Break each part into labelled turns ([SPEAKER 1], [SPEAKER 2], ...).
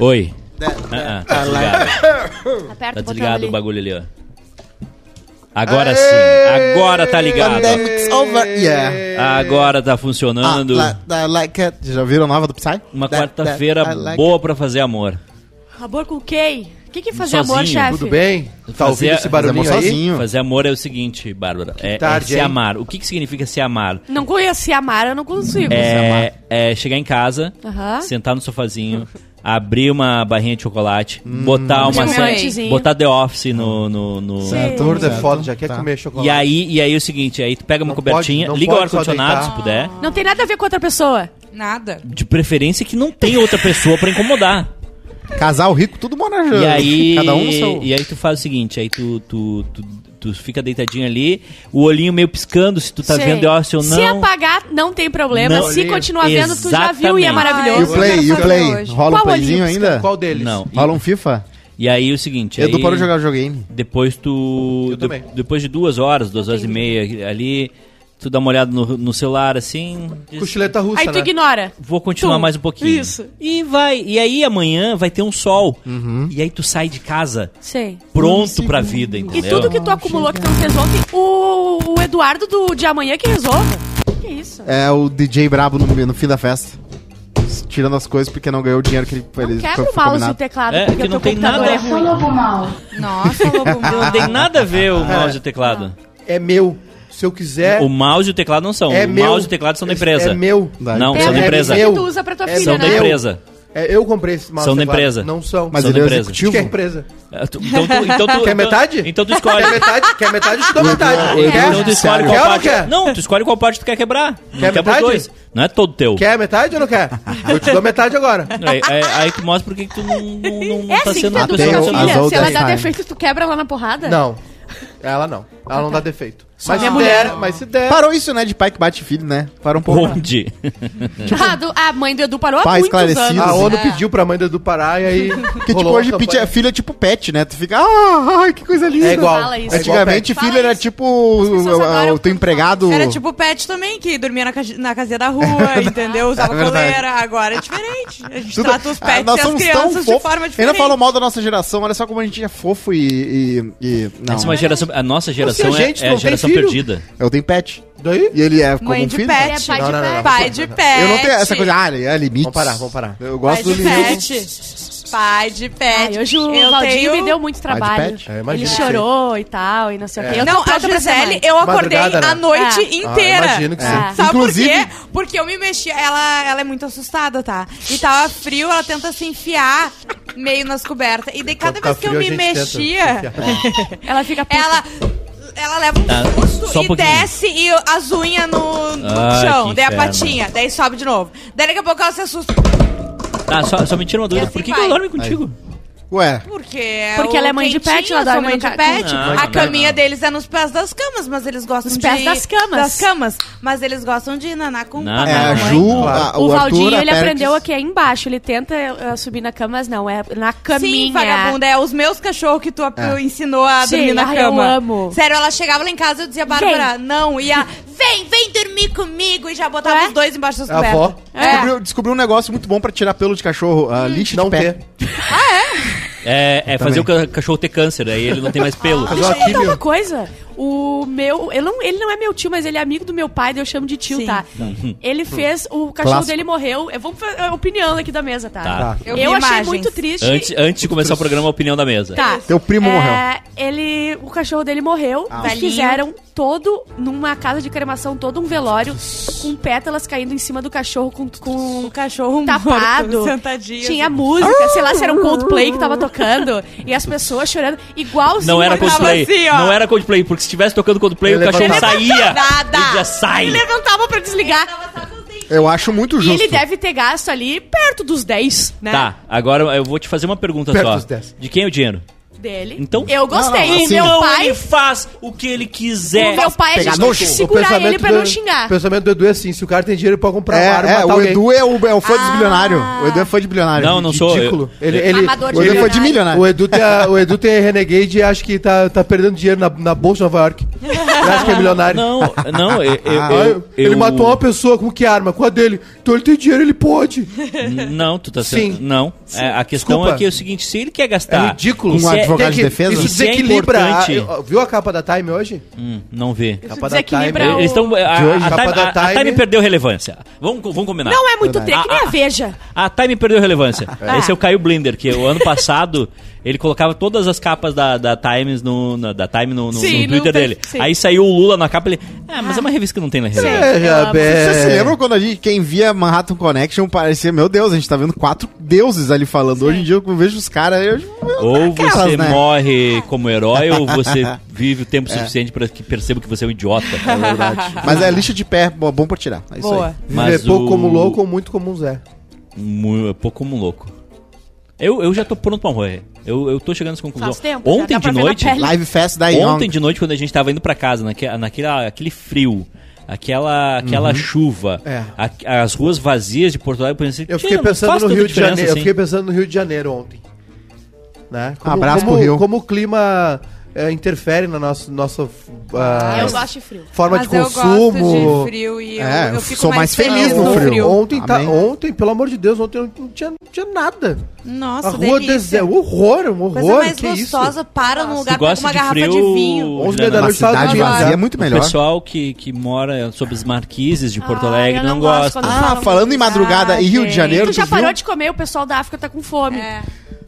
[SPEAKER 1] Oi. Ah, ah, tá desligado.
[SPEAKER 2] Aperta
[SPEAKER 1] Tá
[SPEAKER 2] o botão
[SPEAKER 1] desligado
[SPEAKER 2] ali.
[SPEAKER 1] o bagulho ali, ó. Agora sim. Agora tá ligado.
[SPEAKER 3] Pandemic's over, yeah.
[SPEAKER 1] Agora tá
[SPEAKER 3] Ah,
[SPEAKER 1] funcionando.
[SPEAKER 3] li- I like it. Já viram a nova do Psy?
[SPEAKER 1] Uma
[SPEAKER 3] That- that-
[SPEAKER 1] quarta-feira
[SPEAKER 3] I like
[SPEAKER 1] boa pra fazer amor.
[SPEAKER 2] Amor com quem? O que, que é fazer amor,
[SPEAKER 1] Sozinho.
[SPEAKER 2] chefe?
[SPEAKER 4] Tudo bem? Tá
[SPEAKER 1] Fazer-
[SPEAKER 4] ouvindo esse barulhinho
[SPEAKER 3] fazer amor
[SPEAKER 4] aí?
[SPEAKER 3] sozinho.
[SPEAKER 1] Fazer amor é o seguinte, Bárbara. É, é
[SPEAKER 4] tarde,
[SPEAKER 1] se
[SPEAKER 4] hein?
[SPEAKER 1] amar. O que, que significa se amar?
[SPEAKER 2] Não conheci a Mara, eu não consigo.
[SPEAKER 1] É, é chegar em casa,
[SPEAKER 2] Aham.
[SPEAKER 1] sentar no sofazinho, abrir uma barrinha de chocolate,
[SPEAKER 4] Hum.
[SPEAKER 1] botar uma
[SPEAKER 2] Um
[SPEAKER 1] sa-
[SPEAKER 2] chocolatezinho.
[SPEAKER 1] botar The Office no, no, no-
[SPEAKER 2] Sim.
[SPEAKER 4] Dor
[SPEAKER 3] Certo.
[SPEAKER 4] é foda, já quer
[SPEAKER 3] Tá.
[SPEAKER 4] comer chocolate.
[SPEAKER 1] e aí e aí é o seguinte, aí tu pega uma
[SPEAKER 4] Não
[SPEAKER 1] cobertinha,
[SPEAKER 4] pode- não
[SPEAKER 1] liga o
[SPEAKER 4] pode
[SPEAKER 1] ar
[SPEAKER 4] só
[SPEAKER 1] condicionado se
[SPEAKER 4] deitar.
[SPEAKER 1] puder,
[SPEAKER 2] Não tem nada a ver com outra pessoa.
[SPEAKER 5] Nada.
[SPEAKER 1] de preferência que não tem outra pessoa pra incomodar.
[SPEAKER 3] it. Casal rico, tudo mora junto.
[SPEAKER 1] E aí
[SPEAKER 3] Cada um seu.
[SPEAKER 1] e aí tu faz o seguinte, aí tu tu, tu, tu fica deitadinho ali, o olhinho meio piscando se tu tá
[SPEAKER 2] Sei.
[SPEAKER 1] vendo The Office ou não.
[SPEAKER 2] Se apagar, não já problema.
[SPEAKER 1] Não.
[SPEAKER 2] Se continuar vendo, tu já viu e é
[SPEAKER 1] Exatamente.
[SPEAKER 2] maravilhoso.
[SPEAKER 3] E o play, e o play?
[SPEAKER 5] Hoje.
[SPEAKER 3] Rola um
[SPEAKER 2] Qual
[SPEAKER 3] playzinho
[SPEAKER 2] olhinho
[SPEAKER 3] ainda?
[SPEAKER 4] Qual deles?
[SPEAKER 1] Não. E-
[SPEAKER 3] Rola um FIFA?
[SPEAKER 1] E aí o seguinte,
[SPEAKER 3] Edu
[SPEAKER 1] aí-
[SPEAKER 3] parou de jogar videogame.
[SPEAKER 1] Depois tu.
[SPEAKER 4] Eu
[SPEAKER 1] de-
[SPEAKER 4] também.
[SPEAKER 1] depois de duas horas, duas horas e meia ali, tu dá uma olhada no, no celular assim. diz,
[SPEAKER 4] Cochileta russa,
[SPEAKER 2] Aí tu
[SPEAKER 4] né?
[SPEAKER 2] ignora.
[SPEAKER 1] Vou continuar
[SPEAKER 2] Tum.
[SPEAKER 1] mais um pouquinho.
[SPEAKER 2] Isso.
[SPEAKER 1] E vai. E aí amanhã vai ter um sol.
[SPEAKER 3] Uhum.
[SPEAKER 1] E aí tu sai de casa
[SPEAKER 2] Sei.
[SPEAKER 1] pronto pra vida,
[SPEAKER 2] E
[SPEAKER 1] entendeu?
[SPEAKER 2] tudo que tu acumulou que tu não fez ontem, o, o Eduardo do de amanhã que resolve. Que isso?
[SPEAKER 3] É o DJ brabo no, no fim da festa. Tirando as coisas porque não ganhou o dinheiro que ele, ele
[SPEAKER 2] Não quebra
[SPEAKER 3] foi
[SPEAKER 2] o mouse e o
[SPEAKER 3] combinado.
[SPEAKER 2] teclado,
[SPEAKER 1] É,
[SPEAKER 2] porque
[SPEAKER 1] que
[SPEAKER 2] o
[SPEAKER 1] não
[SPEAKER 2] teu
[SPEAKER 1] tem
[SPEAKER 2] computador
[SPEAKER 1] nada-
[SPEAKER 2] é ruim.
[SPEAKER 5] Nossa, Lobo
[SPEAKER 1] Não tem nada a ver o mouse e o teclado.
[SPEAKER 4] É meu. Se eu quiser,
[SPEAKER 1] O mouse e o teclado não são.
[SPEAKER 4] é
[SPEAKER 1] o
[SPEAKER 4] meu.
[SPEAKER 1] mouse e o teclado são da empresa.
[SPEAKER 4] É meu.
[SPEAKER 1] Não,
[SPEAKER 2] É
[SPEAKER 1] são
[SPEAKER 2] a
[SPEAKER 1] da empresa.
[SPEAKER 2] que
[SPEAKER 4] meu.
[SPEAKER 2] tu usa pra tua
[SPEAKER 4] É
[SPEAKER 2] filha,
[SPEAKER 1] São da
[SPEAKER 2] né?
[SPEAKER 4] meu.
[SPEAKER 1] empresa.
[SPEAKER 4] É, eu comprei esse mouse.
[SPEAKER 1] São da
[SPEAKER 4] agora.
[SPEAKER 1] empresa.
[SPEAKER 4] Não são.
[SPEAKER 3] Mas
[SPEAKER 1] São
[SPEAKER 3] ele é
[SPEAKER 1] da
[SPEAKER 3] o
[SPEAKER 1] empresa.
[SPEAKER 3] executivo?
[SPEAKER 4] Quer empresa?
[SPEAKER 1] É, tu- Então tu, então tu,
[SPEAKER 4] Quer
[SPEAKER 1] então-
[SPEAKER 4] metade?
[SPEAKER 1] Então tu escolhe.
[SPEAKER 4] Quer metade? Quer metade? Estou
[SPEAKER 3] o
[SPEAKER 4] metade.
[SPEAKER 3] Edu-
[SPEAKER 4] Quer?
[SPEAKER 1] Então tu escolhe
[SPEAKER 4] Quer
[SPEAKER 1] qual
[SPEAKER 4] ou não
[SPEAKER 1] parte.
[SPEAKER 4] quer?
[SPEAKER 1] Não, tu escolhe qual parte tu quer quebrar. não
[SPEAKER 4] Quer
[SPEAKER 1] quebra os
[SPEAKER 4] metade?
[SPEAKER 1] dois. Não é todo teu.
[SPEAKER 4] Quer metade ou não quer? Eu te dou metade agora.
[SPEAKER 1] Aí, aí- aí tu mostra por que que tu não, não, não
[SPEAKER 2] É
[SPEAKER 1] tá
[SPEAKER 2] assim que
[SPEAKER 1] sendo
[SPEAKER 2] tu
[SPEAKER 1] uma
[SPEAKER 2] educa
[SPEAKER 3] Até
[SPEAKER 1] pessoa
[SPEAKER 2] tua
[SPEAKER 3] o- as
[SPEAKER 2] filha.
[SPEAKER 1] profissional.
[SPEAKER 2] Se ela dá
[SPEAKER 3] outras saem.
[SPEAKER 2] defeito, tu quebra ela na porrada?
[SPEAKER 4] Não. Ela não. Ela não dá defeito. Mas se
[SPEAKER 2] minha mulher.
[SPEAKER 4] der, mas se der.
[SPEAKER 3] Parou isso, né? De pai que bate filho, né? Parou um pouco.
[SPEAKER 1] Onde?
[SPEAKER 2] Ah, do- a mãe do Edu parou há
[SPEAKER 3] Tipo, Pai
[SPEAKER 2] muitos
[SPEAKER 3] esclarecido. Ah,
[SPEAKER 2] anos.
[SPEAKER 4] A ONU
[SPEAKER 5] É.
[SPEAKER 4] pediu pra mãe do Edu parar e aí.
[SPEAKER 3] Porque, tipo,
[SPEAKER 4] rolou
[SPEAKER 3] hoje
[SPEAKER 4] uma
[SPEAKER 3] pit,
[SPEAKER 4] campanha.
[SPEAKER 3] é filho é tipo pet, né? Tu fica, ah, ai, que coisa linda.
[SPEAKER 4] É igual.
[SPEAKER 2] Fala isso.
[SPEAKER 4] É igual
[SPEAKER 3] Antigamente,
[SPEAKER 2] Fala
[SPEAKER 3] filho era
[SPEAKER 2] isso.
[SPEAKER 3] tipo
[SPEAKER 2] pessoas
[SPEAKER 3] o,
[SPEAKER 2] adoram
[SPEAKER 3] o teu
[SPEAKER 2] quando
[SPEAKER 3] empregado.
[SPEAKER 5] Era tipo o Pet também, que dormia na, case- na casinha da rua, entendeu? Usava
[SPEAKER 3] É verdade.
[SPEAKER 5] coleira. Agora é diferente. A gente
[SPEAKER 3] Tudo-
[SPEAKER 5] trata os
[SPEAKER 3] Ah,
[SPEAKER 5] pets e as crianças de
[SPEAKER 3] fofos.
[SPEAKER 5] forma
[SPEAKER 3] Eu
[SPEAKER 5] diferente.
[SPEAKER 3] não falo mal da nossa geração, olha só como a gente é fofo e. e, e- não,
[SPEAKER 1] Essa é uma geração, a nossa geração
[SPEAKER 4] Ou seja,
[SPEAKER 1] é-
[SPEAKER 4] gente,
[SPEAKER 1] é, a
[SPEAKER 4] não tem
[SPEAKER 1] geração
[SPEAKER 4] filho.
[SPEAKER 1] perdida.
[SPEAKER 3] eu tenho pet.
[SPEAKER 4] Daí?
[SPEAKER 3] E ele é como
[SPEAKER 5] Mãe
[SPEAKER 3] um
[SPEAKER 5] de
[SPEAKER 3] filho.
[SPEAKER 2] É
[SPEAKER 5] pet.
[SPEAKER 2] pai de
[SPEAKER 4] Não, não, não,
[SPEAKER 2] pet.
[SPEAKER 4] não.
[SPEAKER 5] Pai de pet.
[SPEAKER 3] Eu não tenho essa coisa, ah, é limite.
[SPEAKER 4] Vamos parar, vamos parar.
[SPEAKER 3] Eu
[SPEAKER 5] Pai
[SPEAKER 3] gosto do
[SPEAKER 5] de
[SPEAKER 3] limite.
[SPEAKER 5] pet. Pai de pet.
[SPEAKER 2] Ai, hoje É, o
[SPEAKER 5] Eu
[SPEAKER 2] Valdir
[SPEAKER 5] tenho-
[SPEAKER 2] me deu muito
[SPEAKER 3] Pai Ah, de
[SPEAKER 2] trabalho.
[SPEAKER 3] pet?
[SPEAKER 4] É,
[SPEAKER 2] Ele
[SPEAKER 4] imagina.
[SPEAKER 2] chorou e tal, e não sei o
[SPEAKER 3] É.
[SPEAKER 2] quê. Eu tô
[SPEAKER 5] Não, a
[SPEAKER 2] pronta pra
[SPEAKER 5] Gisele,
[SPEAKER 2] semana.
[SPEAKER 5] eu acordei
[SPEAKER 4] Madrugada, né?
[SPEAKER 5] a noite
[SPEAKER 2] É.
[SPEAKER 5] inteira.
[SPEAKER 4] Ah, imagino que sim.
[SPEAKER 2] É.
[SPEAKER 5] Sabe
[SPEAKER 3] Inclusive-
[SPEAKER 5] por quê? Porque eu me mexi, ela, ela é muito assustada, tá? E tava frio, ela tenta se enfiar meio nas cobertas. E daí cada
[SPEAKER 4] Quando tá
[SPEAKER 5] vez que eu
[SPEAKER 4] frio, a
[SPEAKER 5] me
[SPEAKER 4] gente tenta
[SPEAKER 5] mexia,
[SPEAKER 4] se enfiar.
[SPEAKER 2] Ela fica puta.
[SPEAKER 5] ela. Ela leva
[SPEAKER 1] Tá,
[SPEAKER 5] um susto
[SPEAKER 1] só um
[SPEAKER 5] e
[SPEAKER 1] pouquinho.
[SPEAKER 5] desce e as unhas no, no
[SPEAKER 1] Ah,
[SPEAKER 5] chão.
[SPEAKER 1] que
[SPEAKER 5] Daí a
[SPEAKER 1] inferno.
[SPEAKER 5] patinha, daí sobe de novo. Daí daqui a pouco ela se assusta.
[SPEAKER 1] Ah, só, só me tira uma dúvida.
[SPEAKER 5] E assim
[SPEAKER 1] Por que, que
[SPEAKER 5] vai.
[SPEAKER 1] eu dorme contigo?
[SPEAKER 3] Ué,
[SPEAKER 5] Porque.
[SPEAKER 2] Porque
[SPEAKER 5] o
[SPEAKER 2] ela é mãe de
[SPEAKER 5] quentinho,
[SPEAKER 2] pet, ela
[SPEAKER 5] eu sou
[SPEAKER 2] dorme
[SPEAKER 5] mãe
[SPEAKER 2] no
[SPEAKER 5] de
[SPEAKER 2] ca- Ah,
[SPEAKER 5] pet.
[SPEAKER 1] Não,
[SPEAKER 5] a
[SPEAKER 1] não,
[SPEAKER 5] caminha
[SPEAKER 1] não.
[SPEAKER 5] deles é nos pés das camas, mas eles gostam
[SPEAKER 2] Nos
[SPEAKER 5] de.
[SPEAKER 2] pés das camas.
[SPEAKER 5] Das camas. Mas eles gostam de naná com
[SPEAKER 1] Naná.
[SPEAKER 3] é
[SPEAKER 1] Ah,
[SPEAKER 3] a
[SPEAKER 1] não,
[SPEAKER 3] Ju,
[SPEAKER 1] não.
[SPEAKER 3] a-
[SPEAKER 2] O,
[SPEAKER 3] o Arthur,
[SPEAKER 2] Valdir,
[SPEAKER 3] a
[SPEAKER 2] ele
[SPEAKER 3] Perkins.
[SPEAKER 2] aprendeu aqui é embaixo. Ele tenta eh, subir na cama, mas não, é na caminha.
[SPEAKER 5] Sim, vagabunda, é os meus cachorros que tu ap- ensinou a
[SPEAKER 2] Sim,
[SPEAKER 5] dormir na
[SPEAKER 2] ai,
[SPEAKER 5] cama.
[SPEAKER 2] eu amo.
[SPEAKER 5] Sério, ela chegava lá em casa e eu dizia, Bárbara, não, e a vem, vem dormir comigo, e já botava
[SPEAKER 2] Ué?
[SPEAKER 5] os dois embaixo das
[SPEAKER 4] A
[SPEAKER 5] cobertas.
[SPEAKER 4] avó.
[SPEAKER 5] É.
[SPEAKER 3] Descobriu, descobriu um negócio muito bom pra tirar pelo de cachorro.
[SPEAKER 5] Hum.
[SPEAKER 3] ah, lixo
[SPEAKER 4] Não
[SPEAKER 3] de pé.
[SPEAKER 4] ter.
[SPEAKER 1] É, é fazer o ca- cachorro ter câncer, aí ele não tem mais pelo.
[SPEAKER 4] Fazer
[SPEAKER 2] Deixa eu
[SPEAKER 4] uma
[SPEAKER 2] contar uma
[SPEAKER 4] químio.
[SPEAKER 2] coisa. O meu. eu não- ele não é meu tio, mas ele é amigo do meu pai, daí eu chamo de tio,
[SPEAKER 5] Sim.
[SPEAKER 2] tá? Ele fez. O cachorro
[SPEAKER 3] Clássico.
[SPEAKER 2] dele morreu. é, Vamos fazer a opinião aqui da mesa, tá?
[SPEAKER 1] Tá.
[SPEAKER 2] Eu,
[SPEAKER 5] Eu vi
[SPEAKER 2] achei
[SPEAKER 5] imagens.
[SPEAKER 2] muito triste.
[SPEAKER 1] Antes, antes de começar o programa, a opinião da mesa.
[SPEAKER 2] Tá.
[SPEAKER 3] Teu primo
[SPEAKER 2] É,
[SPEAKER 3] morreu.
[SPEAKER 2] Ele, o cachorro dele morreu.
[SPEAKER 3] Ah.
[SPEAKER 2] Eles
[SPEAKER 5] Velhinho.
[SPEAKER 2] fizeram todo, numa casa de cremação, todo um velório com pétalas caindo em cima do cachorro, com, com
[SPEAKER 5] O Um cachorro
[SPEAKER 2] tapado.
[SPEAKER 5] morto, tá sentadinho. assim.
[SPEAKER 2] Tinha música, sei lá se era um Coldplay que tava tocando. E as pessoas chorando. Igual
[SPEAKER 1] Não era
[SPEAKER 5] tava
[SPEAKER 1] Coldplay.
[SPEAKER 5] assim, ó.
[SPEAKER 1] não era Coldplay, porque se estivesse tocando Coldplay,
[SPEAKER 4] Ele
[SPEAKER 1] o cachorro
[SPEAKER 4] levantava.
[SPEAKER 1] saía.
[SPEAKER 5] Nada.
[SPEAKER 1] Ele já sai.
[SPEAKER 2] Ele levantava pra desligar.
[SPEAKER 3] Eu acho muito
[SPEAKER 2] E
[SPEAKER 3] justo.
[SPEAKER 2] ele deve ter gasto ali perto dos 10, né?
[SPEAKER 1] Tá, agora eu vou te fazer uma pergunta
[SPEAKER 4] Perto
[SPEAKER 1] só.
[SPEAKER 4] dos dez.
[SPEAKER 1] De quem é o dinheiro?
[SPEAKER 2] Dele.
[SPEAKER 1] Então-
[SPEAKER 2] Eu gostei.
[SPEAKER 3] Não, não,
[SPEAKER 2] o
[SPEAKER 3] assim-
[SPEAKER 2] meu
[SPEAKER 1] Então
[SPEAKER 2] pai.
[SPEAKER 1] ele faz o que ele quiser.
[SPEAKER 2] O meu pai, a
[SPEAKER 3] Pegar
[SPEAKER 2] gente tem que
[SPEAKER 3] nojo.
[SPEAKER 2] segurar ele pra
[SPEAKER 4] do-
[SPEAKER 2] não xingar.
[SPEAKER 4] O pensamento do Edu é assim: se o cara tem dinheiro, ele pode comprar uma arma
[SPEAKER 3] É,
[SPEAKER 4] e
[SPEAKER 3] é,
[SPEAKER 4] matar
[SPEAKER 3] o
[SPEAKER 4] alguém.
[SPEAKER 3] Edu é o, é o fã dos bilionário. O Edu é fã de bilionário.
[SPEAKER 1] Não, não sou.
[SPEAKER 4] Ridículo.
[SPEAKER 1] eu-
[SPEAKER 4] Ele, ele,
[SPEAKER 2] Amador
[SPEAKER 3] O
[SPEAKER 4] o,
[SPEAKER 3] Edu é
[SPEAKER 4] Edu,
[SPEAKER 3] fã de milionário.
[SPEAKER 4] o, Edu tem a, o Edu tem a Renegade e acha que tá, tá perdendo dinheiro na, na Bolsa de Nova York. acha que é milionário?
[SPEAKER 1] Não, não, eu. eu-
[SPEAKER 4] Ah,
[SPEAKER 1] eu-
[SPEAKER 4] ele
[SPEAKER 1] eu-
[SPEAKER 4] matou uma pessoa, com que arma? Com a dele. Então ele tem dinheiro, ele pode.
[SPEAKER 1] Não, tu tá sendo.
[SPEAKER 4] Sim.
[SPEAKER 1] Não. É, a questão
[SPEAKER 4] Desculpa.
[SPEAKER 1] é que é o seguinte: se ele quer
[SPEAKER 4] É
[SPEAKER 1] gastar.
[SPEAKER 4] ridículo.
[SPEAKER 1] e se
[SPEAKER 3] Um
[SPEAKER 1] é-
[SPEAKER 3] advogado de
[SPEAKER 4] Tem que-
[SPEAKER 3] defesa?
[SPEAKER 4] Isso
[SPEAKER 1] Isso é
[SPEAKER 4] desequilibra. a-
[SPEAKER 1] importante.
[SPEAKER 4] eu- viu a capa da Time hoje?
[SPEAKER 1] Hum, não vê.
[SPEAKER 4] Capa da
[SPEAKER 2] desequilibra
[SPEAKER 4] Time.
[SPEAKER 2] o-
[SPEAKER 1] Eles tão- a,
[SPEAKER 4] De hoje,
[SPEAKER 1] a
[SPEAKER 4] capa
[SPEAKER 1] Time,
[SPEAKER 4] da
[SPEAKER 1] a- a
[SPEAKER 4] Time.
[SPEAKER 1] Time perdeu relevância. Vamos, co- vamos combinar.
[SPEAKER 2] Não é muito trek, que nem a
[SPEAKER 1] Tá. Ah,
[SPEAKER 2] Veja.
[SPEAKER 1] A Time perdeu relevância.
[SPEAKER 2] É.
[SPEAKER 1] Esse é o Caio Blinder, que o ano passado ele colocava todas as capas da, da Times no, na- da Time no, no- no
[SPEAKER 2] Sim, não
[SPEAKER 1] Twitter
[SPEAKER 2] tem-
[SPEAKER 1] dele.
[SPEAKER 2] sim.
[SPEAKER 1] Aí saiu o Lula na capa e ele. Ah, mas é uma revista que não tem relevância.
[SPEAKER 4] É, já,
[SPEAKER 2] amo.
[SPEAKER 4] é-
[SPEAKER 3] Vocês se lembram quando a gente, quem via Manhattan Connection parecia, meu Deus, a gente tá vendo quatro deuses ali falando. Hoje em dia eu vejo os caras, eu, eu-
[SPEAKER 4] é
[SPEAKER 1] Ou
[SPEAKER 3] aquelas,
[SPEAKER 1] você
[SPEAKER 3] né?
[SPEAKER 1] morre como herói, ou você vive o tempo suficiente para que perceba que você é um idiota.
[SPEAKER 3] É verdade. Mas é lixo de pé, bo- bom pra tirar. É isso
[SPEAKER 5] Boa.
[SPEAKER 3] aí.
[SPEAKER 1] Mas
[SPEAKER 4] Viver pouco
[SPEAKER 1] o-
[SPEAKER 4] como louco ou muito como um Zé.
[SPEAKER 1] Mu- é pouco como um louco. Eu, eu já tô pronto pra morrer. Eu, eu tô chegando nessa conclusão.
[SPEAKER 2] Faz tempo, já
[SPEAKER 1] Ontem
[SPEAKER 2] dá pra
[SPEAKER 1] de
[SPEAKER 2] ver na
[SPEAKER 1] noite.
[SPEAKER 2] pele.
[SPEAKER 3] Live Fest
[SPEAKER 4] É
[SPEAKER 3] da
[SPEAKER 1] Ontem
[SPEAKER 3] Young.
[SPEAKER 1] de noite, quando a gente tava indo pra casa, naque, naquele aquele frio, aquela, aquela chuva,
[SPEAKER 4] É.
[SPEAKER 1] a- as ruas vazias de Porto Alegre, por exemplo,
[SPEAKER 4] Eu fiquei
[SPEAKER 1] tira, faz
[SPEAKER 4] pensando no
[SPEAKER 1] toda
[SPEAKER 4] Rio
[SPEAKER 1] a
[SPEAKER 4] de
[SPEAKER 1] diferença,
[SPEAKER 4] Janeiro. Eu
[SPEAKER 1] assim.
[SPEAKER 4] fiquei pensando no Rio de Janeiro ontem. Né?
[SPEAKER 3] Abraço
[SPEAKER 4] como,
[SPEAKER 3] pro Rio.
[SPEAKER 4] Como o clima é, interfere na nossa, nossa ah,
[SPEAKER 2] Eu gosto de frio.
[SPEAKER 4] forma
[SPEAKER 5] Mas
[SPEAKER 4] de
[SPEAKER 5] eu gosto de
[SPEAKER 4] consumo.
[SPEAKER 5] frio e eu,
[SPEAKER 3] É,
[SPEAKER 5] eu
[SPEAKER 3] eu
[SPEAKER 5] fico
[SPEAKER 3] sou mais
[SPEAKER 5] mais feliz
[SPEAKER 3] feliz
[SPEAKER 5] no
[SPEAKER 3] no
[SPEAKER 5] frio.
[SPEAKER 3] frio.
[SPEAKER 4] Ontem, tá-
[SPEAKER 3] Amém.
[SPEAKER 4] ontem, pelo amor de Deus, ontem não tinha, não tinha nada.
[SPEAKER 5] Nossa,
[SPEAKER 4] a rua
[SPEAKER 5] delícia.
[SPEAKER 4] deserta, um horror, um horror,
[SPEAKER 5] Coisa mais
[SPEAKER 4] que
[SPEAKER 5] gostosa, para num lugar,
[SPEAKER 1] Tu
[SPEAKER 5] pega
[SPEAKER 1] gosta
[SPEAKER 5] uma
[SPEAKER 1] de
[SPEAKER 5] garrafa
[SPEAKER 1] frio,
[SPEAKER 5] de vinho.
[SPEAKER 4] 11
[SPEAKER 1] Juliana?
[SPEAKER 4] da
[SPEAKER 3] Uma
[SPEAKER 4] noite tava
[SPEAKER 3] cidade
[SPEAKER 4] de
[SPEAKER 3] vazia é
[SPEAKER 4] vazia.
[SPEAKER 3] muito
[SPEAKER 1] O
[SPEAKER 3] melhor.
[SPEAKER 1] pessoal que, que mora sob os marquises de Porto
[SPEAKER 2] Ah,
[SPEAKER 1] Alegre
[SPEAKER 2] eu
[SPEAKER 1] não,
[SPEAKER 2] não gosto
[SPEAKER 1] gosta.
[SPEAKER 2] quando-
[SPEAKER 3] Ah, falando em madrugada e Rio de Janeiro,
[SPEAKER 2] Tu
[SPEAKER 3] tu,
[SPEAKER 2] já
[SPEAKER 3] viu?
[SPEAKER 2] parou de comer, o pessoal da África tá com fome.
[SPEAKER 5] É.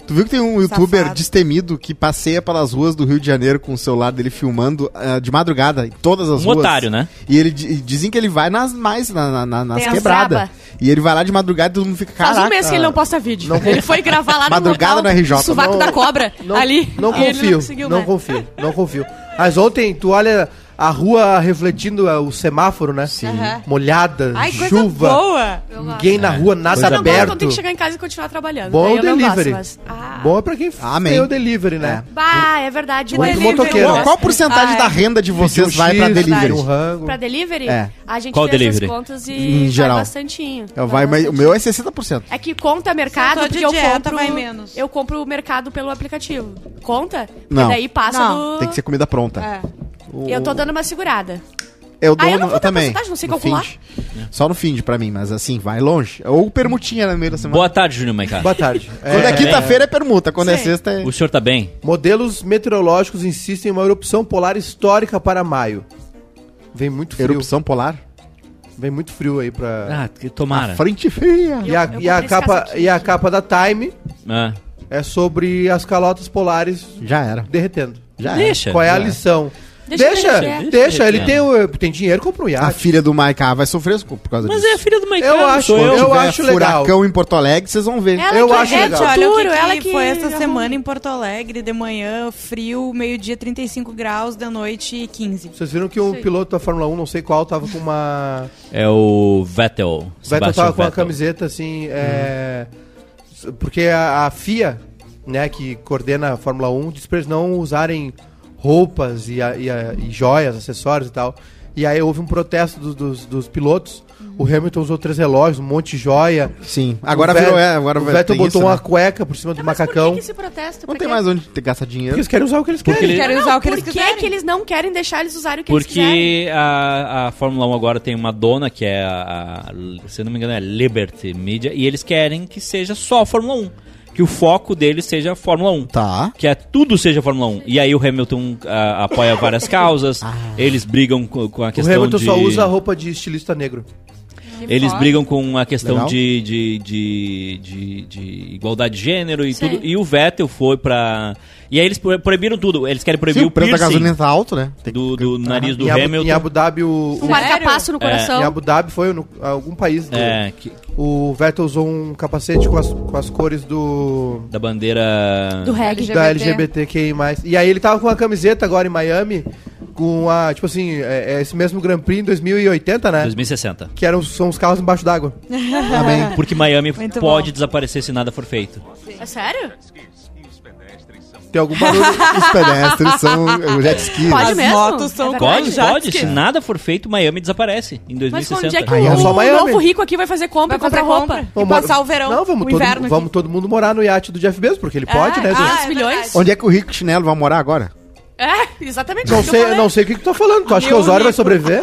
[SPEAKER 3] Tu viu que tem um youtuber
[SPEAKER 5] Safado.
[SPEAKER 3] destemido que passeia pelas ruas do Rio de Janeiro com o celular dele filmando ah, de madrugada em todas as
[SPEAKER 1] Um
[SPEAKER 3] ruas.
[SPEAKER 1] otário, né?
[SPEAKER 3] E ele di- e dizem que ele vai nas mais na- na- na- nas
[SPEAKER 2] Tem as
[SPEAKER 3] quebradas.
[SPEAKER 2] braba.
[SPEAKER 3] E ele vai lá de madrugada e todo mundo fica
[SPEAKER 2] Faz um
[SPEAKER 3] caraca.
[SPEAKER 2] mês que ele não posta vídeo. Ele foi gravar lá
[SPEAKER 3] Madrugada
[SPEAKER 2] no
[SPEAKER 3] no
[SPEAKER 2] local,
[SPEAKER 3] RJ,
[SPEAKER 2] Sovaco
[SPEAKER 4] não-
[SPEAKER 2] da cobra,
[SPEAKER 4] Não,
[SPEAKER 2] ali.
[SPEAKER 4] não
[SPEAKER 2] e Ah, ele
[SPEAKER 4] confio,
[SPEAKER 2] conseguiu né?
[SPEAKER 4] não,
[SPEAKER 2] mais.
[SPEAKER 4] confio, não confio. Mas ontem tu olha a rua refletindo ah, o semáforo, né? Sim.
[SPEAKER 5] Aham.
[SPEAKER 4] Molhada,
[SPEAKER 5] Ai, coisa
[SPEAKER 4] chuva,
[SPEAKER 5] boa.
[SPEAKER 4] ninguém na rua, nada
[SPEAKER 2] Só não gosto quando
[SPEAKER 4] aberto.
[SPEAKER 2] tem Então que chegar em casa e continuar trabalhando.
[SPEAKER 4] Bom
[SPEAKER 2] Daí eu não
[SPEAKER 4] delivery.
[SPEAKER 2] gosto, mas- Ah.
[SPEAKER 4] Bom é pra quem
[SPEAKER 3] Amém.
[SPEAKER 4] tem o delivery, né?
[SPEAKER 2] Bah, é verdade.
[SPEAKER 4] Bom pro
[SPEAKER 2] delivery.
[SPEAKER 4] motoqueiro.
[SPEAKER 3] Qual, qual a porcentagem
[SPEAKER 5] Ah, é.
[SPEAKER 3] da renda de vocês
[SPEAKER 4] Pedir um
[SPEAKER 3] vai pra
[SPEAKER 4] X,
[SPEAKER 3] delivery?
[SPEAKER 4] Um rango.
[SPEAKER 2] Pra delivery,
[SPEAKER 3] É.
[SPEAKER 2] a gente
[SPEAKER 1] Qual
[SPEAKER 2] fez
[SPEAKER 1] delivery?
[SPEAKER 2] as contas e
[SPEAKER 3] Em
[SPEAKER 2] vai
[SPEAKER 3] geral.
[SPEAKER 2] bastantinho.
[SPEAKER 3] Eu vai, mas o meu é 60%.
[SPEAKER 2] É que conta
[SPEAKER 5] Se eu
[SPEAKER 2] mercado,
[SPEAKER 5] tô de
[SPEAKER 2] porque eu
[SPEAKER 5] dieta,
[SPEAKER 2] compro.
[SPEAKER 5] vai menos.
[SPEAKER 2] Eu compro o mercado pelo aplicativo. Conta? Porque
[SPEAKER 3] Não.
[SPEAKER 2] daí passa
[SPEAKER 5] Não.
[SPEAKER 2] do.
[SPEAKER 3] Tem que ser comida pronta.
[SPEAKER 5] É.
[SPEAKER 2] Eu tô dando uma segurada.
[SPEAKER 3] Eu dou
[SPEAKER 2] Ah, eu não
[SPEAKER 3] no-
[SPEAKER 2] vou dar
[SPEAKER 3] também.
[SPEAKER 2] porcentagem, não sei
[SPEAKER 3] no
[SPEAKER 2] calcular.
[SPEAKER 3] Find. Só no fim pra mim, mas assim, vai longe. Ou permutinha no meio da semana.
[SPEAKER 1] Ah, Boa tarde, Júnior Maiká.
[SPEAKER 4] Boa tarde.
[SPEAKER 3] Quando é,
[SPEAKER 1] É.
[SPEAKER 3] quinta-feira é permuta, quando é sexta é.
[SPEAKER 1] O senhor tá bem?
[SPEAKER 4] Modelos meteorológicos insistem em uma erupção polar histórica para maio. Vem muito frio.
[SPEAKER 3] Erupção polar?
[SPEAKER 4] Vem muito frio aí pra.
[SPEAKER 1] Ah, que tomara.
[SPEAKER 3] Frente fria.
[SPEAKER 4] e, a,
[SPEAKER 2] eu
[SPEAKER 4] e, a
[SPEAKER 2] comprei esse
[SPEAKER 4] capa,
[SPEAKER 2] casaquinho.
[SPEAKER 4] e a capa da Time
[SPEAKER 1] Ah,
[SPEAKER 4] é sobre as calotas polares
[SPEAKER 3] Já era.
[SPEAKER 4] derretendo.
[SPEAKER 3] Já era.
[SPEAKER 1] Deixa.
[SPEAKER 4] Qual é a
[SPEAKER 3] já é.
[SPEAKER 4] lição?
[SPEAKER 2] Deixa
[SPEAKER 4] Deixa, deixa,
[SPEAKER 2] derreter.
[SPEAKER 1] Deixa
[SPEAKER 4] ele tem,
[SPEAKER 1] derreter.
[SPEAKER 4] o- tem dinheiro, compra um
[SPEAKER 3] A
[SPEAKER 4] iate.
[SPEAKER 3] filha do Maiká vai sofrer por causa
[SPEAKER 1] Mas é a
[SPEAKER 3] disso.
[SPEAKER 1] filha do Maiká.
[SPEAKER 4] Eu
[SPEAKER 1] não
[SPEAKER 4] acho-
[SPEAKER 1] sou
[SPEAKER 4] eu
[SPEAKER 1] eu.
[SPEAKER 3] tiver
[SPEAKER 4] acho legal.
[SPEAKER 3] furacão em Porto Alegre, vocês vão ver.
[SPEAKER 2] Ela
[SPEAKER 4] Eu
[SPEAKER 2] que
[SPEAKER 4] acho
[SPEAKER 2] é
[SPEAKER 4] legal.
[SPEAKER 2] de
[SPEAKER 5] Olha o que,
[SPEAKER 2] futuro,
[SPEAKER 5] que
[SPEAKER 2] ela que é
[SPEAKER 5] foi essa
[SPEAKER 2] arruma.
[SPEAKER 5] semana em Porto Alegre, de manhã, frio, meio-dia 35 graus, de noite 15.
[SPEAKER 4] Vocês viram que um piloto da Fórmula 1, não sei qual, tava com uma.
[SPEAKER 1] É o Vettel.
[SPEAKER 4] Vai
[SPEAKER 1] Sebastian
[SPEAKER 4] tava com a
[SPEAKER 1] Vettel.
[SPEAKER 4] camiseta assim, é, s- porque a, a FIA, né, que coordena a Fórmula 1, diz pra eles não usarem roupas e, a- e a- e joias, acessórios e tal. E aí houve um protesto dos, dos- dos pilotos. O Hamilton usou três relógios, um monte de joia.
[SPEAKER 3] Sim. Agora
[SPEAKER 4] o Vettel-
[SPEAKER 3] virou. É, agora
[SPEAKER 4] o
[SPEAKER 3] vai-
[SPEAKER 4] Vettel
[SPEAKER 3] tem
[SPEAKER 4] botou
[SPEAKER 3] isso,
[SPEAKER 4] uma
[SPEAKER 3] né?
[SPEAKER 4] cueca por cima do
[SPEAKER 2] Mas por que
[SPEAKER 4] macacão.
[SPEAKER 2] que esse protesto?
[SPEAKER 3] Não
[SPEAKER 2] Por
[SPEAKER 3] tem
[SPEAKER 2] quê?
[SPEAKER 3] mais onde ter- gastar dinheiro.
[SPEAKER 4] Porque eles querem usar o que eles
[SPEAKER 1] Porque
[SPEAKER 4] querem.
[SPEAKER 1] ele-
[SPEAKER 5] Querem
[SPEAKER 2] Não,
[SPEAKER 5] usar o que
[SPEAKER 2] por
[SPEAKER 5] eles
[SPEAKER 2] que
[SPEAKER 5] quiserem.
[SPEAKER 2] que eles não querem deixar eles usarem o que eles quiserem?
[SPEAKER 1] Porque a, a Fórmula 1 agora tem uma dona que é a, a- se eu não me engano é Liberty Media e eles querem que seja só a Fórmula 1, que o foco deles seja a Fórmula 1.
[SPEAKER 3] Tá.
[SPEAKER 1] Que é tudo seja Fórmula 1. E aí o Hamilton ah, apoia várias causas,
[SPEAKER 2] Ah.
[SPEAKER 1] eles brigam com, com a
[SPEAKER 4] O
[SPEAKER 1] questão
[SPEAKER 4] Hamilton
[SPEAKER 1] de
[SPEAKER 4] só usa roupa de estilista negro.
[SPEAKER 1] eles brigam com a questão
[SPEAKER 3] Legal.
[SPEAKER 1] de, de, de, de- de igualdade de gênero e
[SPEAKER 2] Sim.
[SPEAKER 1] tudo. E o Vettel foi pra. E aí eles pro- proibiram tudo. Eles querem proibir
[SPEAKER 3] Sim,
[SPEAKER 1] o
[SPEAKER 3] o preço da
[SPEAKER 1] piercing
[SPEAKER 3] gasolina tá alto, né? Tem que-
[SPEAKER 1] do, do nariz do
[SPEAKER 4] Ah, em, Abu- em
[SPEAKER 1] Hamilton.
[SPEAKER 4] Abu Dhabi, o,
[SPEAKER 2] Um
[SPEAKER 4] o-
[SPEAKER 2] marcapasso no
[SPEAKER 4] em
[SPEAKER 2] coração.
[SPEAKER 4] Abu Dhabi foi no, algum país do-
[SPEAKER 1] É, que-
[SPEAKER 4] O Vettel usou um capacete com as, com as cores do.
[SPEAKER 1] da bandeira.
[SPEAKER 2] Do reggae.
[SPEAKER 4] da LGBTQI. é E aí ele tava com uma camiseta agora em Miami, com a. Tipo assim, é, é esse mesmo Grand Prix em 2080, né?
[SPEAKER 1] 2060.
[SPEAKER 4] Que eram, os- são os carros embaixo d'água.
[SPEAKER 1] Porque Miami
[SPEAKER 5] Muito
[SPEAKER 1] pode
[SPEAKER 5] bom.
[SPEAKER 1] desaparecer se nada for feito.
[SPEAKER 2] É sério?
[SPEAKER 4] Tem algum barulho.
[SPEAKER 3] Os pedestres são é, o jet ski. né?
[SPEAKER 2] Pode
[SPEAKER 5] As
[SPEAKER 2] mesmo?
[SPEAKER 5] motos são
[SPEAKER 2] É
[SPEAKER 1] Pode,
[SPEAKER 2] verdade?
[SPEAKER 1] pode. Se nada for feito, Miami desaparece em
[SPEAKER 2] Mas onde é
[SPEAKER 1] 2060.
[SPEAKER 2] que
[SPEAKER 4] Aí é
[SPEAKER 2] o,
[SPEAKER 4] só Miami.
[SPEAKER 2] novo rico aqui vai fazer compra
[SPEAKER 5] Vai
[SPEAKER 2] e comprar
[SPEAKER 5] comprar
[SPEAKER 2] roupa?
[SPEAKER 5] compra. E
[SPEAKER 4] Vamos
[SPEAKER 5] passar
[SPEAKER 4] mo-
[SPEAKER 5] o verão,
[SPEAKER 4] Não, vamos,
[SPEAKER 5] o
[SPEAKER 4] todo,
[SPEAKER 5] inverno aqui.
[SPEAKER 4] vamos todo mundo morar no iate do Jeff Bezos, porque ele pode, né,
[SPEAKER 5] ah,
[SPEAKER 4] gente?
[SPEAKER 5] é
[SPEAKER 2] 500 milhões?
[SPEAKER 5] verdade.
[SPEAKER 3] Onde é que o Rico Chinelo vai morar agora?
[SPEAKER 2] É, exatamente
[SPEAKER 4] Não
[SPEAKER 2] isso que eu
[SPEAKER 4] sei,
[SPEAKER 2] falei.
[SPEAKER 4] não sei o que que tu tá falando. Tu acha que o Osório vai sobreviver?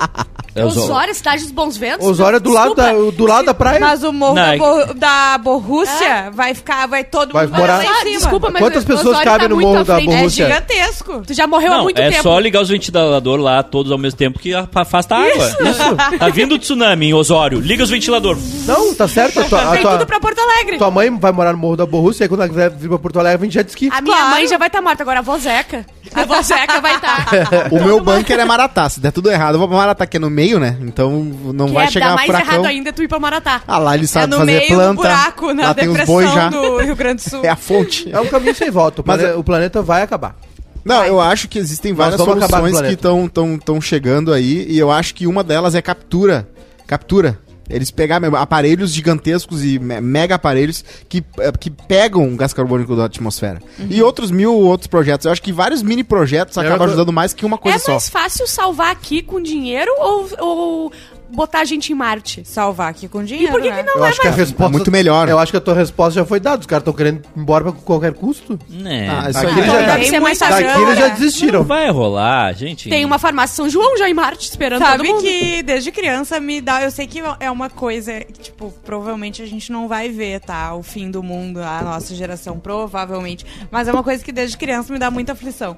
[SPEAKER 1] É os-
[SPEAKER 2] Osório, Cidade dos Bons Ventos.
[SPEAKER 4] Osório é do lado, da,
[SPEAKER 2] Desculpa.
[SPEAKER 4] do lado da praia?
[SPEAKER 5] Mas o morro
[SPEAKER 1] Não,
[SPEAKER 5] da,
[SPEAKER 1] é-
[SPEAKER 5] Bo- da Borrússia vai ficar, vai todo
[SPEAKER 4] Vai
[SPEAKER 5] mundo
[SPEAKER 4] morar-
[SPEAKER 5] lá
[SPEAKER 2] Olha só,
[SPEAKER 5] em cima.
[SPEAKER 2] Ah. desculpa, mas
[SPEAKER 4] Quantas
[SPEAKER 2] o
[SPEAKER 4] pessoas
[SPEAKER 2] Osório
[SPEAKER 4] cabem
[SPEAKER 2] tá
[SPEAKER 4] no
[SPEAKER 2] muito
[SPEAKER 4] morro
[SPEAKER 2] à
[SPEAKER 4] da
[SPEAKER 2] frente.
[SPEAKER 5] É
[SPEAKER 4] Borrússia?
[SPEAKER 5] gigantesco.
[SPEAKER 2] Tu já morreu há
[SPEAKER 1] Não,
[SPEAKER 2] muito
[SPEAKER 1] é
[SPEAKER 2] tempo.
[SPEAKER 1] só ligar os ventiladores lá, todos ao mesmo tempo, que afasta a água. Isso. Tá vindo o tsunami em Osório. Liga os ventiladores.
[SPEAKER 4] Não, tá certo. A tua, a
[SPEAKER 5] Vem tudo
[SPEAKER 4] tua,
[SPEAKER 5] pra Porto Alegre.
[SPEAKER 4] tua mãe vai morar no Morro da Borrússia, aí quando ela quiser vir pra Porto Alegre, vem de jet ski.
[SPEAKER 2] A minha
[SPEAKER 5] Claro.
[SPEAKER 2] mãe já vai estar morta, agora a vozeca. A vozeca vai estar.
[SPEAKER 3] O meu bunker é Maratá. Se der tudo errado, eu vou pra Maratá, que é no meio, né? Então não vai
[SPEAKER 2] que é, dá
[SPEAKER 3] chegar
[SPEAKER 2] mais
[SPEAKER 3] furacão.
[SPEAKER 2] errado ainda tu ir pra Maratá.
[SPEAKER 3] Ah lá, ele
[SPEAKER 5] É
[SPEAKER 3] sabe
[SPEAKER 5] no
[SPEAKER 3] fazer
[SPEAKER 5] meio
[SPEAKER 3] planta.
[SPEAKER 5] do buraco, na
[SPEAKER 3] lá tem os
[SPEAKER 5] depressão
[SPEAKER 3] bois já.
[SPEAKER 5] do Rio Grande do Sul.
[SPEAKER 3] É a fonte.
[SPEAKER 4] É um caminho sem volta. O,
[SPEAKER 3] Mas é-
[SPEAKER 4] plane- o planeta vai acabar.
[SPEAKER 3] Não, eu acho que existem várias
[SPEAKER 4] vamos acabar com o
[SPEAKER 3] soluções que estão tão, tão chegando aí, e eu acho que uma delas é captura. Captura. Eles pegaram aparelhos gigantescos e me- mega aparelhos que, eh, que pegam gás carbônico da atmosfera. E outros mil outros projetos. Eu acho que vários mini projetos
[SPEAKER 4] Eu
[SPEAKER 3] acabam
[SPEAKER 4] agora-
[SPEAKER 3] ajudando mais que uma coisa
[SPEAKER 2] é
[SPEAKER 3] só.
[SPEAKER 2] mais fácil salvar aqui com dinheiro ou, ou botar a gente em Marte?
[SPEAKER 5] Salvar aqui com dinheiro,
[SPEAKER 2] por que
[SPEAKER 5] né?
[SPEAKER 2] que não- é
[SPEAKER 4] eu acho que a resposta.
[SPEAKER 3] É muito melhor.
[SPEAKER 4] Eu acho que a tua resposta já foi dada. Os caras estão querendo ir embora com qualquer custo.
[SPEAKER 1] Né?
[SPEAKER 3] Ah, isso
[SPEAKER 5] Então,
[SPEAKER 4] Aqui
[SPEAKER 3] aí.
[SPEAKER 4] já-
[SPEAKER 2] deve ser mais fácil.
[SPEAKER 4] Daqui
[SPEAKER 5] Agora,
[SPEAKER 4] eles já
[SPEAKER 1] Não
[SPEAKER 4] desistiram.
[SPEAKER 1] vai rolar, gente.
[SPEAKER 2] Tem uma farmácia São João já em Marte esperando todo
[SPEAKER 5] Sabe
[SPEAKER 2] mundo.
[SPEAKER 5] que desde criança me dá. Eu sei que é uma coisa que, tipo, provavelmente a gente não vai ver, tá? O fim do mundo, a nossa geração, provavelmente. Mas é uma coisa que desde criança me dá muita aflição.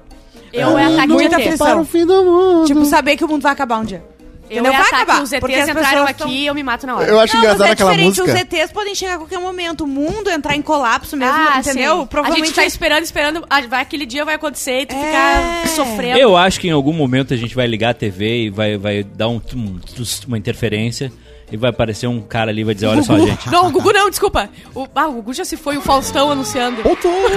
[SPEAKER 2] Eu é ataque
[SPEAKER 5] Muita
[SPEAKER 2] de ET.
[SPEAKER 5] aflição.
[SPEAKER 3] fim do mundo.
[SPEAKER 5] Tipo, saber que o mundo vai acabar um dia.
[SPEAKER 2] Eu
[SPEAKER 5] Entendeu?
[SPEAKER 2] é
[SPEAKER 5] Vai
[SPEAKER 2] ataque,
[SPEAKER 5] acabar,
[SPEAKER 2] os
[SPEAKER 5] porque
[SPEAKER 2] ETs
[SPEAKER 5] as
[SPEAKER 2] entraram
[SPEAKER 5] pessoas
[SPEAKER 2] aqui
[SPEAKER 5] tão-
[SPEAKER 2] e eu me mato na hora.
[SPEAKER 3] eu acho
[SPEAKER 5] Não,
[SPEAKER 3] engraçada
[SPEAKER 5] mas é
[SPEAKER 3] aquela
[SPEAKER 5] diferente,
[SPEAKER 3] música.
[SPEAKER 5] Os ETs podem chegar a qualquer momento. O mundo entrar em colapso mesmo, entendeu?
[SPEAKER 2] Ah, sim. A gente
[SPEAKER 5] Provavelmente
[SPEAKER 2] tá esperando, esperando. ah, Vai, aquele dia vai acontecer e tu ficar
[SPEAKER 5] É.
[SPEAKER 2] sofrendo.
[SPEAKER 1] Eu acho que em algum momento a gente vai ligar a TV e vai, vai dar um, tum, tus, uma interferência e vai aparecer um cara ali e vai dizer, olha só,
[SPEAKER 2] Gugu.
[SPEAKER 1] gente.
[SPEAKER 2] Não, o Gugu não, desculpa. O, ah, o Gugu já se foi, o Faustão anunciando.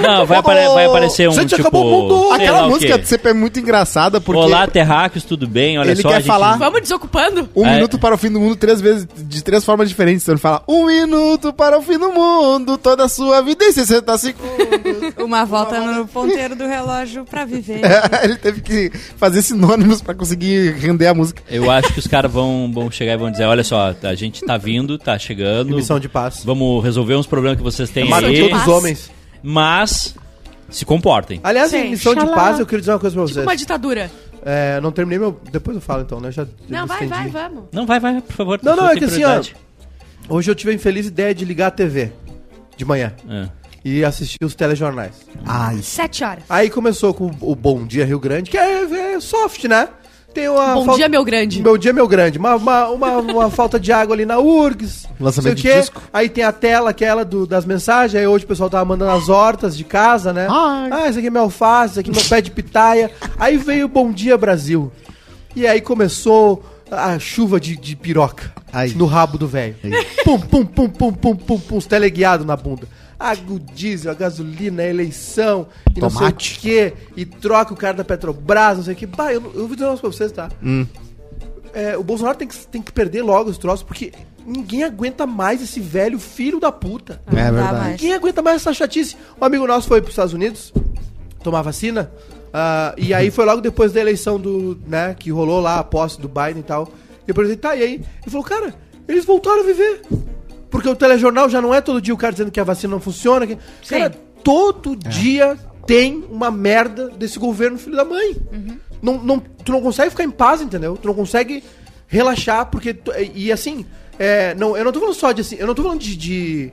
[SPEAKER 1] Não, vai, apare- vai aparecer um
[SPEAKER 4] Gente,
[SPEAKER 1] tipo...
[SPEAKER 4] acabou o mundo.
[SPEAKER 1] sei lá
[SPEAKER 3] Aquela
[SPEAKER 1] o
[SPEAKER 3] música
[SPEAKER 1] quê.
[SPEAKER 3] sempre é muito engraçada porque
[SPEAKER 1] Olá, terráqueos, tudo bem? Olha
[SPEAKER 3] Ele
[SPEAKER 1] só,
[SPEAKER 3] quer
[SPEAKER 1] a gente...
[SPEAKER 3] falar-
[SPEAKER 2] Vamos desocupando?
[SPEAKER 3] um
[SPEAKER 1] É.
[SPEAKER 3] minuto para o fim do mundo três vezes de três formas diferentes. Então ele fala um minuto para o fim do mundo, toda a sua vida em 60 segundos.
[SPEAKER 5] uma volta no ponteiro do relógio pra viver.
[SPEAKER 3] ele teve que fazer sinônimos pra conseguir render a música.
[SPEAKER 1] Eu acho que os caras vão, vão chegar e vão dizer, olha só, a gente tá vindo, tá chegando,
[SPEAKER 4] Missão de paz.
[SPEAKER 1] vamos resolver uns problemas que vocês têm
[SPEAKER 4] Matem
[SPEAKER 1] aí,
[SPEAKER 4] todos os homens.
[SPEAKER 1] mas se comportem.
[SPEAKER 4] Aliás,
[SPEAKER 2] Sim.
[SPEAKER 4] em missão de
[SPEAKER 2] Xalá.
[SPEAKER 4] paz, eu queria dizer uma coisa pra
[SPEAKER 2] Tipo
[SPEAKER 4] vocês.
[SPEAKER 2] uma ditadura.
[SPEAKER 4] É, não terminei meu. Depois eu falo então, né? Eu Já
[SPEAKER 2] Não,
[SPEAKER 4] eu
[SPEAKER 2] vai, vai,
[SPEAKER 4] estendi.
[SPEAKER 2] vamos.
[SPEAKER 1] Não, vai, vai, por favor.
[SPEAKER 4] Não, não,
[SPEAKER 1] você
[SPEAKER 4] é
[SPEAKER 1] tem
[SPEAKER 4] que assim, ó.
[SPEAKER 1] prioridade.
[SPEAKER 4] Hoje eu tive a infeliz ideia de ligar a TV de manhã
[SPEAKER 1] É.
[SPEAKER 4] e assistir os telejornais.
[SPEAKER 3] Ai,
[SPEAKER 2] Sete horas.
[SPEAKER 4] Aí começou com o Bom Dia Rio Grande, que é, é soft, né? Tem uma
[SPEAKER 2] Bom
[SPEAKER 4] falta-
[SPEAKER 2] dia, meu grande.
[SPEAKER 4] Meu dia, é meu grande. Uma, uma, uma, uma falta de água ali na URGS.
[SPEAKER 3] Lançamento
[SPEAKER 4] não
[SPEAKER 3] de
[SPEAKER 4] sei o quê.
[SPEAKER 3] disco.
[SPEAKER 4] Aí tem a tela, aquela do, das mensagens. Aí hoje o pessoal tava mandando as hortas de casa, né?
[SPEAKER 3] Ai.
[SPEAKER 4] Ah, esse aqui é meu alface, esse aqui é meu pé de pitaia. Aí veio o Bom Dia Brasil. E aí começou a chuva de, de piroca
[SPEAKER 3] Ai.
[SPEAKER 4] no rabo do velho. Pum, pum, pum, pum, pum, pum, pum, os teleguiados na bunda. Ah, o diesel, a gasolina, a eleição, e não sei o
[SPEAKER 3] Tomate.
[SPEAKER 4] quê, e troca o cara da Petrobras, não sei o quê. Bah, eu, eu vou dizer um negócio pra vocês, tá? É, o Bolsonaro tem que, tem que perder logo os troços, porque ninguém aguenta mais esse velho filho da puta.
[SPEAKER 3] é
[SPEAKER 5] dá
[SPEAKER 3] verdade.
[SPEAKER 5] mais.
[SPEAKER 4] Ninguém aguenta mais essa chatice. Um amigo nosso foi pros Estados Unidos tomar vacina. ah, e aí foi logo depois da eleição do. né, que rolou lá a posse do Biden e tal. E eu perguntei, tá, e aí? Ele falou, cara, eles voltaram a viver. Porque o telejornal já não é todo dia o cara dizendo que a vacina não funciona. Que... Cara, todo
[SPEAKER 5] É.
[SPEAKER 4] dia tem uma merda desse governo filho da mãe.
[SPEAKER 5] Uhum.
[SPEAKER 4] Não, não, tu não consegue ficar em paz, entendeu? Tu não consegue relaxar, porque. tu- e assim, é, não, eu não tô falando só de assim, eu não tô falando de. de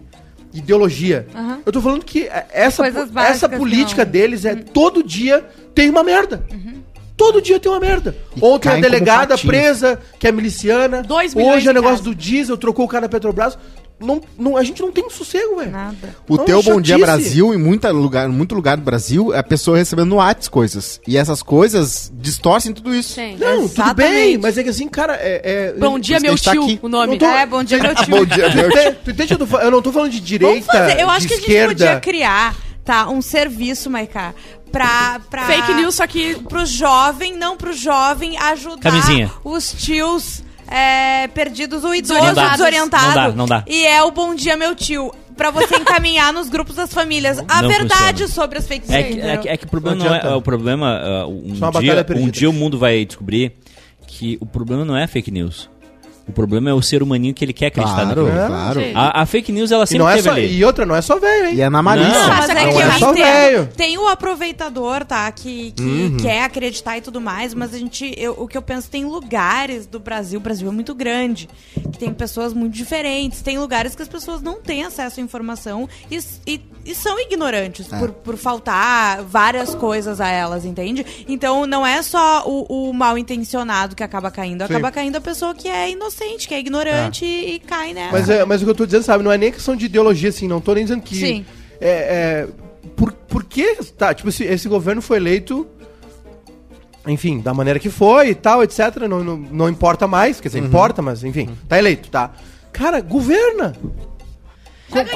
[SPEAKER 4] ideologia. Eu tô falando que é, essa,
[SPEAKER 5] Uhum. Coisas
[SPEAKER 4] po-
[SPEAKER 5] básicas,
[SPEAKER 4] essa política
[SPEAKER 5] não. Uhum.
[SPEAKER 4] deles é todo dia tem uma merda. Todo dia tem uma merda. Ontem a
[SPEAKER 3] caem como
[SPEAKER 4] delegada
[SPEAKER 3] patinhos.
[SPEAKER 4] presa, que é miliciana.
[SPEAKER 2] Dois milhões
[SPEAKER 4] Hoje é
[SPEAKER 2] em
[SPEAKER 4] negócio
[SPEAKER 2] casa.
[SPEAKER 4] do diesel, trocou o cara da Petrobras. Não, não, a gente não tem sossego, velho.
[SPEAKER 5] Nada.
[SPEAKER 3] O
[SPEAKER 4] Não,
[SPEAKER 3] teu Bom Dia
[SPEAKER 4] chatice.
[SPEAKER 3] Brasil, em muita lugar, em muito lugar do Brasil, é a pessoa recebendo no Whats coisas. E essas coisas distorcem tudo isso.
[SPEAKER 2] Sim.
[SPEAKER 4] Não, tudo bem,
[SPEAKER 5] Exatamente.
[SPEAKER 4] mas é que assim, cara, é. é-
[SPEAKER 2] Bom dia,
[SPEAKER 3] Ele
[SPEAKER 2] meu
[SPEAKER 3] está
[SPEAKER 2] tio,
[SPEAKER 3] aqui.
[SPEAKER 2] o nome.
[SPEAKER 4] Não tô-
[SPEAKER 5] É, bom dia, meu tio.
[SPEAKER 3] Bom dia,
[SPEAKER 4] Tu
[SPEAKER 3] meu
[SPEAKER 4] entende- tu entende? Eu, tô fa- eu não tô falando de direita.
[SPEAKER 5] Vamos fazer. Eu acho
[SPEAKER 4] de
[SPEAKER 5] que a gente
[SPEAKER 4] esquerda.
[SPEAKER 5] podia criar, tá, um serviço, Maiká, pra, pra...
[SPEAKER 2] Fake news, só que
[SPEAKER 5] Pro jovem, não pro jovem, ajudar
[SPEAKER 1] Camisinha.
[SPEAKER 5] os tios é, perdidos, o idoso
[SPEAKER 1] Não dá.
[SPEAKER 5] desorientado.
[SPEAKER 1] Não dá, não dá.
[SPEAKER 5] E é o Bom Dia Meu Tio. Pra você encaminhar nos grupos das famílias a
[SPEAKER 1] Não
[SPEAKER 5] verdade
[SPEAKER 1] funciona.
[SPEAKER 5] sobre as fake news.
[SPEAKER 1] É que, é, que, é que o problema
[SPEAKER 4] Não
[SPEAKER 1] não, é,
[SPEAKER 4] adianta.
[SPEAKER 1] é o problema ah,
[SPEAKER 4] Só uma
[SPEAKER 1] um,
[SPEAKER 4] batalha
[SPEAKER 1] dia,
[SPEAKER 4] perdida.
[SPEAKER 1] um dia o mundo vai descobrir que o problema não é fake news. O problema é o ser humaninho que ele quer acreditar
[SPEAKER 3] Claro,
[SPEAKER 1] naquilo.
[SPEAKER 4] É,
[SPEAKER 3] claro.
[SPEAKER 2] gente.
[SPEAKER 1] A, a fake news, ela
[SPEAKER 4] E,
[SPEAKER 1] sempre
[SPEAKER 4] não é
[SPEAKER 1] teve
[SPEAKER 4] só,
[SPEAKER 1] ali.
[SPEAKER 4] e outra, não é só velho, hein?
[SPEAKER 3] E é na malícia.
[SPEAKER 1] Não,
[SPEAKER 5] mas
[SPEAKER 4] não
[SPEAKER 5] é que
[SPEAKER 4] é
[SPEAKER 5] eu
[SPEAKER 4] só velho.
[SPEAKER 5] entendo. Tem o aproveitador, tá? Que, que quer acreditar e tudo mais, mas a gente. eu- o que eu penso, tem lugares do Brasil, o Brasil é muito grande, que tem pessoas muito diferentes. Tem lugares que as pessoas não têm acesso à informação e, s- e- e são ignorantes por, por faltar várias coisas a elas, entende? Então não é só o, o mal intencionado que acaba caindo, acaba caindo a pessoa que é inocente, que é ignorante e, e cai né? nessa.
[SPEAKER 4] Mas, é, mas o que eu tô dizendo, sabe, não é nem questão de ideologia, assim, não tô nem dizendo que.
[SPEAKER 5] Sim.
[SPEAKER 4] É, é, por, por que. Tá, tipo, esse, esse governo foi eleito. Enfim, da maneira que foi e tal, etc. Não, não, não importa mais, quer dizer, importa, mas enfim, tá eleito, tá. Cara, governa! Co- co-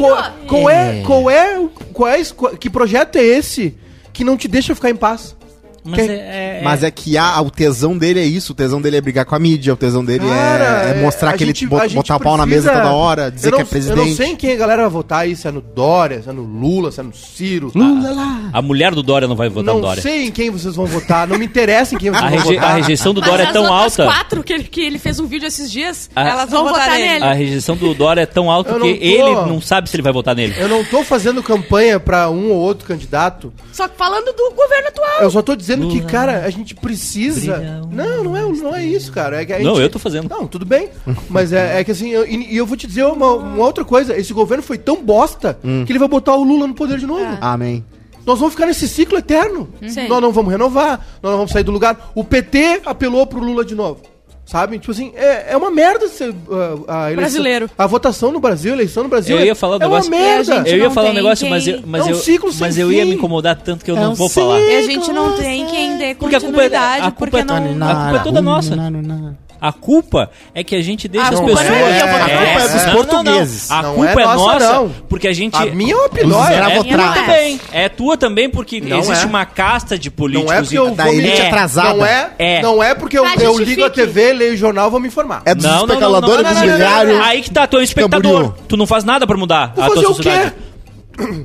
[SPEAKER 4] qual, é, qual é, o- qual é, esse- qual- que projeto é esse que não te deixa ficar em paz?
[SPEAKER 1] Mas
[SPEAKER 4] Quem-
[SPEAKER 1] é, é-
[SPEAKER 3] Mas é que a, o tesão dele é isso, o tesão dele é brigar com a mídia, o tesão dele é-
[SPEAKER 4] Cara,
[SPEAKER 3] é, mostrar
[SPEAKER 4] a
[SPEAKER 3] que ele
[SPEAKER 4] gente-
[SPEAKER 3] bo-
[SPEAKER 4] a gente
[SPEAKER 3] botar o pau na
[SPEAKER 4] precisa-
[SPEAKER 3] mesa toda hora,
[SPEAKER 4] Eu
[SPEAKER 3] dizer
[SPEAKER 4] não-
[SPEAKER 3] que é presidente.
[SPEAKER 4] Eu não sei em quem a galera vai votar aí, se é no Dória, se é no Lula, se é no Ciro.
[SPEAKER 3] Lula lá.
[SPEAKER 1] A mulher do Dória não vai votar no
[SPEAKER 4] não
[SPEAKER 1] Dória.
[SPEAKER 4] sei em quem vocês vão votar, não me interessa em quem vocês
[SPEAKER 1] A,
[SPEAKER 4] vão
[SPEAKER 1] reje-
[SPEAKER 4] votar.
[SPEAKER 1] a rejeição do
[SPEAKER 2] Mas
[SPEAKER 1] Dória é
[SPEAKER 2] as
[SPEAKER 1] tão
[SPEAKER 2] outras
[SPEAKER 1] alta.
[SPEAKER 2] quatro que ele, que ele fez um vídeo esses dias,
[SPEAKER 1] Ah.
[SPEAKER 2] elas vão votar, nele.
[SPEAKER 1] A rejeição do Dória é tão alta
[SPEAKER 4] Eu
[SPEAKER 1] que
[SPEAKER 4] não tô-
[SPEAKER 1] ele não sabe se ele vai votar nele.
[SPEAKER 4] Eu não tô fazendo campanha pra um ou outro candidato.
[SPEAKER 2] Só que falando do governo atual.
[SPEAKER 4] Eu só tô dizendo que,
[SPEAKER 1] Lula,
[SPEAKER 4] cara, a gente precisa.
[SPEAKER 1] brilha uma
[SPEAKER 4] Não, não é, não é isso, cara. É que a
[SPEAKER 1] Não,
[SPEAKER 4] gente-
[SPEAKER 1] eu tô fazendo.
[SPEAKER 4] Não, tudo bem. Mas é, é que assim, eu- e e eu vou te dizer uma, uma outra coisa. Esse governo foi tão bosta
[SPEAKER 1] Hum.
[SPEAKER 4] que ele vai botar o Lula no poder de novo.
[SPEAKER 3] Amém.
[SPEAKER 4] Nós vamos ficar nesse ciclo eterno.
[SPEAKER 2] Sim.
[SPEAKER 4] Nós não vamos renovar, nós não vamos sair do lugar. O PT apelou pro Lula de novo. Sabe? Tipo assim, é, é uma merda ser, ah, a eleição-
[SPEAKER 2] Brasileiro.
[SPEAKER 4] A votação no Brasil, a eleição no Brasil.
[SPEAKER 1] Eu
[SPEAKER 4] é-
[SPEAKER 1] ia falar um
[SPEAKER 4] É uma
[SPEAKER 1] negócio.
[SPEAKER 4] merda.
[SPEAKER 5] gente
[SPEAKER 1] eu ia
[SPEAKER 5] não
[SPEAKER 1] falar um
[SPEAKER 5] tem
[SPEAKER 1] negócio,
[SPEAKER 5] quem-
[SPEAKER 1] mas eu, mas
[SPEAKER 4] É um
[SPEAKER 1] eu,
[SPEAKER 4] ciclo sem
[SPEAKER 1] mas eu ia
[SPEAKER 4] fim.
[SPEAKER 1] me incomodar tanto que eu
[SPEAKER 3] É
[SPEAKER 1] não
[SPEAKER 3] um
[SPEAKER 1] vou falar.
[SPEAKER 5] E a gente não tem quem dê
[SPEAKER 1] Porque a culpa é-
[SPEAKER 5] continuidade,
[SPEAKER 1] a culpa
[SPEAKER 5] porque,
[SPEAKER 1] é-
[SPEAKER 5] não...
[SPEAKER 1] A culpa é toda nossa. A culpa é que a gente deixa
[SPEAKER 5] A
[SPEAKER 1] as
[SPEAKER 5] culpa
[SPEAKER 1] pessoas.
[SPEAKER 5] não é minha, eu vou
[SPEAKER 4] votar
[SPEAKER 1] É,
[SPEAKER 4] nessa.
[SPEAKER 1] não,
[SPEAKER 3] É dos
[SPEAKER 1] não, não.
[SPEAKER 3] portugueses.
[SPEAKER 1] A
[SPEAKER 4] Não
[SPEAKER 1] culpa
[SPEAKER 4] é
[SPEAKER 1] é nossa,
[SPEAKER 4] nossa, não.
[SPEAKER 1] porque a gente.
[SPEAKER 4] A minha é uma
[SPEAKER 3] Os
[SPEAKER 4] pilória.
[SPEAKER 3] caras
[SPEAKER 1] é,
[SPEAKER 3] votaram.
[SPEAKER 1] minha também. É tua também, porque
[SPEAKER 4] Não
[SPEAKER 1] existe
[SPEAKER 4] é.
[SPEAKER 1] uma casta de políticos.
[SPEAKER 4] Não é porque eu
[SPEAKER 1] e-
[SPEAKER 3] da
[SPEAKER 4] vou
[SPEAKER 3] elite
[SPEAKER 1] É.
[SPEAKER 3] atrasada.
[SPEAKER 4] Não é,
[SPEAKER 1] É.
[SPEAKER 4] Não é porque eu,
[SPEAKER 2] Mas
[SPEAKER 4] eu
[SPEAKER 2] justifique.
[SPEAKER 4] ligo a TV, leio o jornal, vou me informar.
[SPEAKER 3] É dos
[SPEAKER 1] Não, não, não,
[SPEAKER 3] especuladores,
[SPEAKER 1] não,
[SPEAKER 3] dos
[SPEAKER 1] não, não, não, não.
[SPEAKER 3] bilionários.
[SPEAKER 1] Aí que tá, tu é um espectador.
[SPEAKER 3] Camboriú.
[SPEAKER 1] Tu não faz nada pra mudar
[SPEAKER 4] Vou
[SPEAKER 1] a tua
[SPEAKER 4] fazer o
[SPEAKER 1] sociedade.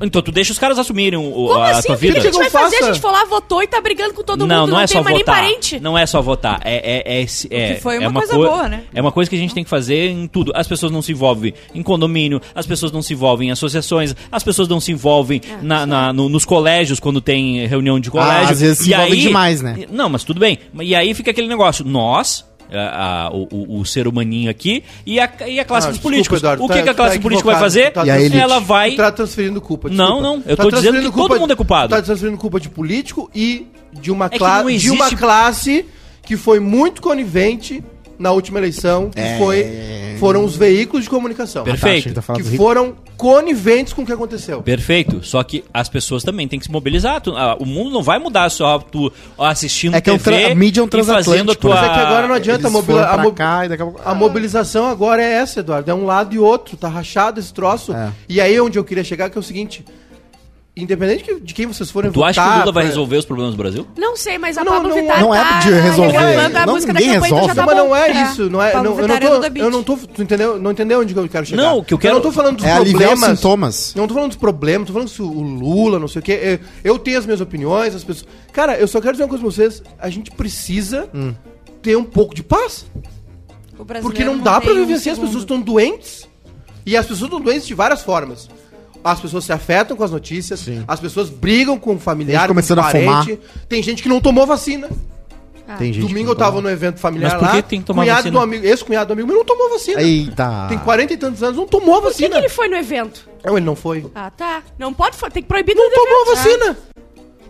[SPEAKER 1] Então tu deixa os caras assumirem o- o-
[SPEAKER 2] Como
[SPEAKER 1] a, a
[SPEAKER 2] assim?
[SPEAKER 1] tua
[SPEAKER 2] O que
[SPEAKER 1] vida.
[SPEAKER 2] a gente
[SPEAKER 4] Não
[SPEAKER 2] vai fazer?
[SPEAKER 4] faça.
[SPEAKER 2] A gente foi lá, votou e tá brigando com todo
[SPEAKER 1] não, não,
[SPEAKER 2] mundo.
[SPEAKER 1] é
[SPEAKER 2] tem
[SPEAKER 1] só
[SPEAKER 2] mais nem
[SPEAKER 1] votar.
[SPEAKER 2] parente.
[SPEAKER 1] Não é só votar. É, é, é, se- é,
[SPEAKER 5] que foi
[SPEAKER 1] é
[SPEAKER 5] uma coisa
[SPEAKER 1] coi-
[SPEAKER 5] boa, né?
[SPEAKER 1] É uma coisa que a gente tem que fazer em tudo. As pessoas não se envolvem em condomínio, as pessoas não se envolvem em associações, as pessoas não se envolvem na, na- no- nos colégios quando tem reunião de
[SPEAKER 4] Ah,
[SPEAKER 1] colégio.
[SPEAKER 3] às vezes se
[SPEAKER 1] E
[SPEAKER 3] envolvem
[SPEAKER 1] aí-
[SPEAKER 3] demais, né?
[SPEAKER 1] Não, mas tudo bem. E aí fica aquele negócio. Nós. a- a- o, o- o ser humaninho aqui e a, e a classe
[SPEAKER 4] Ah,
[SPEAKER 1] dos
[SPEAKER 4] desculpa,
[SPEAKER 1] políticos.
[SPEAKER 4] Eduardo,
[SPEAKER 1] o
[SPEAKER 4] tá-
[SPEAKER 1] que, que a
[SPEAKER 4] tá
[SPEAKER 1] classe política vai
[SPEAKER 4] equivocado.
[SPEAKER 1] fazer?
[SPEAKER 4] Tá
[SPEAKER 3] E a elite?
[SPEAKER 1] Ela vai.
[SPEAKER 4] Tu tá transferindo culpa. Tá
[SPEAKER 1] Não, não, eu tô dizendo
[SPEAKER 4] transferindo
[SPEAKER 1] que todo mundo é culpado. É
[SPEAKER 4] tu Tá transferindo culpa de político e de uma,
[SPEAKER 1] que
[SPEAKER 4] cla
[SPEAKER 1] não
[SPEAKER 4] de uma
[SPEAKER 1] existe-
[SPEAKER 4] classe que foi muito conivente na última eleição, que foi, foram os veículos de comunicação. Tá.
[SPEAKER 1] Perfeito.
[SPEAKER 3] tá
[SPEAKER 4] Que foram coniventes com o que aconteceu.
[SPEAKER 1] Perfeito. Só que as pessoas também têm que se mobilizar. Tu- ah, o mundo não vai mudar só tu assistindo
[SPEAKER 3] É que é um
[SPEAKER 1] TV
[SPEAKER 3] tra- a mídia é um
[SPEAKER 1] e fazendo a
[SPEAKER 3] transatlântico,
[SPEAKER 1] tua...
[SPEAKER 4] Mas é que agora não adianta
[SPEAKER 3] Eles
[SPEAKER 4] mobili-
[SPEAKER 3] foram
[SPEAKER 4] a,
[SPEAKER 3] pra
[SPEAKER 4] mo-
[SPEAKER 3] cá e daqui a pouco-
[SPEAKER 4] a mobilização agora é essa, Eduardo. É um lado e outro, tá rachado esse troço.
[SPEAKER 3] É.
[SPEAKER 4] E aí onde eu queria chegar que é o seguinte, independente que- de quem vocês forem é,
[SPEAKER 1] Tu acha que o Lula vai
[SPEAKER 4] pra-
[SPEAKER 1] resolver os problemas do Brasil?
[SPEAKER 2] Não sei, mas a
[SPEAKER 4] Não,
[SPEAKER 2] Pablo
[SPEAKER 4] não é-
[SPEAKER 2] Vittar
[SPEAKER 3] não é
[SPEAKER 2] tá
[SPEAKER 3] de resolver.
[SPEAKER 2] regravando a
[SPEAKER 3] Não,
[SPEAKER 2] música da
[SPEAKER 3] ninguém
[SPEAKER 2] campanha do
[SPEAKER 3] resolve.
[SPEAKER 2] Já Tá
[SPEAKER 4] mas
[SPEAKER 2] Bom.
[SPEAKER 4] não é
[SPEAKER 5] É.
[SPEAKER 4] isso, não é,
[SPEAKER 5] Paulo
[SPEAKER 4] não, eu não
[SPEAKER 5] Vittar era
[SPEAKER 4] tô,
[SPEAKER 5] da Beat.
[SPEAKER 4] eu não tô, tu entendeu? Não entendeu onde que eu quero chegar.
[SPEAKER 1] Não, o que eu quero-
[SPEAKER 4] não tô falando dos
[SPEAKER 3] É aliviar os
[SPEAKER 4] problemas.
[SPEAKER 3] sintomas.
[SPEAKER 4] Não tô falando dos problemas, tô falando se o Lula, não sei o quê. Eu, eu tenho as minhas opiniões, as pessoas. Cara, eu só quero dizer uma coisa pra vocês, a gente precisa
[SPEAKER 3] Hum.
[SPEAKER 4] ter um pouco de paz.
[SPEAKER 5] O brasileiro
[SPEAKER 4] Porque não dá pra
[SPEAKER 5] tem
[SPEAKER 4] viver
[SPEAKER 5] um
[SPEAKER 4] assim, as
[SPEAKER 5] segundo.
[SPEAKER 4] pessoas estão doentes. E as pessoas estão doentes de várias formas. As pessoas se afetam com as notícias, as pessoas brigam com o
[SPEAKER 3] Tem
[SPEAKER 4] familiar,
[SPEAKER 3] gente começando
[SPEAKER 4] com
[SPEAKER 3] a
[SPEAKER 4] o Tem gente que não tomou vacina.
[SPEAKER 3] Tem gente
[SPEAKER 4] Domingo
[SPEAKER 3] que
[SPEAKER 4] eu tava
[SPEAKER 3] toma.
[SPEAKER 4] no evento familiar
[SPEAKER 1] Mas por que
[SPEAKER 4] lá.
[SPEAKER 1] tem que tomar
[SPEAKER 4] cunhado
[SPEAKER 1] vacina?
[SPEAKER 4] do amigo, ex-cunhado do amigo, mas não tomou vacina.
[SPEAKER 3] Eita.
[SPEAKER 4] Tem 40 e tantos anos, não tomou
[SPEAKER 2] Por que, que
[SPEAKER 4] vacina.
[SPEAKER 2] ele foi no evento?
[SPEAKER 4] Não, É, ele não foi.
[SPEAKER 2] Ah, tá. Não pode, fa- tem que proibir
[SPEAKER 4] Não
[SPEAKER 2] tudo
[SPEAKER 1] é
[SPEAKER 4] tomou
[SPEAKER 2] evento.
[SPEAKER 4] vacina.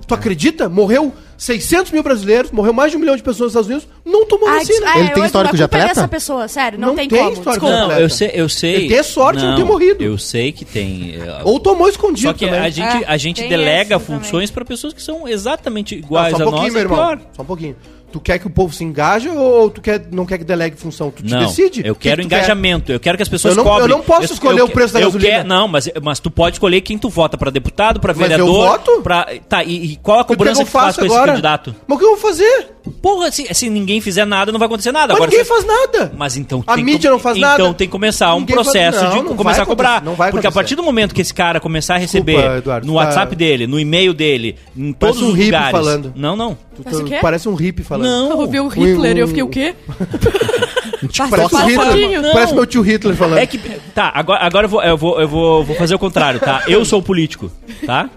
[SPEAKER 4] Tu acredita? Morreu 600 mil brasileiros, morreu mais de um milhão de pessoas nos Estados Unidos, não tomou
[SPEAKER 2] Ah,
[SPEAKER 4] vacina.
[SPEAKER 3] Ele
[SPEAKER 2] ah, eu
[SPEAKER 3] tem
[SPEAKER 2] acho
[SPEAKER 3] histórico
[SPEAKER 2] que
[SPEAKER 3] de
[SPEAKER 2] a culpa é
[SPEAKER 3] atleta?
[SPEAKER 2] dessa pessoa,
[SPEAKER 1] ah,
[SPEAKER 2] sério, não,
[SPEAKER 4] Não
[SPEAKER 2] tem,
[SPEAKER 4] tem
[SPEAKER 2] como.
[SPEAKER 4] histórico
[SPEAKER 2] desculpa.
[SPEAKER 4] de
[SPEAKER 1] Não,
[SPEAKER 4] Completa.
[SPEAKER 1] eu sei, eu sei.
[SPEAKER 4] Ele tem sorte de não ter morrido.
[SPEAKER 1] Eu sei que tem. eh,
[SPEAKER 4] Ou tomou escondido
[SPEAKER 1] Só que é
[SPEAKER 4] também.
[SPEAKER 1] a gente, a gente
[SPEAKER 5] É, tem
[SPEAKER 1] delega
[SPEAKER 5] esse também.
[SPEAKER 1] funções pra pessoas que são exatamente
[SPEAKER 4] Não,
[SPEAKER 1] iguais
[SPEAKER 4] só um
[SPEAKER 1] a nós.
[SPEAKER 4] pouquinho, meu
[SPEAKER 1] e
[SPEAKER 4] irmão.
[SPEAKER 1] pior.
[SPEAKER 4] Só um pouquinho. Tu quer que o povo se engaje ou ou tu quer, não quer que delegue função? Tu te
[SPEAKER 1] Não,
[SPEAKER 4] decide.
[SPEAKER 1] eu
[SPEAKER 4] O que
[SPEAKER 1] quero
[SPEAKER 4] que tu
[SPEAKER 1] engajamento, eu quero que as pessoas
[SPEAKER 4] Eu não- eu
[SPEAKER 1] cobrem.
[SPEAKER 4] não posso escolher o preço da
[SPEAKER 1] eu
[SPEAKER 4] gasolina.
[SPEAKER 1] quero- não, mas, mas tu pode escolher quem tu vota, pra deputado, pra
[SPEAKER 4] Mas eu
[SPEAKER 1] vereador.
[SPEAKER 4] voto?
[SPEAKER 1] Pra, tá, e, e qual a
[SPEAKER 4] Quer? O que que
[SPEAKER 1] cobrança
[SPEAKER 4] eu
[SPEAKER 1] que tu faz
[SPEAKER 4] faço
[SPEAKER 1] com esse
[SPEAKER 4] agora?
[SPEAKER 1] candidato?
[SPEAKER 4] Mas o que eu vou fazer?
[SPEAKER 1] Porra, se, se ninguém fizer nada, não vai acontecer nada.
[SPEAKER 4] Mas
[SPEAKER 1] Agora,
[SPEAKER 4] ninguém
[SPEAKER 1] se-
[SPEAKER 4] faz nada.
[SPEAKER 1] Mas então
[SPEAKER 4] A
[SPEAKER 1] tem que-
[SPEAKER 4] mídia não faz
[SPEAKER 1] então
[SPEAKER 4] nada.
[SPEAKER 1] Então tem que começar um
[SPEAKER 4] Ninguém faz-
[SPEAKER 1] processo
[SPEAKER 4] não,
[SPEAKER 1] de
[SPEAKER 4] não vai
[SPEAKER 1] começar a cobrar.
[SPEAKER 4] acontecer, não vai
[SPEAKER 1] porque a
[SPEAKER 4] acontecer.
[SPEAKER 1] partir do momento que esse cara começar a
[SPEAKER 4] Desculpa,
[SPEAKER 1] receber
[SPEAKER 4] Eduardo,
[SPEAKER 1] no
[SPEAKER 4] tá-
[SPEAKER 1] WhatsApp dele, no e-mail dele, em
[SPEAKER 4] Parece
[SPEAKER 1] todos
[SPEAKER 4] um
[SPEAKER 1] os
[SPEAKER 4] hippie
[SPEAKER 1] lugares.
[SPEAKER 4] falando.
[SPEAKER 1] Não, não.
[SPEAKER 4] Tu-
[SPEAKER 2] Mas o
[SPEAKER 4] tu-
[SPEAKER 2] quê?
[SPEAKER 4] Parece um hippie falando.
[SPEAKER 1] Não.
[SPEAKER 2] Eu ouvi o Hitler e eu
[SPEAKER 4] um-
[SPEAKER 2] fiquei o quê?
[SPEAKER 4] Parece o
[SPEAKER 5] fala um
[SPEAKER 4] Hitler.
[SPEAKER 5] pouquinho.
[SPEAKER 1] Não.
[SPEAKER 4] Parece meu tio Hitler falando.
[SPEAKER 1] É que. Tá, agora, agora eu, vou, eu, vou, eu vou, vou fazer o contrário, tá? Eu sou político, tá?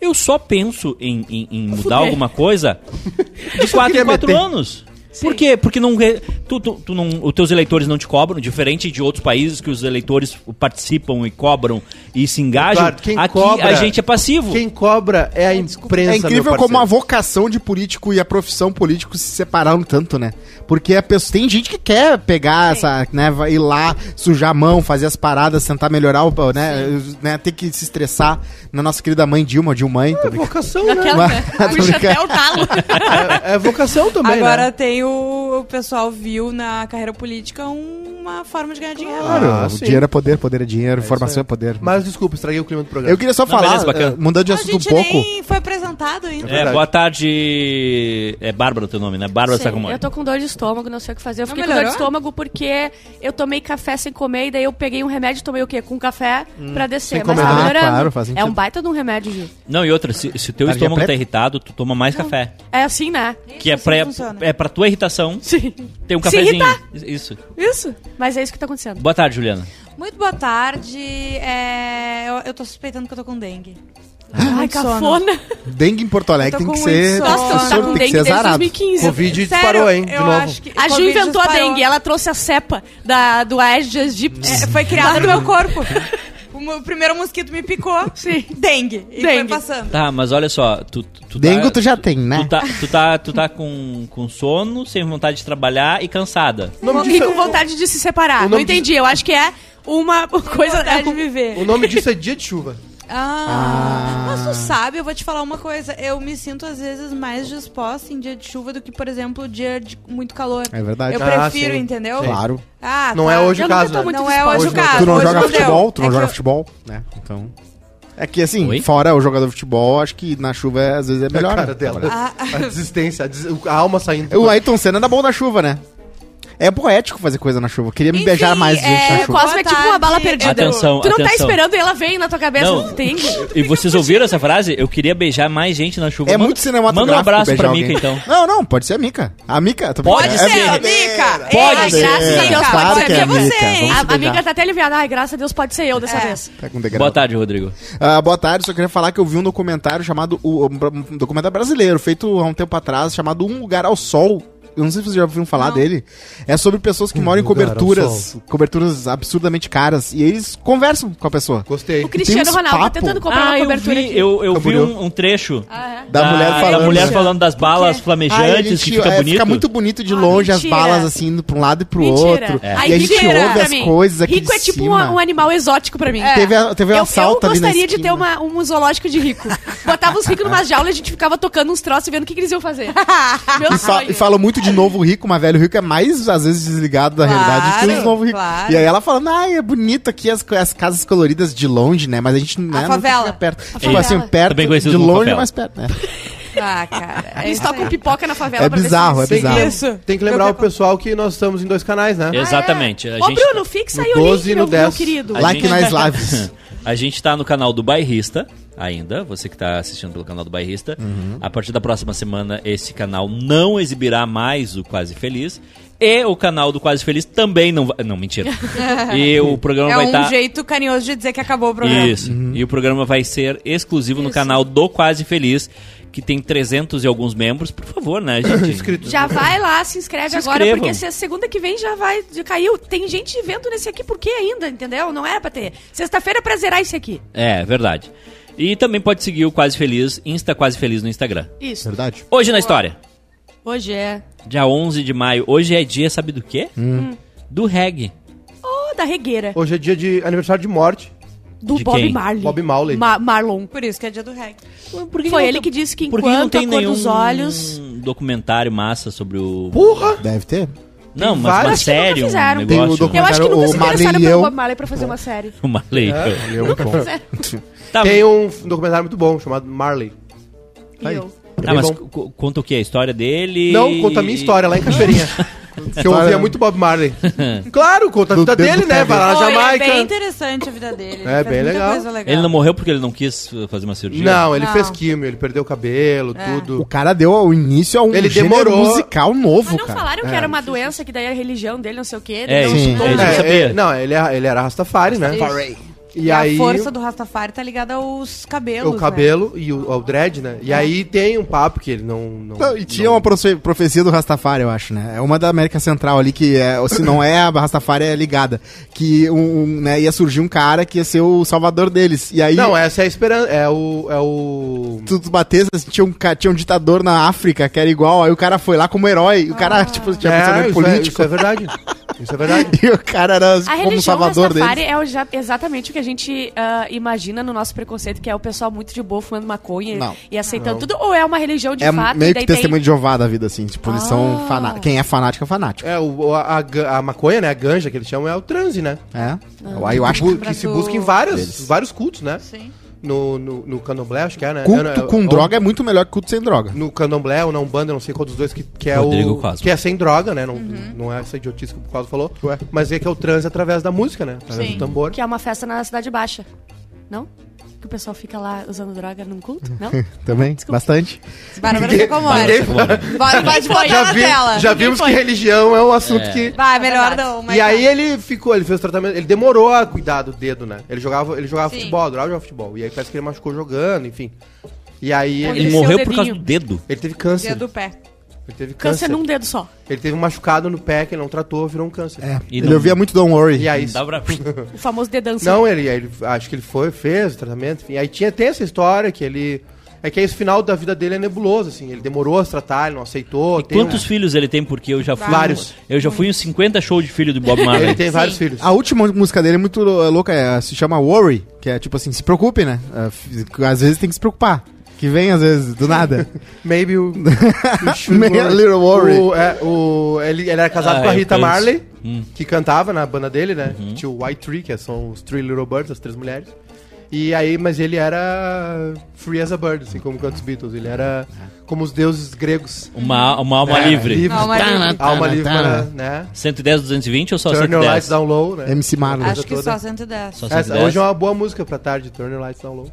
[SPEAKER 1] Eu só penso em, em- em mudar alguma coisa de 4
[SPEAKER 4] queria
[SPEAKER 1] em 4
[SPEAKER 4] meter.
[SPEAKER 1] anos. Por quê? Porque não, re- tu, tu, tu não, os teus eleitores não te cobram, diferente de outros países que os eleitores participam e cobram e se engajam.
[SPEAKER 4] Eduardo, quem
[SPEAKER 1] aqui
[SPEAKER 4] cobra-
[SPEAKER 1] a gente é passivo.
[SPEAKER 4] Quem cobra é a imprensa,
[SPEAKER 3] É
[SPEAKER 4] meu
[SPEAKER 3] incrível
[SPEAKER 4] parceiro.
[SPEAKER 3] como a vocação de político e a profissão político se separaram tanto, né? Porque a pessoa, tem gente que quer pegar essa, né, vai ir lá, sujar a mão, fazer as paradas, tentar melhorar, o, né, né, ter que se estressar na nossa querida mãe Dilma, Dilmãe, tô brincando.
[SPEAKER 4] vocação, né?
[SPEAKER 5] Aquela, né?
[SPEAKER 3] Mas-
[SPEAKER 5] Puxa até o talo.
[SPEAKER 4] É, é vocação também,
[SPEAKER 5] Agora
[SPEAKER 4] né?
[SPEAKER 5] tem o, o pessoal viu na carreira política uma forma de ganhar dinheiro.
[SPEAKER 4] Claro.
[SPEAKER 3] Ah,
[SPEAKER 4] Ah,
[SPEAKER 3] o
[SPEAKER 4] sim.
[SPEAKER 3] dinheiro é poder, poder é dinheiro, informação é poder.
[SPEAKER 4] Mas desculpa, estraguei o clima do programa.
[SPEAKER 3] Eu queria só falar,
[SPEAKER 1] beleza, bacana.
[SPEAKER 3] eh, mudando de
[SPEAKER 5] A
[SPEAKER 3] assunto um
[SPEAKER 5] gente
[SPEAKER 3] pouco.
[SPEAKER 5] nem foi apresentado ainda.
[SPEAKER 1] É,
[SPEAKER 4] verdade.
[SPEAKER 1] boa tarde. É Bárbara o teu nome, né? Bárbara
[SPEAKER 2] Sim,
[SPEAKER 1] Sacomori.
[SPEAKER 2] Eu tô com dor de estômago, não sei o que fazer. Eu
[SPEAKER 5] Não
[SPEAKER 2] fiquei com dor de
[SPEAKER 5] melhorou?
[SPEAKER 2] estômago porque eu tomei café sem comer e daí eu peguei um remédio, tomei o quê? Com café pra descer.
[SPEAKER 3] sem
[SPEAKER 2] Mas
[SPEAKER 3] comer.
[SPEAKER 2] tá
[SPEAKER 3] Ah,
[SPEAKER 2] melhorando.
[SPEAKER 3] claro, faz
[SPEAKER 2] é
[SPEAKER 3] sentido.
[SPEAKER 2] um baita de um remédio, Gil.
[SPEAKER 1] Não, e outra, se, se o teu
[SPEAKER 3] Tarja
[SPEAKER 1] estômago tá
[SPEAKER 3] preta?
[SPEAKER 1] irritado, tu toma mais café.
[SPEAKER 2] É assim, né?
[SPEAKER 1] Que é
[SPEAKER 5] Assim
[SPEAKER 1] pra,
[SPEAKER 5] funciona.
[SPEAKER 1] é pra tua irritação.
[SPEAKER 2] Sim.
[SPEAKER 1] Tem um
[SPEAKER 2] Se
[SPEAKER 1] cafezinho.
[SPEAKER 2] irritar.
[SPEAKER 1] Isso.
[SPEAKER 2] Isso. Mas é isso que tá acontecendo.
[SPEAKER 1] Boa tarde, Juliana.
[SPEAKER 5] Muito boa tarde. É, eu, eu tô suspeitando que eu tô com dengue.
[SPEAKER 2] Ai,
[SPEAKER 5] Muito sono.
[SPEAKER 2] cafona.
[SPEAKER 3] Dengue em Porto Alegre
[SPEAKER 5] Eu tô
[SPEAKER 3] tem que
[SPEAKER 5] com
[SPEAKER 3] ser.
[SPEAKER 5] muito
[SPEAKER 3] tem
[SPEAKER 5] sono.
[SPEAKER 3] que
[SPEAKER 2] Nossa,
[SPEAKER 3] ser-
[SPEAKER 2] tu tá com
[SPEAKER 3] tem que
[SPEAKER 2] dengue
[SPEAKER 3] ser
[SPEAKER 2] desde
[SPEAKER 3] zarado.
[SPEAKER 2] 2015.
[SPEAKER 4] Covid
[SPEAKER 5] Sério,
[SPEAKER 4] disparou, hein? De
[SPEAKER 5] eu
[SPEAKER 4] novo.
[SPEAKER 5] acho que
[SPEAKER 2] A Ju
[SPEAKER 5] Covid
[SPEAKER 2] inventou a
[SPEAKER 5] disparou.
[SPEAKER 2] dengue, é ela trouxe a cepa da, do Aedes aegypti.
[SPEAKER 5] É, foi criada no meu corpo. O meu- o primeiro mosquito me picou. Sim. Dengue. E foi
[SPEAKER 2] Dengue.
[SPEAKER 5] passando.
[SPEAKER 1] Tá, mas olha só, tu, tu
[SPEAKER 3] Dengue
[SPEAKER 1] tá,
[SPEAKER 3] tu já tem, né?
[SPEAKER 1] Tu tá, tu tá, tu tá com, com sono, sem vontade de trabalhar e cansada.
[SPEAKER 4] O nome
[SPEAKER 2] e
[SPEAKER 4] disso
[SPEAKER 2] com
[SPEAKER 4] é-
[SPEAKER 2] vontade de se separar.
[SPEAKER 4] o
[SPEAKER 2] Não
[SPEAKER 4] nome disso-
[SPEAKER 2] entendi, eu acho que é uma coisa...
[SPEAKER 5] vontade
[SPEAKER 2] é um-
[SPEAKER 5] de viver.
[SPEAKER 4] O nome disso é dia de chuva.
[SPEAKER 5] Ah, mas tu sabe, eu vou te falar uma coisa. Eu me sinto às vezes mais disposta em dia de chuva do que, por exemplo, dia de muito calor.
[SPEAKER 3] É verdade.
[SPEAKER 5] Eu
[SPEAKER 4] Ah,
[SPEAKER 5] prefiro,
[SPEAKER 4] sim.
[SPEAKER 5] entendeu?
[SPEAKER 3] Claro.
[SPEAKER 5] Ah,
[SPEAKER 4] Não
[SPEAKER 5] tá.
[SPEAKER 4] é hoje
[SPEAKER 2] Eu
[SPEAKER 4] o
[SPEAKER 2] nunca
[SPEAKER 4] caso.
[SPEAKER 2] tô
[SPEAKER 4] né?
[SPEAKER 2] muito
[SPEAKER 5] Não é hoje
[SPEAKER 4] Hoje
[SPEAKER 5] o
[SPEAKER 4] não.
[SPEAKER 5] caso.
[SPEAKER 3] tu não
[SPEAKER 5] hoje
[SPEAKER 3] joga
[SPEAKER 5] não deu.
[SPEAKER 3] futebol, tu não
[SPEAKER 5] É que
[SPEAKER 3] joga
[SPEAKER 5] eu-
[SPEAKER 3] futebol, né? Então. É que assim,
[SPEAKER 1] Oi?
[SPEAKER 3] fora o jogador de futebol, acho que na chuva às vezes é melhor.
[SPEAKER 4] A cara
[SPEAKER 3] né? Ah,
[SPEAKER 4] dela.
[SPEAKER 5] Ah, ah.
[SPEAKER 4] A desistência, a, des- a alma saindo.
[SPEAKER 3] O Ayrton Senna era bom na chuva, né? É poético fazer coisa na chuva. Eu queria me
[SPEAKER 5] Enfim,
[SPEAKER 3] beijar mais gente
[SPEAKER 5] é,
[SPEAKER 3] na
[SPEAKER 2] O
[SPEAKER 3] chuva.
[SPEAKER 2] Cosmo é tipo uma bala perdida.
[SPEAKER 1] Atenção,
[SPEAKER 2] tu não tá
[SPEAKER 1] atenção.
[SPEAKER 2] esperando e ela vem na tua cabeça.
[SPEAKER 1] Não.
[SPEAKER 2] Não. Tem.
[SPEAKER 1] E vocês ouviram essa frase? Eu queria beijar mais gente na chuva.
[SPEAKER 3] É
[SPEAKER 1] Manda-
[SPEAKER 3] muito cinematográfico.
[SPEAKER 1] Manda um abraço
[SPEAKER 3] beijar
[SPEAKER 1] pra Mica,
[SPEAKER 3] alguém.
[SPEAKER 1] então.
[SPEAKER 3] Não, não, pode ser a Mica. A Mica. tô
[SPEAKER 1] Pode
[SPEAKER 3] brincando. É
[SPEAKER 1] ser,
[SPEAKER 5] É,
[SPEAKER 3] brincadeira.
[SPEAKER 5] Mica.
[SPEAKER 1] Pode
[SPEAKER 5] Ei,
[SPEAKER 1] ser.
[SPEAKER 5] graças a Deus,
[SPEAKER 3] Claro
[SPEAKER 5] pode
[SPEAKER 3] que
[SPEAKER 5] ser
[SPEAKER 3] é
[SPEAKER 5] você,
[SPEAKER 3] Mica.
[SPEAKER 5] hein?
[SPEAKER 2] A
[SPEAKER 3] Vamos
[SPEAKER 2] amiga tá até aliviada. Ai, graças a Deus, pode ser eu dessa
[SPEAKER 5] É.
[SPEAKER 2] vez.
[SPEAKER 3] Tá com degrau.
[SPEAKER 1] Boa tarde, Rodrigo.
[SPEAKER 3] Ah, boa tarde, só queria falar que eu vi um documentário chamado. o- Um documentário brasileiro, feito há um tempo atrás, chamado Um Lugar ao Sol. Eu não sei se vocês já ouviram falar dele. É sobre pessoas que moram em
[SPEAKER 4] Um Lugar ao
[SPEAKER 3] coberturas.
[SPEAKER 4] Sol.
[SPEAKER 3] Coberturas absurdamente caras. E eles conversam com a pessoa.
[SPEAKER 4] Gostei.
[SPEAKER 2] O Cristiano
[SPEAKER 3] uns
[SPEAKER 2] Ronaldo tá
[SPEAKER 3] papo.
[SPEAKER 2] tentando comprar uma
[SPEAKER 1] Ah, eu
[SPEAKER 2] cobertura
[SPEAKER 1] vi,
[SPEAKER 2] aqui.
[SPEAKER 1] eu, eu vi
[SPEAKER 3] Camboriú.
[SPEAKER 1] um, um trecho
[SPEAKER 2] Ah, é?
[SPEAKER 3] Tá Da mulher falando.
[SPEAKER 1] da mulher
[SPEAKER 3] né?
[SPEAKER 1] falando das balas
[SPEAKER 3] Ah, ele
[SPEAKER 1] flamejantes, que
[SPEAKER 3] tio-
[SPEAKER 1] fica
[SPEAKER 3] é,
[SPEAKER 1] bonito.
[SPEAKER 3] Fica muito bonito de
[SPEAKER 2] Ah,
[SPEAKER 3] longe as
[SPEAKER 2] mentira.
[SPEAKER 3] balas assim indo pra um lado e pro
[SPEAKER 2] Mentira.
[SPEAKER 3] outro. E
[SPEAKER 2] É.
[SPEAKER 3] a
[SPEAKER 2] Ai,
[SPEAKER 3] gente
[SPEAKER 2] rico é
[SPEAKER 3] ouve
[SPEAKER 2] pra
[SPEAKER 3] as
[SPEAKER 2] mim.
[SPEAKER 3] coisas aqui.
[SPEAKER 2] Rico
[SPEAKER 3] de
[SPEAKER 2] é tipo um,
[SPEAKER 3] cima.
[SPEAKER 2] um animal exótico pra mim. É.
[SPEAKER 3] Teve, a- teve um
[SPEAKER 2] Eu,
[SPEAKER 3] assalto
[SPEAKER 2] eu
[SPEAKER 3] ali na
[SPEAKER 2] gostaria de ter
[SPEAKER 3] esquina.
[SPEAKER 2] uma, um zoológico de rico. Botava os ricos numa jaula e a gente ficava tocando uns troços e vendo o que, que eles iam fazer. Meu
[SPEAKER 3] E, fa
[SPEAKER 2] sonho.
[SPEAKER 3] e falam muito de novo rico, mas velho rico é mais, às vezes, desligado da
[SPEAKER 5] Claro,
[SPEAKER 3] realidade que os novo rico.
[SPEAKER 5] claro.
[SPEAKER 3] E aí ela falando, ai, é bonito aqui as, co- as casas coloridas de longe, né? Mas a gente né, nunca
[SPEAKER 5] favela.
[SPEAKER 3] chega perto. tipo
[SPEAKER 2] favela.
[SPEAKER 3] assim, perto,
[SPEAKER 1] Também conhecido
[SPEAKER 3] de
[SPEAKER 1] como
[SPEAKER 3] longe,
[SPEAKER 1] favela.
[SPEAKER 3] mais perto, né?
[SPEAKER 5] Ah, cara. é
[SPEAKER 2] Eles
[SPEAKER 5] isso
[SPEAKER 4] tá
[SPEAKER 5] aí.
[SPEAKER 2] tocam pipoca na favela
[SPEAKER 3] É
[SPEAKER 2] pra ver se-
[SPEAKER 3] bizarro, é
[SPEAKER 4] Tem que,
[SPEAKER 3] bizarro.
[SPEAKER 5] Isso.
[SPEAKER 4] tem que
[SPEAKER 5] Eu
[SPEAKER 4] lembrar o
[SPEAKER 5] quero-
[SPEAKER 4] pessoal que nós estamos em dois canais, né?
[SPEAKER 1] Exatamente. A
[SPEAKER 2] Ah, é? Ô,
[SPEAKER 1] gente,
[SPEAKER 2] Bruno, fixa aí
[SPEAKER 4] No
[SPEAKER 2] o
[SPEAKER 4] 12
[SPEAKER 2] link,
[SPEAKER 4] e
[SPEAKER 2] meu,
[SPEAKER 4] no
[SPEAKER 2] meu
[SPEAKER 4] 10.
[SPEAKER 2] querido.
[SPEAKER 1] A
[SPEAKER 3] Like
[SPEAKER 1] gente- tá-
[SPEAKER 3] nas lives.
[SPEAKER 1] A gente tá no canal do Bairrista ainda, você que tá assistindo pelo canal do Bairrista. A partir da próxima semana, esse canal não exibirá mais o Quase Feliz. E o canal do Quase Feliz também não vai. Não, mentira. e o programa
[SPEAKER 5] É
[SPEAKER 1] vai
[SPEAKER 5] um
[SPEAKER 1] estar.
[SPEAKER 5] jeito carinhoso de dizer que acabou o programa.
[SPEAKER 1] Isso. E o programa vai ser exclusivo no canal do Quase Feliz, que tem 300 e alguns membros. Por favor, né, gente?
[SPEAKER 4] Inscritos.
[SPEAKER 2] Já vai lá, se inscreve
[SPEAKER 1] Se
[SPEAKER 2] agora,
[SPEAKER 1] inscrevam.
[SPEAKER 2] porque se a segunda que vem já vai. Já caiu. Tem gente vendo nesse aqui por quê ainda, entendeu? Não era pra ter. Sexta-feira é pra zerar esse aqui.
[SPEAKER 1] é, verdade. E também pode seguir o Quase Feliz, Insta Quase Feliz no Instagram.
[SPEAKER 2] Isso.
[SPEAKER 3] Verdade?
[SPEAKER 1] Hoje na história.
[SPEAKER 2] Hoje é.
[SPEAKER 1] Dia 11 de maio. Hoje é dia, sabe do quê?
[SPEAKER 4] Hum.
[SPEAKER 2] Hum.
[SPEAKER 1] Do reggae.
[SPEAKER 2] Ô, da regueira.
[SPEAKER 4] Hoje é dia de aniversário de morte.
[SPEAKER 2] Do
[SPEAKER 1] De
[SPEAKER 2] Bob
[SPEAKER 1] quem?
[SPEAKER 2] Marley.
[SPEAKER 4] Bob Marley.
[SPEAKER 2] Ma- Marlon.
[SPEAKER 5] Por isso que é dia do reggae.
[SPEAKER 2] Foi ele que disse que
[SPEAKER 1] Por que não
[SPEAKER 2] enquanto
[SPEAKER 1] tem
[SPEAKER 2] a cor
[SPEAKER 1] nenhum
[SPEAKER 2] dos olhos.
[SPEAKER 1] documentário massa sobre o...
[SPEAKER 4] Porra!
[SPEAKER 3] Deve ter.
[SPEAKER 1] não, mas
[SPEAKER 4] tem
[SPEAKER 1] uma
[SPEAKER 4] vários.
[SPEAKER 1] série,
[SPEAKER 2] Acho que nunca
[SPEAKER 1] um
[SPEAKER 2] fizeram.
[SPEAKER 3] Tem o
[SPEAKER 1] negócio.
[SPEAKER 3] documentário.
[SPEAKER 2] Eu acho que nunca
[SPEAKER 3] O
[SPEAKER 2] se
[SPEAKER 3] Marley
[SPEAKER 2] interessaram
[SPEAKER 3] e eu-
[SPEAKER 2] pelo Bob Marley pra
[SPEAKER 1] É.
[SPEAKER 2] fazer uma série.
[SPEAKER 1] Uma lei. Tá,
[SPEAKER 4] É. Tem um documentário muito bom chamado Marley.
[SPEAKER 2] E eu.
[SPEAKER 1] tá, mas
[SPEAKER 4] bom.
[SPEAKER 1] co- conta o que? A história dele?
[SPEAKER 4] Não, conta a minha história lá em Cachoeirinha. Que eu ouvia muito Bob Marley. claro, conta a
[SPEAKER 3] Do
[SPEAKER 4] vida
[SPEAKER 3] tempo
[SPEAKER 4] dele, né?
[SPEAKER 3] Kevin.
[SPEAKER 4] Vai lá na
[SPEAKER 5] Pô, ele é bem
[SPEAKER 4] Jamaica.
[SPEAKER 5] interessante a vida
[SPEAKER 4] É,
[SPEAKER 5] dele. ele faz
[SPEAKER 4] bem
[SPEAKER 5] muita
[SPEAKER 4] legal.
[SPEAKER 5] coisa legal.
[SPEAKER 1] Ele não morreu porque ele não quis uh, fazer uma cirurgia?
[SPEAKER 4] Não, ele
[SPEAKER 5] Não.
[SPEAKER 4] fez químio, ele perdeu o cabelo,
[SPEAKER 3] O
[SPEAKER 4] tudo.
[SPEAKER 3] cara deu o início a um
[SPEAKER 4] Ele
[SPEAKER 3] gênero
[SPEAKER 4] demorou.
[SPEAKER 3] musical novo,
[SPEAKER 2] Mas Ah, não
[SPEAKER 3] cara.
[SPEAKER 2] falaram que era uma doença que daí era religião dele, não sei o quê.
[SPEAKER 1] É,
[SPEAKER 2] não
[SPEAKER 1] isso,
[SPEAKER 3] chutou
[SPEAKER 1] é isso que eu
[SPEAKER 4] É,
[SPEAKER 1] sabia.
[SPEAKER 4] ele- não, ele, é- ele era Rastafari, né? E
[SPEAKER 5] E
[SPEAKER 4] aí,
[SPEAKER 5] a força do né? Rastafari tá ligada aos cabelos.
[SPEAKER 4] o cabelo e o, ao dread, né? E aí tem um papo que ele não... não-
[SPEAKER 3] Então, e tinha
[SPEAKER 4] não-
[SPEAKER 3] uma profe- profecia do Rastafari, eu acho, né? É uma da América Central ali, que é, ou se não é, a Rastafari é ligada. Que um, um, né, ia surgir um cara que ia ser o salvador deles. E aí,
[SPEAKER 4] Não, essa é a esperança, é o... É o...
[SPEAKER 3] tu, tu batesse, assim, tinha um, ca- tinha um ditador na África que era igual, aí o cara foi lá como herói. O
[SPEAKER 2] Ah.
[SPEAKER 3] cara, tipo, tinha
[SPEAKER 4] É,
[SPEAKER 3] pensamento
[SPEAKER 4] isso, é,
[SPEAKER 3] político.
[SPEAKER 4] isso é verdade. Isso é verdade.
[SPEAKER 3] E o cara era
[SPEAKER 2] A
[SPEAKER 3] como o
[SPEAKER 2] religião
[SPEAKER 3] salvador
[SPEAKER 2] Rastafari
[SPEAKER 3] deles.
[SPEAKER 2] é o ja- exatamente o que a gente ah, imagina no nosso preconceito, que é o pessoal muito de boa fumando maconha e-
[SPEAKER 3] Não.
[SPEAKER 2] e aceitando tudo, ou é uma religião de
[SPEAKER 3] É
[SPEAKER 2] fato? e
[SPEAKER 3] meio
[SPEAKER 2] daí
[SPEAKER 3] que
[SPEAKER 2] tem- Ah.
[SPEAKER 3] testemunho de Jeová da vida, assim. Tipo, eles são fanáticos. Quem é fanático é fanático.
[SPEAKER 4] É, o, a, a ga- a maconha, né? A ganja que eles chamam é o transe, né?
[SPEAKER 2] Ah.
[SPEAKER 3] É. Aí eu acho que
[SPEAKER 4] Tipo, Que se busca em vários,
[SPEAKER 3] Deles.
[SPEAKER 4] vários cultos, né?
[SPEAKER 5] Sim.
[SPEAKER 4] No, no, no candomblé, acho que é, né? Eu não-
[SPEAKER 3] culto
[SPEAKER 4] eu-
[SPEAKER 3] com
[SPEAKER 4] eu-
[SPEAKER 3] droga é muito melhor que culto sem droga.
[SPEAKER 4] No candomblé ou na Umbanda, não sei qual dos dois, que, que é
[SPEAKER 1] Rodrigo
[SPEAKER 4] o...
[SPEAKER 1] Cosmo.
[SPEAKER 4] Que é sem droga, né? Não,
[SPEAKER 5] Uhum.
[SPEAKER 4] não é essa idiotice que o Cosmo falou. Mas é que é o transe através da música, né? Através
[SPEAKER 5] Sim.
[SPEAKER 4] do tambor.
[SPEAKER 2] Que é uma festa na Cidade Baixa, não? Que o pessoal fica lá usando droga num culto, não?
[SPEAKER 3] Também? Bastante.
[SPEAKER 5] Bárbara Chocomore.
[SPEAKER 1] Bárbara Chocomore.
[SPEAKER 5] Bora, pode botar
[SPEAKER 4] Já,
[SPEAKER 5] tá na
[SPEAKER 4] vi-
[SPEAKER 5] tela.
[SPEAKER 4] já vimos que religião é um assunto
[SPEAKER 1] É.
[SPEAKER 4] que...
[SPEAKER 5] Vai, melhor não. mas tá
[SPEAKER 4] E aí ele ficou, ele fez o tratamento, ele demorou a cuidar do dedo, né? Ele jogava, ele jogava
[SPEAKER 5] Sim.
[SPEAKER 4] futebol, adorava jogar futebol. E aí parece que ele machucou jogando, enfim. E aí ele,
[SPEAKER 1] Ele
[SPEAKER 2] Desceu o
[SPEAKER 1] morreu por
[SPEAKER 2] dedinho.
[SPEAKER 1] causa do dedo.
[SPEAKER 4] ele teve câncer.
[SPEAKER 5] Dedo do pé.
[SPEAKER 4] Ele teve câncer.
[SPEAKER 2] Câncer num dedo só.
[SPEAKER 4] Ele teve um machucado no pé que ele não tratou, virou um câncer.
[SPEAKER 3] É.
[SPEAKER 1] E
[SPEAKER 3] Ele
[SPEAKER 1] não-
[SPEAKER 3] ouvia muito Don't Worry.
[SPEAKER 4] E aí
[SPEAKER 1] Dá pra...
[SPEAKER 2] O famoso dedanço.
[SPEAKER 4] Não, ele, ele- acho que ele foi, fez o tratamento, enfim. Aí tinha, tem essa história que ele. É que aí o final da vida dele é nebuloso, assim. Ele demorou a se tratar, ele não aceitou. tem-
[SPEAKER 1] Quantos filhos ele tem? Porque eu já fui. um-
[SPEAKER 4] Vários.
[SPEAKER 1] Eu já fui uns 50 shows de filho do Bob
[SPEAKER 4] um- Ele
[SPEAKER 1] Marley.
[SPEAKER 4] tem vários filhos.
[SPEAKER 3] A última música dele é muito lou- é louca, é- se chama Worry, que é tipo assim, se preocupe, né? É, f- Às vezes tem que se preocupar. Que vem, às vezes, do nada.
[SPEAKER 4] Maybe o.
[SPEAKER 3] Maybe a little worry.
[SPEAKER 4] O, é, o- ele, ele era casado
[SPEAKER 1] Ah, eu
[SPEAKER 4] com a
[SPEAKER 1] Hum. Uhum.
[SPEAKER 4] Rita
[SPEAKER 1] penso.
[SPEAKER 4] Marley, que cantava na banda dele, né? Tinha o White Tree, que são os Three Little Birds, as três mulheres. E aí, mas ele era free as a bird, assim, como canta os Beatles. Ele era como os deuses gregos.
[SPEAKER 1] Uma, uma alma
[SPEAKER 4] É,
[SPEAKER 1] livre.
[SPEAKER 4] livre.
[SPEAKER 5] Alma livre.
[SPEAKER 4] Alma
[SPEAKER 3] tá,
[SPEAKER 4] livre,
[SPEAKER 3] tá.
[SPEAKER 4] né?
[SPEAKER 1] 110, 220 ou só
[SPEAKER 4] Turn your
[SPEAKER 1] 110?
[SPEAKER 4] lights down low, né?
[SPEAKER 3] MC Marlon.
[SPEAKER 5] Acho que
[SPEAKER 4] toda.
[SPEAKER 5] só 110.
[SPEAKER 1] Só
[SPEAKER 4] Essa-
[SPEAKER 1] 110.
[SPEAKER 4] hoje é uma boa música pra tarde, Turn Your Lights Down Low.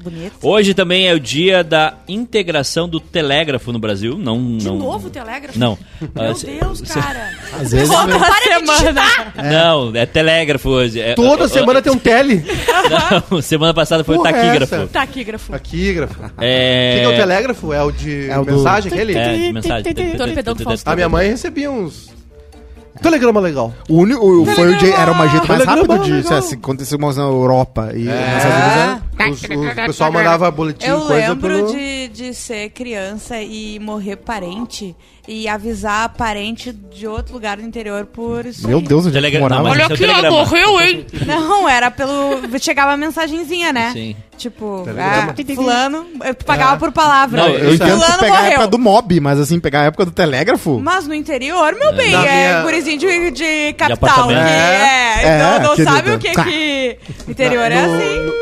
[SPEAKER 5] Bonito.
[SPEAKER 1] Hoje também é o dia da integração do telégrafo no Brasil. Não,
[SPEAKER 2] De
[SPEAKER 1] não...
[SPEAKER 2] novo o telégrafo?
[SPEAKER 1] Não.
[SPEAKER 2] Meu
[SPEAKER 1] Ah, se-
[SPEAKER 2] Deus,
[SPEAKER 1] se-
[SPEAKER 2] cara.
[SPEAKER 3] Às vezes. é
[SPEAKER 2] Porra, para de digitar.
[SPEAKER 1] Não, é telégrafo hoje. É-
[SPEAKER 4] Toda
[SPEAKER 1] ah,
[SPEAKER 4] semana tem um tele.
[SPEAKER 1] ah, Não, semana passada foi o
[SPEAKER 4] Porra, é
[SPEAKER 1] taquígrafo.
[SPEAKER 4] essa?
[SPEAKER 2] Taquígrafo.
[SPEAKER 4] Taquígrafo. O
[SPEAKER 1] É...
[SPEAKER 4] que, que é o telégrafo? É o de
[SPEAKER 3] É o do-
[SPEAKER 4] mensagem aquele?
[SPEAKER 1] É, de mensagem.
[SPEAKER 2] Torpedão do Faustão.
[SPEAKER 4] A minha mãe recebia uns... É. Telegrama legal.
[SPEAKER 3] O único, o- foi o je- era uma jeito mais
[SPEAKER 4] Telegrama,
[SPEAKER 3] rápido de
[SPEAKER 5] né,
[SPEAKER 4] legal.
[SPEAKER 3] se assim, acontecer uma coisa na Europa
[SPEAKER 4] É.
[SPEAKER 3] e nas
[SPEAKER 5] Ah.
[SPEAKER 4] né? Os, os- o pessoal mandava boletim,
[SPEAKER 5] Eu
[SPEAKER 4] coisa
[SPEAKER 5] lembro
[SPEAKER 4] pelo-
[SPEAKER 5] de, de ser criança e morrer parente e avisar parente de outro lugar do interior por isso.
[SPEAKER 3] Meu
[SPEAKER 5] aí.
[SPEAKER 3] Deus, onde é que
[SPEAKER 1] Telegra... Não,
[SPEAKER 3] morava?
[SPEAKER 1] mas esse é o telegrama.
[SPEAKER 5] Não, era pelo. Chegava a mensagenzinha, né?
[SPEAKER 1] Sim.
[SPEAKER 5] Tipo,
[SPEAKER 4] Telegrama.
[SPEAKER 5] ah, fulano. Eu pagava por palavra.
[SPEAKER 1] Não,
[SPEAKER 3] Eu entendo
[SPEAKER 5] fulano
[SPEAKER 3] tu pegar a
[SPEAKER 5] morreu.
[SPEAKER 3] época do mob, mas assim, pegar a época do telégrafo.
[SPEAKER 5] Mas no interior, meu bem,
[SPEAKER 4] Na
[SPEAKER 5] é
[SPEAKER 4] minha-
[SPEAKER 5] gurizinho de, de capital.
[SPEAKER 1] apartamento.
[SPEAKER 5] que é,
[SPEAKER 3] É,
[SPEAKER 5] não, não
[SPEAKER 3] querida.
[SPEAKER 5] sabe o que
[SPEAKER 3] Tá.
[SPEAKER 5] que. Interior é assim.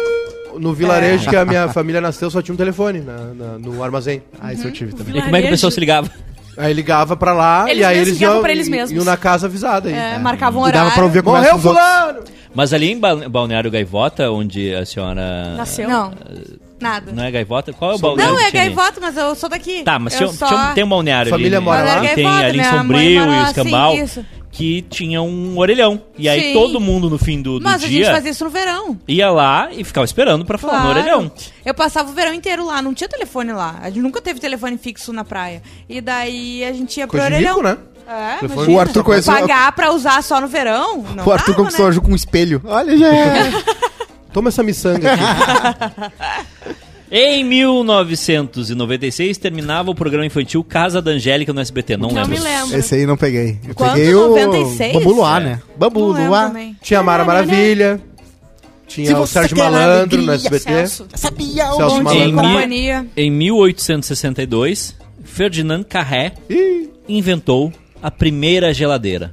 [SPEAKER 4] No, no vilarejo que a minha família nasceu, só tinha um telefone na- na- no armazém.
[SPEAKER 5] Uhum.
[SPEAKER 3] Ah, isso eu tive também.
[SPEAKER 1] E como é que o pessoal se ligava?
[SPEAKER 4] Aí ligava pra lá
[SPEAKER 2] Eles
[SPEAKER 4] e aí
[SPEAKER 2] mesmos
[SPEAKER 4] eles
[SPEAKER 2] ligavam
[SPEAKER 4] iam,
[SPEAKER 2] pra eles
[SPEAKER 4] i-
[SPEAKER 2] mesmos.
[SPEAKER 4] iam na casa avisada. Aí.
[SPEAKER 5] É, marcava um
[SPEAKER 3] E
[SPEAKER 5] horário.
[SPEAKER 3] dava pra ouvir a conversa
[SPEAKER 4] Morreu
[SPEAKER 3] dos outros.
[SPEAKER 4] fulano!
[SPEAKER 1] Mas ali em Ba- Balneário Gaivota, onde a senhora...
[SPEAKER 2] Nasceu.
[SPEAKER 5] Não, nada.
[SPEAKER 1] Não é Gaivota? Qual é o balneário?
[SPEAKER 5] Não, é
[SPEAKER 1] que tinha ali?
[SPEAKER 5] gaivota, mas eu sou daqui.
[SPEAKER 1] Tá, mas
[SPEAKER 5] eu
[SPEAKER 1] tinha, tinha um- tem um balneário
[SPEAKER 4] Família
[SPEAKER 1] ali,
[SPEAKER 4] mora
[SPEAKER 1] né,
[SPEAKER 4] lá?
[SPEAKER 1] que tem
[SPEAKER 5] Gaivota,
[SPEAKER 1] ali em
[SPEAKER 5] minha mãe
[SPEAKER 1] Sombrio
[SPEAKER 5] mora
[SPEAKER 1] e
[SPEAKER 5] lá,
[SPEAKER 1] o
[SPEAKER 5] sim,
[SPEAKER 1] Escambau,
[SPEAKER 5] isso.
[SPEAKER 1] que tinha um orelhão. E aí
[SPEAKER 5] Sim.
[SPEAKER 1] todo mundo no fim do, do
[SPEAKER 5] Mas a gente
[SPEAKER 1] um dia
[SPEAKER 5] fazia isso no verão.
[SPEAKER 1] ia lá e ficava esperando pra falar no é
[SPEAKER 5] Claro.
[SPEAKER 1] orelhão.
[SPEAKER 5] Eu passava o verão inteiro lá, não tinha telefone lá. A gente nunca teve telefone fixo na praia. E daí a gente ia pro
[SPEAKER 4] Coisa de
[SPEAKER 5] orelhão.
[SPEAKER 4] rico, né?
[SPEAKER 5] É,
[SPEAKER 4] Telefone
[SPEAKER 5] imagina.
[SPEAKER 3] O Arthur conheceu-
[SPEAKER 5] Pagar pra usar só no verão? Não
[SPEAKER 3] O Arthur
[SPEAKER 5] dava,
[SPEAKER 3] conquistou
[SPEAKER 5] né?
[SPEAKER 3] o com um espelho. Olha, já
[SPEAKER 4] Toma essa miçanga aqui.
[SPEAKER 1] Em 1996 terminava o programa infantil Casa da Angélica no SBT, não,
[SPEAKER 2] Não
[SPEAKER 1] lembro.
[SPEAKER 2] me lembro.
[SPEAKER 3] Esse aí eu não peguei. Eu
[SPEAKER 5] Quanto?
[SPEAKER 3] peguei o
[SPEAKER 5] 96?
[SPEAKER 3] Bambu
[SPEAKER 4] É.
[SPEAKER 3] Luar, né?
[SPEAKER 5] Não
[SPEAKER 3] Bambu
[SPEAKER 5] lembro
[SPEAKER 3] Luar.
[SPEAKER 5] também.
[SPEAKER 4] Tinha a Mara Maravilha. Tinha o Sérgio Malandro no SBT.
[SPEAKER 3] Sabia
[SPEAKER 4] Celso
[SPEAKER 3] onde
[SPEAKER 4] Malandro.
[SPEAKER 1] Em,
[SPEAKER 5] Malandro.
[SPEAKER 1] mi-
[SPEAKER 5] Companhia.
[SPEAKER 1] em 1862, Ferdinand Carré
[SPEAKER 4] Ih,
[SPEAKER 1] inventou a primeira geladeira.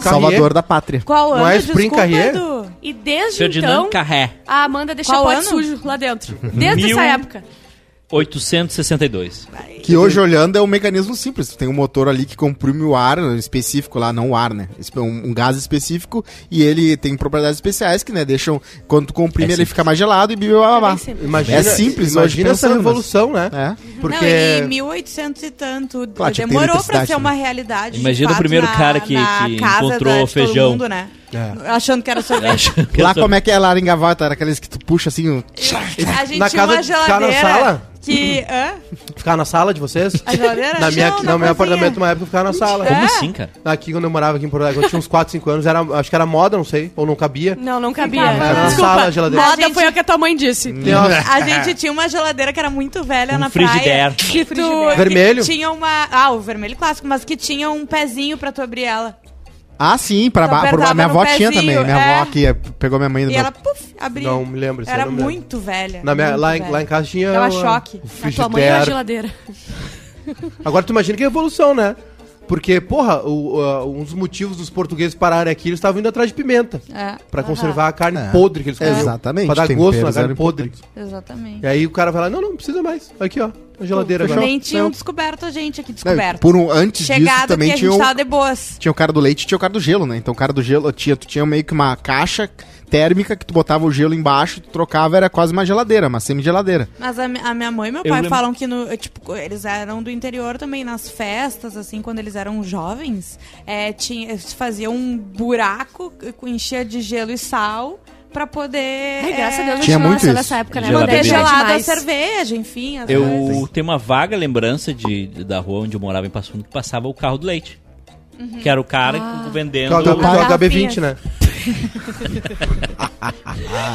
[SPEAKER 3] Salvador da Pátria.
[SPEAKER 5] Qual ano?
[SPEAKER 4] Não é Spring
[SPEAKER 5] Desculpa,
[SPEAKER 4] Carrier?
[SPEAKER 5] Edu.
[SPEAKER 2] E desde
[SPEAKER 1] Ferdinand
[SPEAKER 2] então,
[SPEAKER 1] Carré.
[SPEAKER 2] a Amanda deixa
[SPEAKER 5] Qual
[SPEAKER 2] pote
[SPEAKER 5] ano?
[SPEAKER 2] sujo lá dentro. Desde
[SPEAKER 1] Mil-
[SPEAKER 2] essa época.
[SPEAKER 1] 862.
[SPEAKER 3] Que hoje, olhando, é um mecanismo simples. Tem um motor ali que comprime o ar né, específico lá, não o ar, né? Esse- Um, um gás específico e ele tem propriedades especiais que, né, deixam... Quando tu comprime,
[SPEAKER 1] É
[SPEAKER 3] ele fica mais gelado e blá, blá,
[SPEAKER 2] bem
[SPEAKER 3] blá.
[SPEAKER 2] simples.
[SPEAKER 4] Imagina,
[SPEAKER 3] É simples hoje
[SPEAKER 4] imagina essa
[SPEAKER 3] pensando, mas-
[SPEAKER 4] revolução, né?
[SPEAKER 3] É.
[SPEAKER 4] Porque
[SPEAKER 5] Não, e 1800 e tanto.
[SPEAKER 3] Claro, tinha que ter
[SPEAKER 5] demorou pra
[SPEAKER 3] eletricidade,
[SPEAKER 5] ser uma
[SPEAKER 3] né?
[SPEAKER 5] realidade. de
[SPEAKER 1] Imagina o
[SPEAKER 5] fato,
[SPEAKER 1] primeiro
[SPEAKER 5] na-
[SPEAKER 1] cara que-
[SPEAKER 5] na
[SPEAKER 1] que
[SPEAKER 5] casa
[SPEAKER 1] encontrou
[SPEAKER 5] da- de todo
[SPEAKER 1] feijão.
[SPEAKER 5] mundo, né?
[SPEAKER 4] É.
[SPEAKER 5] Achando que era sorvete.
[SPEAKER 3] Lá como é que é lá em Gavata? Era aqueles que tu puxa assim... um-
[SPEAKER 5] A gente
[SPEAKER 4] Na
[SPEAKER 5] tinha
[SPEAKER 4] casa
[SPEAKER 5] uma
[SPEAKER 4] de ficar na
[SPEAKER 5] geladeira
[SPEAKER 4] sala?
[SPEAKER 5] que... Hã?
[SPEAKER 4] ficar na sala de vocês?
[SPEAKER 5] A geladeira?
[SPEAKER 4] na minha,
[SPEAKER 5] Não,
[SPEAKER 4] no meu
[SPEAKER 5] cozinha.
[SPEAKER 4] apartamento, uma época, eu ficava na sala.
[SPEAKER 1] Como assim, cara?
[SPEAKER 4] Aqui, quando eu morava aqui em Porto Alegre, quando eu tinha uns 4, 5 anos, era, acho que era moda, não sei, ou não cabia.
[SPEAKER 2] Não, não cabia.
[SPEAKER 5] Ficava
[SPEAKER 4] Era na sala, a geladeira.
[SPEAKER 2] Moda
[SPEAKER 5] A gente-
[SPEAKER 2] foi o que a tua mãe disse.
[SPEAKER 4] Tem uma-
[SPEAKER 5] A gente tinha uma geladeira que era muito velha
[SPEAKER 1] Um
[SPEAKER 5] na praia.
[SPEAKER 1] frigidaire.
[SPEAKER 5] Que tu,
[SPEAKER 2] Frigidaire.
[SPEAKER 4] Vermelho?
[SPEAKER 5] Que tinha uma... Ah, o vermelho clássico, mas que tinha um pezinho pra tu abrir ela.
[SPEAKER 3] Ah, sim, pra,
[SPEAKER 5] Então
[SPEAKER 3] ba- pra ba-
[SPEAKER 5] apertava
[SPEAKER 3] minha
[SPEAKER 5] no
[SPEAKER 3] avó tinha
[SPEAKER 5] pezinho,
[SPEAKER 3] também. Minha
[SPEAKER 5] é.
[SPEAKER 3] avó que eh, pegou minha mãe do
[SPEAKER 5] E
[SPEAKER 3] meu
[SPEAKER 5] ela, puf, abriu.
[SPEAKER 4] Não me lembro, isso aí
[SPEAKER 5] Era
[SPEAKER 4] eu não me lembro.
[SPEAKER 5] muito velha.
[SPEAKER 4] Na minha,
[SPEAKER 5] muito
[SPEAKER 4] lá, em,
[SPEAKER 5] velha.
[SPEAKER 4] lá em casa tinha.
[SPEAKER 5] Dava
[SPEAKER 4] o-
[SPEAKER 5] choque.
[SPEAKER 4] o
[SPEAKER 2] A tua mãe é a
[SPEAKER 4] frigidaire.
[SPEAKER 2] geladeira.
[SPEAKER 4] Agora tu imagina que é evolução, né? Porque, porra, o, a, um dos motivos dos portugueses pararem aqui, eles estavam indo atrás de pimenta.
[SPEAKER 5] É.
[SPEAKER 4] Pra
[SPEAKER 5] Aham,
[SPEAKER 4] conservar a carne
[SPEAKER 3] É.
[SPEAKER 4] podre que eles comiam.
[SPEAKER 3] Exatamente,
[SPEAKER 4] Pra dar
[SPEAKER 3] temperos
[SPEAKER 4] gosto na carne
[SPEAKER 3] eram
[SPEAKER 4] podre.
[SPEAKER 1] É,
[SPEAKER 5] Exatamente.
[SPEAKER 4] E aí o cara vai lá, não, não, não precisa mais. Aqui, ó, a geladeira agora.
[SPEAKER 5] Nem tinham
[SPEAKER 3] Não.
[SPEAKER 5] descoberto a gente aqui,
[SPEAKER 3] Não, e
[SPEAKER 5] descoberto.
[SPEAKER 3] por um, antes disso
[SPEAKER 5] Chegado
[SPEAKER 3] também
[SPEAKER 5] que a
[SPEAKER 3] tinha
[SPEAKER 5] gente tá-
[SPEAKER 3] o,
[SPEAKER 5] tava de boas.
[SPEAKER 3] tinha o cara do leite e tinha o cara do gelo, né? Então o cara do gelo tinha, tu tinha meio que uma caixa térmica que tu botava o gelo embaixo, tu trocava, era quase uma geladeira, uma semi-geladeira.
[SPEAKER 5] Mas a, mi- a minha mãe e meu
[SPEAKER 1] Eu
[SPEAKER 5] pai
[SPEAKER 1] lembro-
[SPEAKER 5] falam que no, tipo, eles eram do interior também, nas festas, assim, quando eles eram jovens, é, tinha, eles faziam um buraco, eh, com- enchia de gelo e sal, pra poder
[SPEAKER 2] Ai, graças a
[SPEAKER 5] é,
[SPEAKER 2] Deus,
[SPEAKER 3] Tinha
[SPEAKER 2] não
[SPEAKER 3] muito
[SPEAKER 2] nasceu
[SPEAKER 3] isso.
[SPEAKER 2] nessa época, né?
[SPEAKER 1] Geladeira.
[SPEAKER 5] manter
[SPEAKER 2] Mas é
[SPEAKER 5] gelada a
[SPEAKER 2] demais.
[SPEAKER 5] cerveja, enfim. as
[SPEAKER 4] Ah,
[SPEAKER 5] coisas.
[SPEAKER 1] Eu tenho uma vaga lembrança de, de- da rua onde eu morava em Passo Fundo que passava o carro do leite.
[SPEAKER 2] Uhum.
[SPEAKER 1] Que era o cara
[SPEAKER 2] Ah.
[SPEAKER 1] que- vendendo.
[SPEAKER 4] Que é o
[SPEAKER 5] Uma
[SPEAKER 4] H- que é o HB20, né?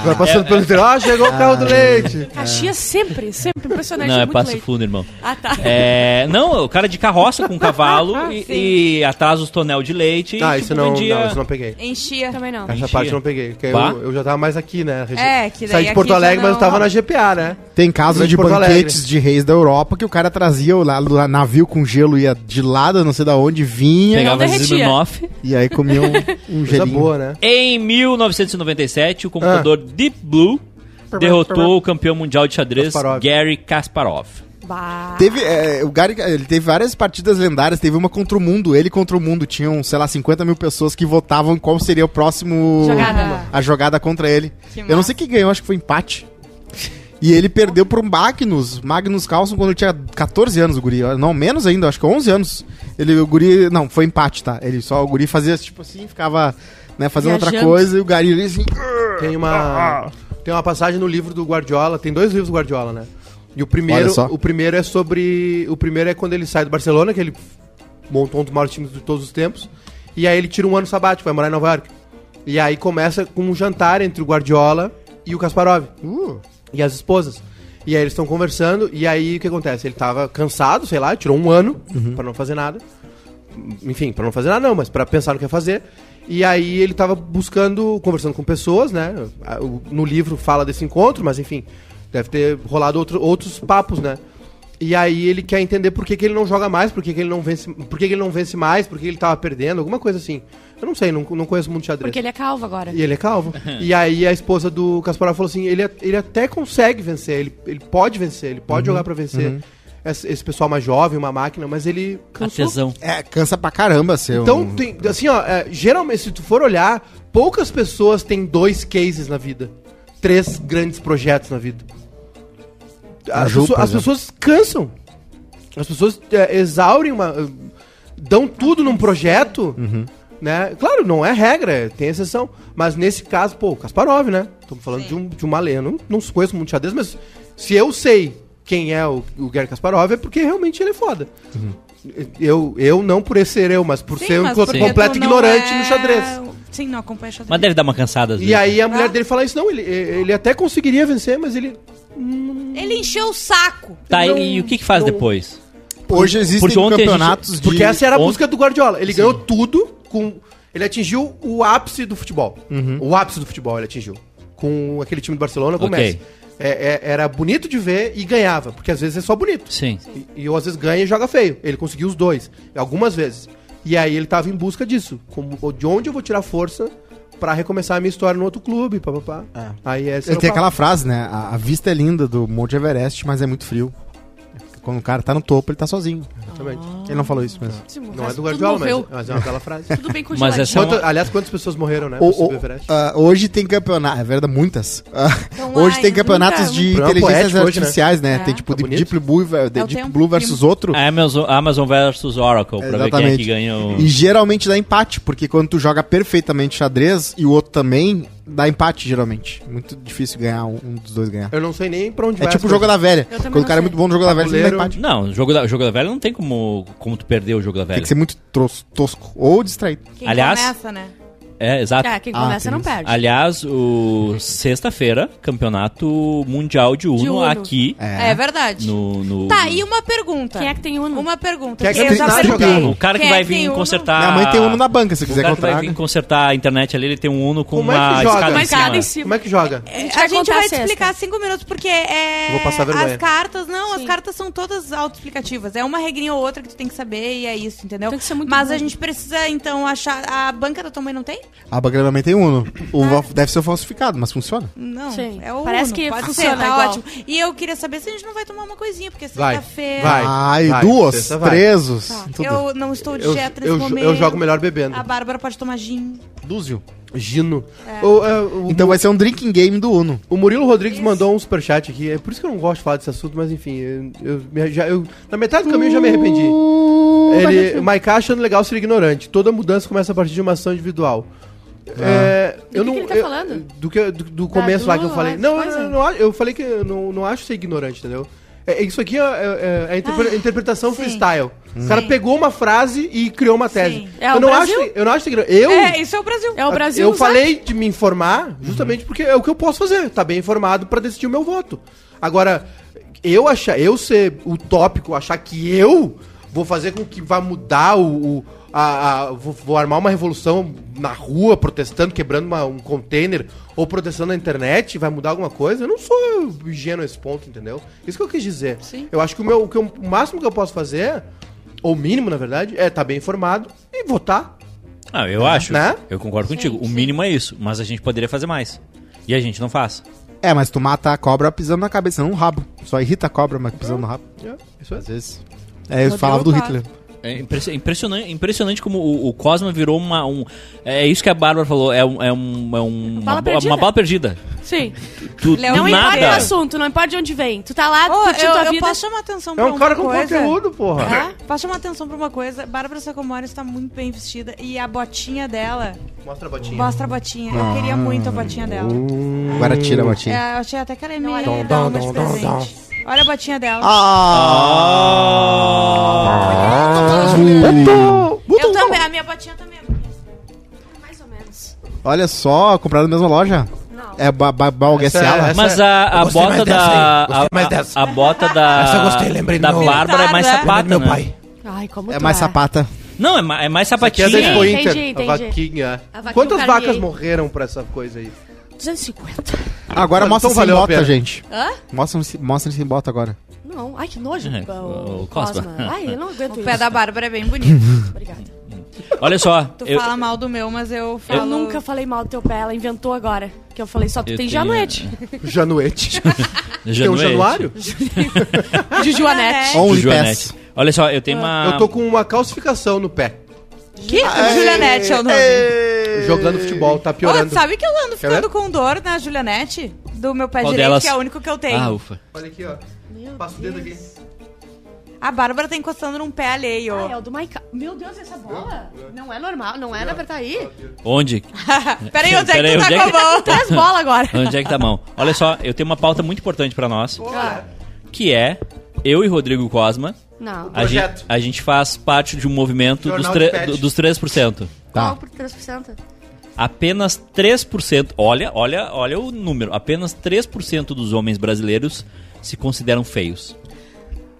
[SPEAKER 4] Agora passando pelo interior, ah, chegou o carro do leite.
[SPEAKER 2] Caxias sempre, sempre impressionante.
[SPEAKER 1] Não, é
[SPEAKER 2] muito
[SPEAKER 1] Passo
[SPEAKER 2] leite.
[SPEAKER 1] Fundo, irmão.
[SPEAKER 2] Ah, tá. Ah,
[SPEAKER 1] É, não, o cara de carroça com cavalo
[SPEAKER 2] Sim.
[SPEAKER 1] e, e atrás os tonel de
[SPEAKER 3] é.
[SPEAKER 1] leite.
[SPEAKER 4] Ah,
[SPEAKER 1] e, tipo,
[SPEAKER 4] isso não,
[SPEAKER 1] vendia-
[SPEAKER 4] não, isso não peguei.
[SPEAKER 5] Enchia.
[SPEAKER 2] Também não.
[SPEAKER 4] Essa
[SPEAKER 1] Mentira.
[SPEAKER 4] parte eu não peguei, porque
[SPEAKER 1] Bah.
[SPEAKER 4] eu, eu já tava mais aqui, né? Regi-
[SPEAKER 5] É, que daí
[SPEAKER 4] Saí de
[SPEAKER 5] aqui
[SPEAKER 4] Porto
[SPEAKER 5] já
[SPEAKER 4] Alegre, mas eu
[SPEAKER 5] não-
[SPEAKER 4] tava na GPA, né?
[SPEAKER 3] Tem casos
[SPEAKER 4] Mas
[SPEAKER 3] de
[SPEAKER 4] Porto
[SPEAKER 3] banquetes
[SPEAKER 4] Alegre.
[SPEAKER 3] de reis da Europa que o cara trazia o la- o navio com gelo, ia de lado, não sei da onde, vinha
[SPEAKER 1] Pegava
[SPEAKER 2] Não derretia.
[SPEAKER 1] Smirnoff.
[SPEAKER 3] e aí comia um, um
[SPEAKER 4] Coisa
[SPEAKER 3] gelinho.
[SPEAKER 4] boa, né?
[SPEAKER 1] Em 1997, o computador
[SPEAKER 4] Ah.
[SPEAKER 1] Deep
[SPEAKER 4] Tá
[SPEAKER 1] Blue derrotou o campeão mundial de xadrez
[SPEAKER 4] Kasparov.
[SPEAKER 1] Gary Kasparov.
[SPEAKER 5] Bah.
[SPEAKER 2] Ah.
[SPEAKER 3] Teve, é, o Gary, ele teve várias partidas lendárias, teve uma contra o mundo, ele contra o mundo, tinham, sei lá, 50 mil pessoas que votavam em qual seria o próximo...
[SPEAKER 2] Jogada.
[SPEAKER 3] A jogada contra ele.
[SPEAKER 5] Que
[SPEAKER 3] Eu não
[SPEAKER 5] massa.
[SPEAKER 3] sei quem ganhou, acho que foi empate. E ele perdeu pro Magnus, Magnus Carlsen, quando ele tinha 14 anos, o guri. Não, menos ainda, acho que 11 anos. Ele, o guri, não, foi empate, tá? Ele só, o guri fazia tipo assim, ficava, né, fazendo outra
[SPEAKER 2] Viajando.
[SPEAKER 3] coisa, e o gari ele assim...
[SPEAKER 4] Tem uma, tem uma passagem no livro do Guardiola, tem dois livros do Guardiola, né? E o primeiro,
[SPEAKER 3] Olha só.
[SPEAKER 4] o primeiro é sobre, o primeiro é quando ele sai do Barcelona, que ele montou um dos maiores times de todos os tempos, e aí ele tira um ano sabático, vai morar em Nova York. E aí começa com um jantar entre o Guardiola e o Kasparov
[SPEAKER 3] Uh,
[SPEAKER 4] e as esposas. E aí eles estão conversando, e aí o que acontece? Ele tava cansado, sei lá, tirou um ano pra não fazer nada. Enfim, pra não fazer nada não, mas pra pensar no que ia fazer. E aí ele tava buscando, conversando com pessoas, né? Ah, o- No livro fala desse encontro, mas enfim, deve ter rolado outro- outros papos, né? E aí ele quer entender por que, que ele não joga mais, por que, que ele não vence, por que, que ele não vence mais, por que ele tava perdendo, alguma coisa assim. Eu não sei, não, não conheço muito xadrez.
[SPEAKER 2] Porque ele é calvo agora.
[SPEAKER 4] E ele é calvo. e aí a esposa do Kasparov falou assim: ele, ele até consegue vencer, ele, ele pode vencer, ele
[SPEAKER 3] Uhum.
[SPEAKER 4] pode jogar pra vencer esse, esse pessoal mais jovem, uma máquina, mas ele
[SPEAKER 1] A
[SPEAKER 4] cansou.
[SPEAKER 1] tesão.
[SPEAKER 3] é, cansa pra caramba, um- seu...
[SPEAKER 4] Então, tem- assim, ó, é, geralmente, se tu for olhar, poucas pessoas têm dois cases na vida. Três grandes projetos na vida.
[SPEAKER 3] A
[SPEAKER 4] As,
[SPEAKER 3] Ju,
[SPEAKER 4] pessoa-
[SPEAKER 3] por
[SPEAKER 4] as
[SPEAKER 3] exemplo.
[SPEAKER 4] pessoas cansam. As pessoas é, exaurem uma. eh, dão tudo num projeto. Né? Claro, não é regra, é- tem exceção. Mas nesse caso, pô, o Kasparov, né? Estamos falando de, um, de uma lenda. Não, não se conheço muito xadrez, mas se eu sei quem é o, o Gary Kasparov é porque realmente ele é foda. Eu, eu não por esse ser eu, mas por
[SPEAKER 5] Uhum. Sim,
[SPEAKER 4] ser um
[SPEAKER 5] mas
[SPEAKER 4] co-
[SPEAKER 5] porque
[SPEAKER 4] completo
[SPEAKER 5] tu não
[SPEAKER 4] ignorante
[SPEAKER 5] é-
[SPEAKER 4] no xadrez.
[SPEAKER 5] Sim, não acompanha xadrez.
[SPEAKER 1] Mas deve dar uma cansada às
[SPEAKER 4] E
[SPEAKER 1] vezes.
[SPEAKER 4] aí a mulher
[SPEAKER 5] Ah.
[SPEAKER 4] dele fala isso, não, ele, ele até conseguiria vencer, mas ele...
[SPEAKER 5] Ele encheu o saco.
[SPEAKER 1] Tá,
[SPEAKER 4] não-
[SPEAKER 1] e o que, que faz
[SPEAKER 4] não-
[SPEAKER 1] depois?
[SPEAKER 3] Hoje existem
[SPEAKER 1] porque ontem a gente-
[SPEAKER 3] campeonatos de...
[SPEAKER 4] Porque essa era a
[SPEAKER 1] ontem-
[SPEAKER 4] música do Guardiola. Ele ganhou tudo com... Ele atingiu o ápice do futebol.
[SPEAKER 3] Uhum.
[SPEAKER 4] O ápice do futebol ele atingiu. Com aquele time do Barcelona, com o
[SPEAKER 1] Ok.
[SPEAKER 4] Messi. É- é- era bonito de ver e ganhava, porque às vezes é só bonito.
[SPEAKER 1] Sim.
[SPEAKER 4] E, e ou às vezes ganha e joga feio. Ele conseguiu os dois, algumas vezes. E aí ele tava em busca disso. Como, de onde eu vou tirar força pra recomeçar a minha história no outro clube, papapá. Aí esse
[SPEAKER 3] Tem
[SPEAKER 4] era o
[SPEAKER 3] Ah. tem
[SPEAKER 4] papo.
[SPEAKER 3] aquela frase, né? A, a vista é linda do Monte Everest, mas é muito frio. Quando o cara tá no topo, ele tá sozinho.
[SPEAKER 4] Exatamente.
[SPEAKER 3] Ele não falou isso, mas.
[SPEAKER 2] Se
[SPEAKER 4] Não é
[SPEAKER 2] morresse,
[SPEAKER 4] do
[SPEAKER 2] Ah. tudo
[SPEAKER 4] Guardiola, mas,
[SPEAKER 2] morreu.
[SPEAKER 4] mas é uma bela frase.
[SPEAKER 2] Tudo bem
[SPEAKER 1] Mas
[SPEAKER 2] congeladinho.
[SPEAKER 1] essa é uma-
[SPEAKER 4] Quanto- aliás, quantas pessoas morreram, né?
[SPEAKER 3] O-
[SPEAKER 4] no
[SPEAKER 3] o-
[SPEAKER 4] Everest?
[SPEAKER 3] ah, hoje tem campeonato. É verdade, muitas. Ah,
[SPEAKER 5] Então,
[SPEAKER 3] hoje
[SPEAKER 5] ai,
[SPEAKER 3] tem campeonatos
[SPEAKER 5] nunca-
[SPEAKER 3] de
[SPEAKER 4] nunca- Programa
[SPEAKER 3] inteligências
[SPEAKER 4] poético hoje, né?
[SPEAKER 3] artificiais, né?
[SPEAKER 2] É. um
[SPEAKER 3] Tem tipo
[SPEAKER 4] Tá bonito. É.
[SPEAKER 3] Deep Blue, ver-
[SPEAKER 5] É o
[SPEAKER 3] Deep
[SPEAKER 5] tempo
[SPEAKER 3] Blue versus outro.
[SPEAKER 1] Amazon, Amazon versus Oracle, pra ver quem é que ganha o...
[SPEAKER 3] E geralmente dá empate, porque quando tu joga perfeitamente xadrez e o outro também, dá empate geralmente. Muito difícil ganhar um, um dos dois ganhar.
[SPEAKER 4] Eu não sei nem pra onde
[SPEAKER 3] É
[SPEAKER 4] vai.
[SPEAKER 3] tipo o
[SPEAKER 4] as
[SPEAKER 3] jogo da velha.
[SPEAKER 2] Eu também
[SPEAKER 3] Quando o
[SPEAKER 2] não
[SPEAKER 3] cara é
[SPEAKER 2] sei.
[SPEAKER 3] muito bom no jogo da velha, ele dá
[SPEAKER 4] Tabuleiro-
[SPEAKER 3] empate.
[SPEAKER 1] Não, o jogo da, o jogo da velha não tem como, como tu perder o jogo da velha.
[SPEAKER 3] Tem que ser muito tros- tosco ou distraído.
[SPEAKER 5] Quem
[SPEAKER 1] Aliás-
[SPEAKER 5] começa, né?
[SPEAKER 1] É, exato.
[SPEAKER 2] É, quem
[SPEAKER 3] Ah,
[SPEAKER 2] começa
[SPEAKER 3] tem
[SPEAKER 2] não
[SPEAKER 3] isso.
[SPEAKER 2] perde.
[SPEAKER 1] Aliás, o sexta-feira, campeonato mundial de Uno,
[SPEAKER 2] De Uno.
[SPEAKER 1] aqui
[SPEAKER 5] É, verdade.
[SPEAKER 1] no, no-
[SPEAKER 5] Tá, e uma pergunta.
[SPEAKER 2] Quem é que tem Uno?
[SPEAKER 5] Uma pergunta.
[SPEAKER 4] Quem é que
[SPEAKER 5] eu
[SPEAKER 4] tem-
[SPEAKER 5] já
[SPEAKER 4] nada
[SPEAKER 5] perguntei.
[SPEAKER 4] jogado?
[SPEAKER 1] O cara que
[SPEAKER 5] Quem é
[SPEAKER 1] vai
[SPEAKER 5] tem
[SPEAKER 1] vir
[SPEAKER 5] Uno?
[SPEAKER 1] consertar.
[SPEAKER 3] Minha mãe tem um na banca, se
[SPEAKER 1] Ah, O
[SPEAKER 3] quiser
[SPEAKER 1] cara que vai
[SPEAKER 3] comprar.
[SPEAKER 1] vir
[SPEAKER 3] né?
[SPEAKER 1] consertar a internet ali, ele tem um Uno com
[SPEAKER 4] Como é que
[SPEAKER 1] uma
[SPEAKER 4] joga?
[SPEAKER 1] escada
[SPEAKER 4] Uma
[SPEAKER 1] em
[SPEAKER 2] Cada
[SPEAKER 1] cima.
[SPEAKER 2] em cima.
[SPEAKER 4] Como é que joga?
[SPEAKER 5] É,
[SPEAKER 2] gente vai
[SPEAKER 5] A gente
[SPEAKER 2] contar
[SPEAKER 5] vai
[SPEAKER 2] sexta.
[SPEAKER 5] explicar cinco minutos, porque é.
[SPEAKER 4] Eu vou passar vergonha.
[SPEAKER 5] As cartas, não, as
[SPEAKER 2] Sim.
[SPEAKER 5] cartas são todas autoexplicativas. É uma regrinha ou outra que tu tem que saber e é isso, entendeu?
[SPEAKER 2] Tem que ser muito
[SPEAKER 5] Mas a
[SPEAKER 2] burro.
[SPEAKER 5] gente precisa, então, achar. A banca da tua mãe não tem?
[SPEAKER 3] A banca da minha mãe tem Uno. O
[SPEAKER 5] Tá.
[SPEAKER 3] val- Deve ser falsificado, mas funciona.
[SPEAKER 5] Não.
[SPEAKER 2] Sim.
[SPEAKER 5] É o
[SPEAKER 2] Parece
[SPEAKER 5] Uno.
[SPEAKER 2] que
[SPEAKER 5] Pode ser,
[SPEAKER 2] funciona
[SPEAKER 5] tá
[SPEAKER 2] igual.
[SPEAKER 5] ótimo. E eu queria saber se a gente não vai tomar uma coisinha, porque
[SPEAKER 4] Vai,
[SPEAKER 5] sexta-feira.
[SPEAKER 4] Vai,
[SPEAKER 3] Ai,
[SPEAKER 4] vai,
[SPEAKER 3] duas,
[SPEAKER 4] sexta vai.
[SPEAKER 3] três.
[SPEAKER 5] Tá.
[SPEAKER 3] Tudo.
[SPEAKER 5] Eu não estou de
[SPEAKER 4] Eu,
[SPEAKER 5] dieta nesse
[SPEAKER 4] eu, jo-
[SPEAKER 5] momento.
[SPEAKER 4] eu jogo melhor bebendo.
[SPEAKER 5] A Bárbara pode tomar gin.
[SPEAKER 3] Dúzio.
[SPEAKER 4] Gino. O, é, o-
[SPEAKER 3] Então vai ser um drinking game do Uno.
[SPEAKER 4] o Murilo Rodrigues mandou um superchat aqui. É por isso que eu não gosto de falar desse assunto, mas enfim. Eu, eu me- já, eu- na metade do caminho eu já me arrependi.
[SPEAKER 2] Uh, é
[SPEAKER 4] Ele, Maiká achando legal ser ignorante. Toda mudança começa a partir de uma ação individual. É,
[SPEAKER 2] Do que que ele tá
[SPEAKER 4] eu-
[SPEAKER 2] falando?
[SPEAKER 4] Do, que, do, do começo lá que eu
[SPEAKER 2] dor,
[SPEAKER 4] falei.
[SPEAKER 2] as
[SPEAKER 4] Não,
[SPEAKER 2] coisas?
[SPEAKER 4] eu, não, não- eu falei que eu não, não acho ser ignorante, entendeu? É, isso aqui é, é- é a
[SPEAKER 2] Ah,
[SPEAKER 4] interpre- interpretação
[SPEAKER 5] sim.
[SPEAKER 4] freestyle. O cara pegou uma frase e criou uma tese.
[SPEAKER 5] Sim.
[SPEAKER 2] É
[SPEAKER 4] eu,
[SPEAKER 2] o
[SPEAKER 4] não acho,
[SPEAKER 2] Brasil.
[SPEAKER 4] eu não acho ser ignorante. Eu,
[SPEAKER 5] É, isso é o Brasil.
[SPEAKER 2] É o Brasil
[SPEAKER 4] eu
[SPEAKER 2] usar.
[SPEAKER 4] falei de me informar justamente porque é o que eu posso fazer, tá bem informado pra decidir o meu voto. Agora, eu achar, eu ser utópico, achar que eu vou fazer com que vá mudar o. o- a, a- vou, vou armar uma revolução na rua, protestando, quebrando uma- um container, ou protestando na internet, vai mudar alguma coisa? Eu não sou ingênuo a esse ponto, entendeu? Isso que eu quis dizer.
[SPEAKER 2] Sim.
[SPEAKER 4] Eu acho que o, meu, o que eu- o máximo que eu posso fazer, ou o mínimo, na verdade, é estar bem informado e votar.
[SPEAKER 1] Ah, eu acho.
[SPEAKER 4] Né?
[SPEAKER 1] Eu concordo contigo. O
[SPEAKER 2] sim.
[SPEAKER 1] mínimo é isso, mas a gente poderia fazer mais. E a gente não faz.
[SPEAKER 3] É, mas tu mata a cobra pisando na cabeça, não no rabo. Só irrita a cobra, mas pisando no rabo.
[SPEAKER 4] É, isso é.
[SPEAKER 3] Às vezes. É, eu
[SPEAKER 5] Rodrigo
[SPEAKER 3] falava do
[SPEAKER 5] Faro.
[SPEAKER 3] Hitler.
[SPEAKER 1] É impressi- impressionante, impressionante como o, o Cosma virou uma. Um, é isso que a Bárbara falou, é, um, é, um, é um-
[SPEAKER 2] Bala
[SPEAKER 1] uma, bo-
[SPEAKER 2] perdida.
[SPEAKER 1] uma bala perdida.
[SPEAKER 2] Sim.
[SPEAKER 1] Tu,
[SPEAKER 5] Léo,
[SPEAKER 1] do
[SPEAKER 2] Não importa o
[SPEAKER 1] nada.
[SPEAKER 2] assunto, não importa de onde vem. Tu tá lá
[SPEAKER 5] Ô,
[SPEAKER 2] curtindo
[SPEAKER 5] eu,
[SPEAKER 2] a
[SPEAKER 5] eu
[SPEAKER 2] vida.
[SPEAKER 5] posso chamar atenção
[SPEAKER 4] É
[SPEAKER 5] pra
[SPEAKER 4] um
[SPEAKER 5] uma
[SPEAKER 4] cara com
[SPEAKER 5] coisa?
[SPEAKER 4] conteúdo, porra.
[SPEAKER 5] Tá? Posso chamar atenção pra uma coisa? Bárbara Sacomori está muito bem vestida e a botinha dela.
[SPEAKER 4] Mostra a botinha.
[SPEAKER 5] Mostra a botinha. Eu queria muito a botinha dela.
[SPEAKER 3] Agora tira a
[SPEAKER 5] É,
[SPEAKER 3] botinha.
[SPEAKER 5] eu achei até que ela ia me dar
[SPEAKER 4] Dom, dom,
[SPEAKER 5] uma de
[SPEAKER 4] dom, dom,
[SPEAKER 5] presente. Olha a botinha dela.
[SPEAKER 3] Ah!
[SPEAKER 5] eu também, a minha botinha também. é bonita.
[SPEAKER 2] Mais ou menos.
[SPEAKER 3] Olha só, compraram na mesma loja.
[SPEAKER 2] Não.
[SPEAKER 3] É ba ba
[SPEAKER 4] Essa é-
[SPEAKER 3] Balguesseala.
[SPEAKER 4] essa-
[SPEAKER 1] Mas a,
[SPEAKER 6] eu
[SPEAKER 1] a
[SPEAKER 6] gostei
[SPEAKER 1] bota
[SPEAKER 6] mais dessa,
[SPEAKER 1] da.
[SPEAKER 6] hein? Gostei
[SPEAKER 1] a-
[SPEAKER 6] mais
[SPEAKER 1] a-
[SPEAKER 6] dessa.
[SPEAKER 1] A, bota da.
[SPEAKER 6] Essa eu gostei, lembrei
[SPEAKER 1] Da
[SPEAKER 6] do meu-
[SPEAKER 1] Bárbara é mais
[SPEAKER 5] Militar,
[SPEAKER 6] Lembrei
[SPEAKER 5] né?
[SPEAKER 1] sapata.
[SPEAKER 6] do meu
[SPEAKER 1] né?
[SPEAKER 6] pai.
[SPEAKER 2] Ai, como
[SPEAKER 3] É
[SPEAKER 2] tu
[SPEAKER 3] mais sapata.
[SPEAKER 1] Não, é, ma- é mais
[SPEAKER 4] Aqui é
[SPEAKER 1] sapatinha.
[SPEAKER 4] da Expo
[SPEAKER 2] Entendi,
[SPEAKER 4] Inter,
[SPEAKER 2] entendi.
[SPEAKER 4] a vaquinha.
[SPEAKER 2] A vaquinha
[SPEAKER 4] Quantas
[SPEAKER 2] eu
[SPEAKER 4] vacas
[SPEAKER 2] carreguei.
[SPEAKER 4] morreram por essa coisa aí?
[SPEAKER 2] 250.
[SPEAKER 3] Agora
[SPEAKER 4] Então
[SPEAKER 3] mostra sem
[SPEAKER 4] valeu a
[SPEAKER 3] bota,
[SPEAKER 4] pena.
[SPEAKER 3] gente.
[SPEAKER 2] Hã?
[SPEAKER 3] Mostra mostra sem bota agora.
[SPEAKER 2] Não. Ai, que nojo.
[SPEAKER 1] É,
[SPEAKER 2] o,
[SPEAKER 1] o Cosma.
[SPEAKER 2] Cosma. Ai, eu não aguento
[SPEAKER 5] O
[SPEAKER 2] isso.
[SPEAKER 5] pé da Bárbara é bem bonito.
[SPEAKER 2] Obrigada.
[SPEAKER 1] Olha só.
[SPEAKER 5] Tu
[SPEAKER 1] eu-
[SPEAKER 5] fala mal do meu, mas eu
[SPEAKER 2] Eu
[SPEAKER 5] falo.
[SPEAKER 2] nunca falei mal do teu pé, ela inventou agora. Que eu falei só, tu
[SPEAKER 1] Eu
[SPEAKER 2] tem
[SPEAKER 1] tenho-
[SPEAKER 2] Januete.
[SPEAKER 4] Januete. Tem um
[SPEAKER 1] Januete.
[SPEAKER 4] januário?
[SPEAKER 2] De Joanete.
[SPEAKER 3] Only
[SPEAKER 1] Joanete.
[SPEAKER 3] Pass.
[SPEAKER 1] Olha só, eu tenho uma.
[SPEAKER 4] Eu tô com uma calcificação no pé.
[SPEAKER 5] Que? Julianete é o nome.
[SPEAKER 4] Jogando futebol, tá
[SPEAKER 5] Ô,
[SPEAKER 4] piorando.
[SPEAKER 5] tu sabe que eu ando
[SPEAKER 4] Quer
[SPEAKER 5] ficando
[SPEAKER 4] ver?
[SPEAKER 5] com dor na Julianete? Do meu pé
[SPEAKER 1] Qual
[SPEAKER 5] direito,
[SPEAKER 1] delas?
[SPEAKER 5] que é o único que eu tenho.
[SPEAKER 1] Ah, ufa.
[SPEAKER 4] Olha aqui, ó. Passa o dedo aqui.
[SPEAKER 5] A Bárbara tá encostando num pé alheio.
[SPEAKER 2] Ah, é o do Maica. Meu Deus, essa bola? Não é normal, não era pra tá aí.
[SPEAKER 1] Onde?
[SPEAKER 5] Peraí, onde é
[SPEAKER 1] Peraí,
[SPEAKER 5] que tu tá
[SPEAKER 1] onde é
[SPEAKER 5] com a
[SPEAKER 1] que-
[SPEAKER 5] mão?
[SPEAKER 2] Três bolas agora.
[SPEAKER 1] Onde é que tá a mão? Olha só, eu tenho uma pauta muito importante pra nós,
[SPEAKER 4] Ah.
[SPEAKER 1] que é eu e Rodrigo Cosma.
[SPEAKER 2] Não.
[SPEAKER 1] A gen- a
[SPEAKER 4] Projeto.
[SPEAKER 1] gente, faz parte de um movimento dos,
[SPEAKER 4] Jornal
[SPEAKER 1] tre-
[SPEAKER 4] de pet.
[SPEAKER 1] do- dos 3%.
[SPEAKER 2] Qual
[SPEAKER 3] Tá.
[SPEAKER 2] por 3%?
[SPEAKER 1] Apenas 3%, olha, olha, olha o número, apenas 3% dos homens brasileiros se consideram feios.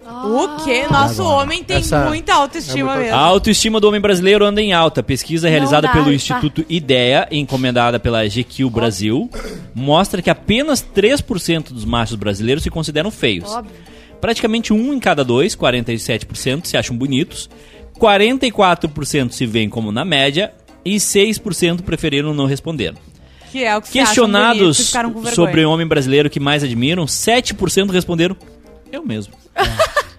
[SPEAKER 5] O quê?
[SPEAKER 2] Ah.
[SPEAKER 5] Nosso homem tem
[SPEAKER 4] Essa-
[SPEAKER 5] muita autoestima
[SPEAKER 4] é muito-
[SPEAKER 1] A
[SPEAKER 5] mesmo.
[SPEAKER 1] autoestima do homem brasileiro anda em alta. Pesquisa realizada
[SPEAKER 2] dá,
[SPEAKER 1] pelo
[SPEAKER 2] tá.
[SPEAKER 1] Instituto IDEA, encomendada pela GQ Brasil, mostra que apenas 3% dos machos brasileiros se consideram feios.
[SPEAKER 2] Óbvio.
[SPEAKER 1] Praticamente um em cada dois, 47%, se acham bonitos, 44% se veem como na média e 6% preferiram não responder.
[SPEAKER 5] Que é o que se acham bonito e
[SPEAKER 1] Questionados um-
[SPEAKER 5] ficaram com vergonha.
[SPEAKER 1] sobre o homem brasileiro que mais admiram, 7% responderam eu mesmo.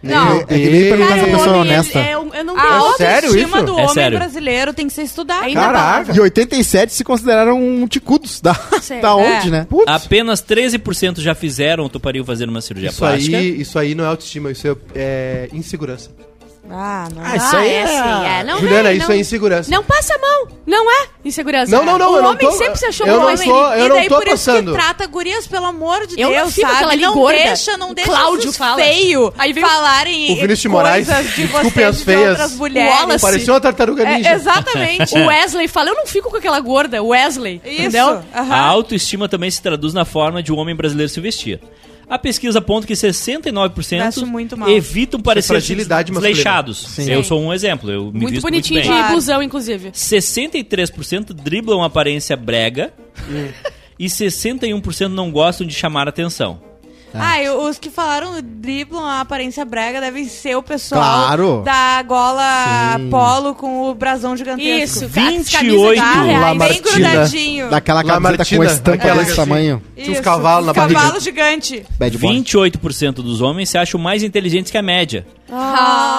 [SPEAKER 5] Não.
[SPEAKER 3] É que nem perguntar se a
[SPEAKER 2] Cara,
[SPEAKER 3] pessoa é
[SPEAKER 2] homem, ele-
[SPEAKER 3] honesta.
[SPEAKER 2] é, eu, eu não tenho
[SPEAKER 5] A
[SPEAKER 4] é
[SPEAKER 2] outra-
[SPEAKER 4] sério
[SPEAKER 5] autoestima
[SPEAKER 4] isso?
[SPEAKER 5] do
[SPEAKER 1] É
[SPEAKER 5] homem
[SPEAKER 1] sério.
[SPEAKER 5] brasileiro tem que ser estudada.
[SPEAKER 2] Ainda
[SPEAKER 4] Caraca.
[SPEAKER 3] Em 87 se consideraram um ticudos da,
[SPEAKER 2] Sei.
[SPEAKER 4] Tá,
[SPEAKER 3] da
[SPEAKER 5] É.
[SPEAKER 3] onde, né?
[SPEAKER 1] Ah,
[SPEAKER 4] Putz,
[SPEAKER 1] Apenas 13% já fizeram o Tuparil fazer uma cirurgia
[SPEAKER 4] isso
[SPEAKER 1] plástica.
[SPEAKER 4] aí, isso aí não é autoestima, isso é, é insegurança.
[SPEAKER 5] Ah, não.
[SPEAKER 3] Ah, isso aí
[SPEAKER 2] é
[SPEAKER 3] é-
[SPEAKER 2] assim, é. Não
[SPEAKER 4] Juliana,
[SPEAKER 2] vem,
[SPEAKER 4] isso
[SPEAKER 2] não-
[SPEAKER 4] é insegurança.
[SPEAKER 2] Não passa a mão. Não é insegurança.
[SPEAKER 4] Não, não, não,
[SPEAKER 2] O
[SPEAKER 4] eu não
[SPEAKER 2] homem
[SPEAKER 4] tô-
[SPEAKER 2] sempre se achou
[SPEAKER 4] eu
[SPEAKER 2] um
[SPEAKER 4] não
[SPEAKER 2] homem.
[SPEAKER 4] sou- eu
[SPEAKER 5] e
[SPEAKER 4] não
[SPEAKER 5] daí
[SPEAKER 4] tô
[SPEAKER 5] por
[SPEAKER 4] passando.
[SPEAKER 5] isso que trata gurias, pelo amor de
[SPEAKER 2] Eu não
[SPEAKER 5] Deus,
[SPEAKER 2] fico com aquela
[SPEAKER 5] sabe?
[SPEAKER 2] ali
[SPEAKER 5] Não
[SPEAKER 2] é gorda.
[SPEAKER 5] deixa, não
[SPEAKER 2] O
[SPEAKER 5] deixa
[SPEAKER 2] Cláudio
[SPEAKER 5] esses
[SPEAKER 2] fala.
[SPEAKER 5] feio
[SPEAKER 2] Aí vem o-
[SPEAKER 5] falarem
[SPEAKER 4] o Vinicius de
[SPEAKER 5] coisas
[SPEAKER 4] Moraes,
[SPEAKER 5] de
[SPEAKER 4] desculpem
[SPEAKER 5] vocês
[SPEAKER 4] as
[SPEAKER 5] e de
[SPEAKER 4] feias.
[SPEAKER 5] outras
[SPEAKER 4] O
[SPEAKER 5] mulheres.
[SPEAKER 2] Wallace.
[SPEAKER 4] Parecia uma tartaruga
[SPEAKER 5] É,
[SPEAKER 4] ninja.
[SPEAKER 5] exatamente.
[SPEAKER 2] O Wesley fala, eu não fico com aquela gorda. Wesley,
[SPEAKER 5] Isso.
[SPEAKER 2] entendeu?
[SPEAKER 1] A
[SPEAKER 5] Aham.
[SPEAKER 1] autoestima também se traduz na forma de um homem brasileiro se vestir. A pesquisa aponta que 69%
[SPEAKER 5] Veste muito mal.
[SPEAKER 1] evitam parecer
[SPEAKER 4] é fragilidade masculina.
[SPEAKER 1] desleixados.
[SPEAKER 3] Sim.
[SPEAKER 1] Eu
[SPEAKER 5] Sim.
[SPEAKER 1] sou um exemplo, eu me
[SPEAKER 2] muito
[SPEAKER 1] visto
[SPEAKER 2] bonitinho
[SPEAKER 1] muito
[SPEAKER 2] de
[SPEAKER 1] bem.
[SPEAKER 5] Claro.
[SPEAKER 2] busão, inclusive.
[SPEAKER 1] 63% driblam a aparência brega e 61% não gostam de chamar atenção.
[SPEAKER 3] Tá.
[SPEAKER 5] Ah, e os que falaram driblam a aparência brega devem ser o pessoal
[SPEAKER 3] Claro.
[SPEAKER 5] da gola polo com o brasão gigantesco.
[SPEAKER 2] Isso,
[SPEAKER 5] Tá?
[SPEAKER 2] cara,
[SPEAKER 1] 28
[SPEAKER 2] camisa de R$ 10 reais.
[SPEAKER 5] Bem
[SPEAKER 4] Lamartina.
[SPEAKER 5] grudadinho.
[SPEAKER 3] Daquela
[SPEAKER 4] La
[SPEAKER 3] camiseta com
[SPEAKER 4] é Martina,
[SPEAKER 3] a estampa
[SPEAKER 4] aquela
[SPEAKER 3] desse
[SPEAKER 4] que-
[SPEAKER 3] tamanho.
[SPEAKER 4] Tinha uns cavalos na barriga.
[SPEAKER 5] Cavalo gigante.
[SPEAKER 3] Bad boy.
[SPEAKER 1] 28% dos homens se acham mais inteligentes que a média.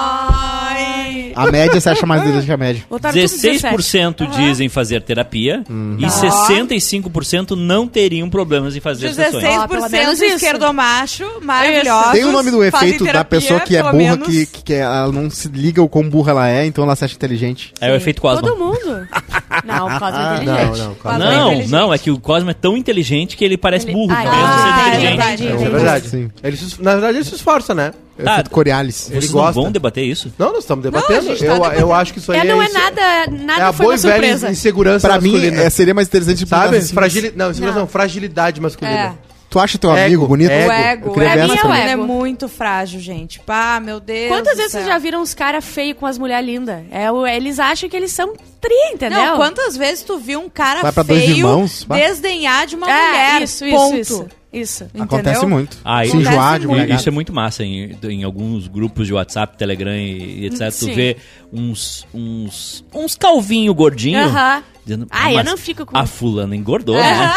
[SPEAKER 5] Ai.
[SPEAKER 3] A média você acha mais dele que a média.
[SPEAKER 2] Botaram tudo
[SPEAKER 1] 16% dizem fazer terapia
[SPEAKER 4] Hum.
[SPEAKER 2] Tá.
[SPEAKER 1] e 65% não teriam problemas em fazer sessões.
[SPEAKER 2] Ó, pelo menos
[SPEAKER 5] 16% de
[SPEAKER 2] isso.
[SPEAKER 5] esquerdomacho, maravilhosos.
[SPEAKER 3] Tem o nome do
[SPEAKER 5] fazem
[SPEAKER 3] efeito da
[SPEAKER 5] terapia,
[SPEAKER 3] pessoa que é
[SPEAKER 5] pelo
[SPEAKER 3] burra,
[SPEAKER 5] menos.
[SPEAKER 3] que, que, que ela não se liga o quão burra ela é, então ela se acha inteligente.
[SPEAKER 1] É o efeito Cosma.
[SPEAKER 2] Todo mundo. Não, o Cosmo é
[SPEAKER 4] Ah, Não,
[SPEAKER 2] inteligente.
[SPEAKER 4] não,
[SPEAKER 5] Fala
[SPEAKER 4] calma.
[SPEAKER 5] aí.
[SPEAKER 1] Não,
[SPEAKER 5] inteligente.
[SPEAKER 1] não, é que o Cosmo é tão inteligente que ele parece
[SPEAKER 2] Ele-
[SPEAKER 1] burro,
[SPEAKER 2] Ah,
[SPEAKER 1] mesmo
[SPEAKER 5] é
[SPEAKER 1] sendo inteligente.
[SPEAKER 5] verdade. É verdade.
[SPEAKER 4] É
[SPEAKER 2] Entendi.
[SPEAKER 4] verdade.
[SPEAKER 3] Sim.
[SPEAKER 4] Ele se- na verdade, ele se esforça, né?
[SPEAKER 3] É o
[SPEAKER 1] Tá.
[SPEAKER 3] efeito Corialis.
[SPEAKER 4] Ele
[SPEAKER 1] Vocês não
[SPEAKER 4] gosta.
[SPEAKER 1] vão debater isso?
[SPEAKER 4] Não, nós estamos
[SPEAKER 5] a
[SPEAKER 4] debatendo.
[SPEAKER 5] gente tá
[SPEAKER 4] eu, eu
[SPEAKER 5] debatendo.
[SPEAKER 4] acho que isso aí
[SPEAKER 2] É, não é
[SPEAKER 4] isso-
[SPEAKER 2] nada,
[SPEAKER 4] É
[SPEAKER 2] nada
[SPEAKER 4] a
[SPEAKER 2] foi
[SPEAKER 4] boa
[SPEAKER 2] uma
[SPEAKER 4] e velha
[SPEAKER 2] surpresa.
[SPEAKER 4] insegurança
[SPEAKER 3] Pra mim,
[SPEAKER 4] masculina.
[SPEAKER 3] é, seria mais interessante
[SPEAKER 4] Sabe?
[SPEAKER 3] perguntar assim,
[SPEAKER 4] Fragili... Não, insegurança não. fragilidade masculina.
[SPEAKER 1] Tá
[SPEAKER 3] Tu acha teu amigo
[SPEAKER 4] Ego,
[SPEAKER 3] bonito?
[SPEAKER 5] O
[SPEAKER 4] ego.
[SPEAKER 3] é Eu
[SPEAKER 5] ego, o
[SPEAKER 3] queria ver
[SPEAKER 5] ego
[SPEAKER 3] essa
[SPEAKER 5] masculino
[SPEAKER 2] também.
[SPEAKER 5] é muito frágil, gente. Pá, meu Deus.
[SPEAKER 2] Quantas
[SPEAKER 5] do
[SPEAKER 2] vezes vocês
[SPEAKER 5] céu.
[SPEAKER 2] já viram os caras feios com as mulheres lindas? É, o- eles acham que eles são tri, entendeu?
[SPEAKER 5] Não, quantas vezes tu viu um cara
[SPEAKER 3] Vai pra dois
[SPEAKER 5] feio
[SPEAKER 3] irmãos? Vai.
[SPEAKER 5] desdenhar de uma
[SPEAKER 2] É,
[SPEAKER 5] mulher?
[SPEAKER 2] isso,
[SPEAKER 5] ponto.
[SPEAKER 2] isso, isso, isso.
[SPEAKER 3] Acontece
[SPEAKER 5] Entendeu?
[SPEAKER 3] muito.
[SPEAKER 1] Ah,
[SPEAKER 3] se
[SPEAKER 1] isso-
[SPEAKER 3] enjoar de
[SPEAKER 5] Acontece
[SPEAKER 3] mulher
[SPEAKER 5] muito.
[SPEAKER 1] E Isso
[SPEAKER 3] gata.
[SPEAKER 1] é muito massa em, em alguns grupos de WhatsApp, Telegram e etc.
[SPEAKER 2] Sim.
[SPEAKER 1] Tu vê uns, uns, uns calvinho gordinho.
[SPEAKER 2] Aham.
[SPEAKER 1] dizendo,
[SPEAKER 2] Ah, eu
[SPEAKER 1] mas
[SPEAKER 2] não fico com-
[SPEAKER 1] A fulana engordou, né?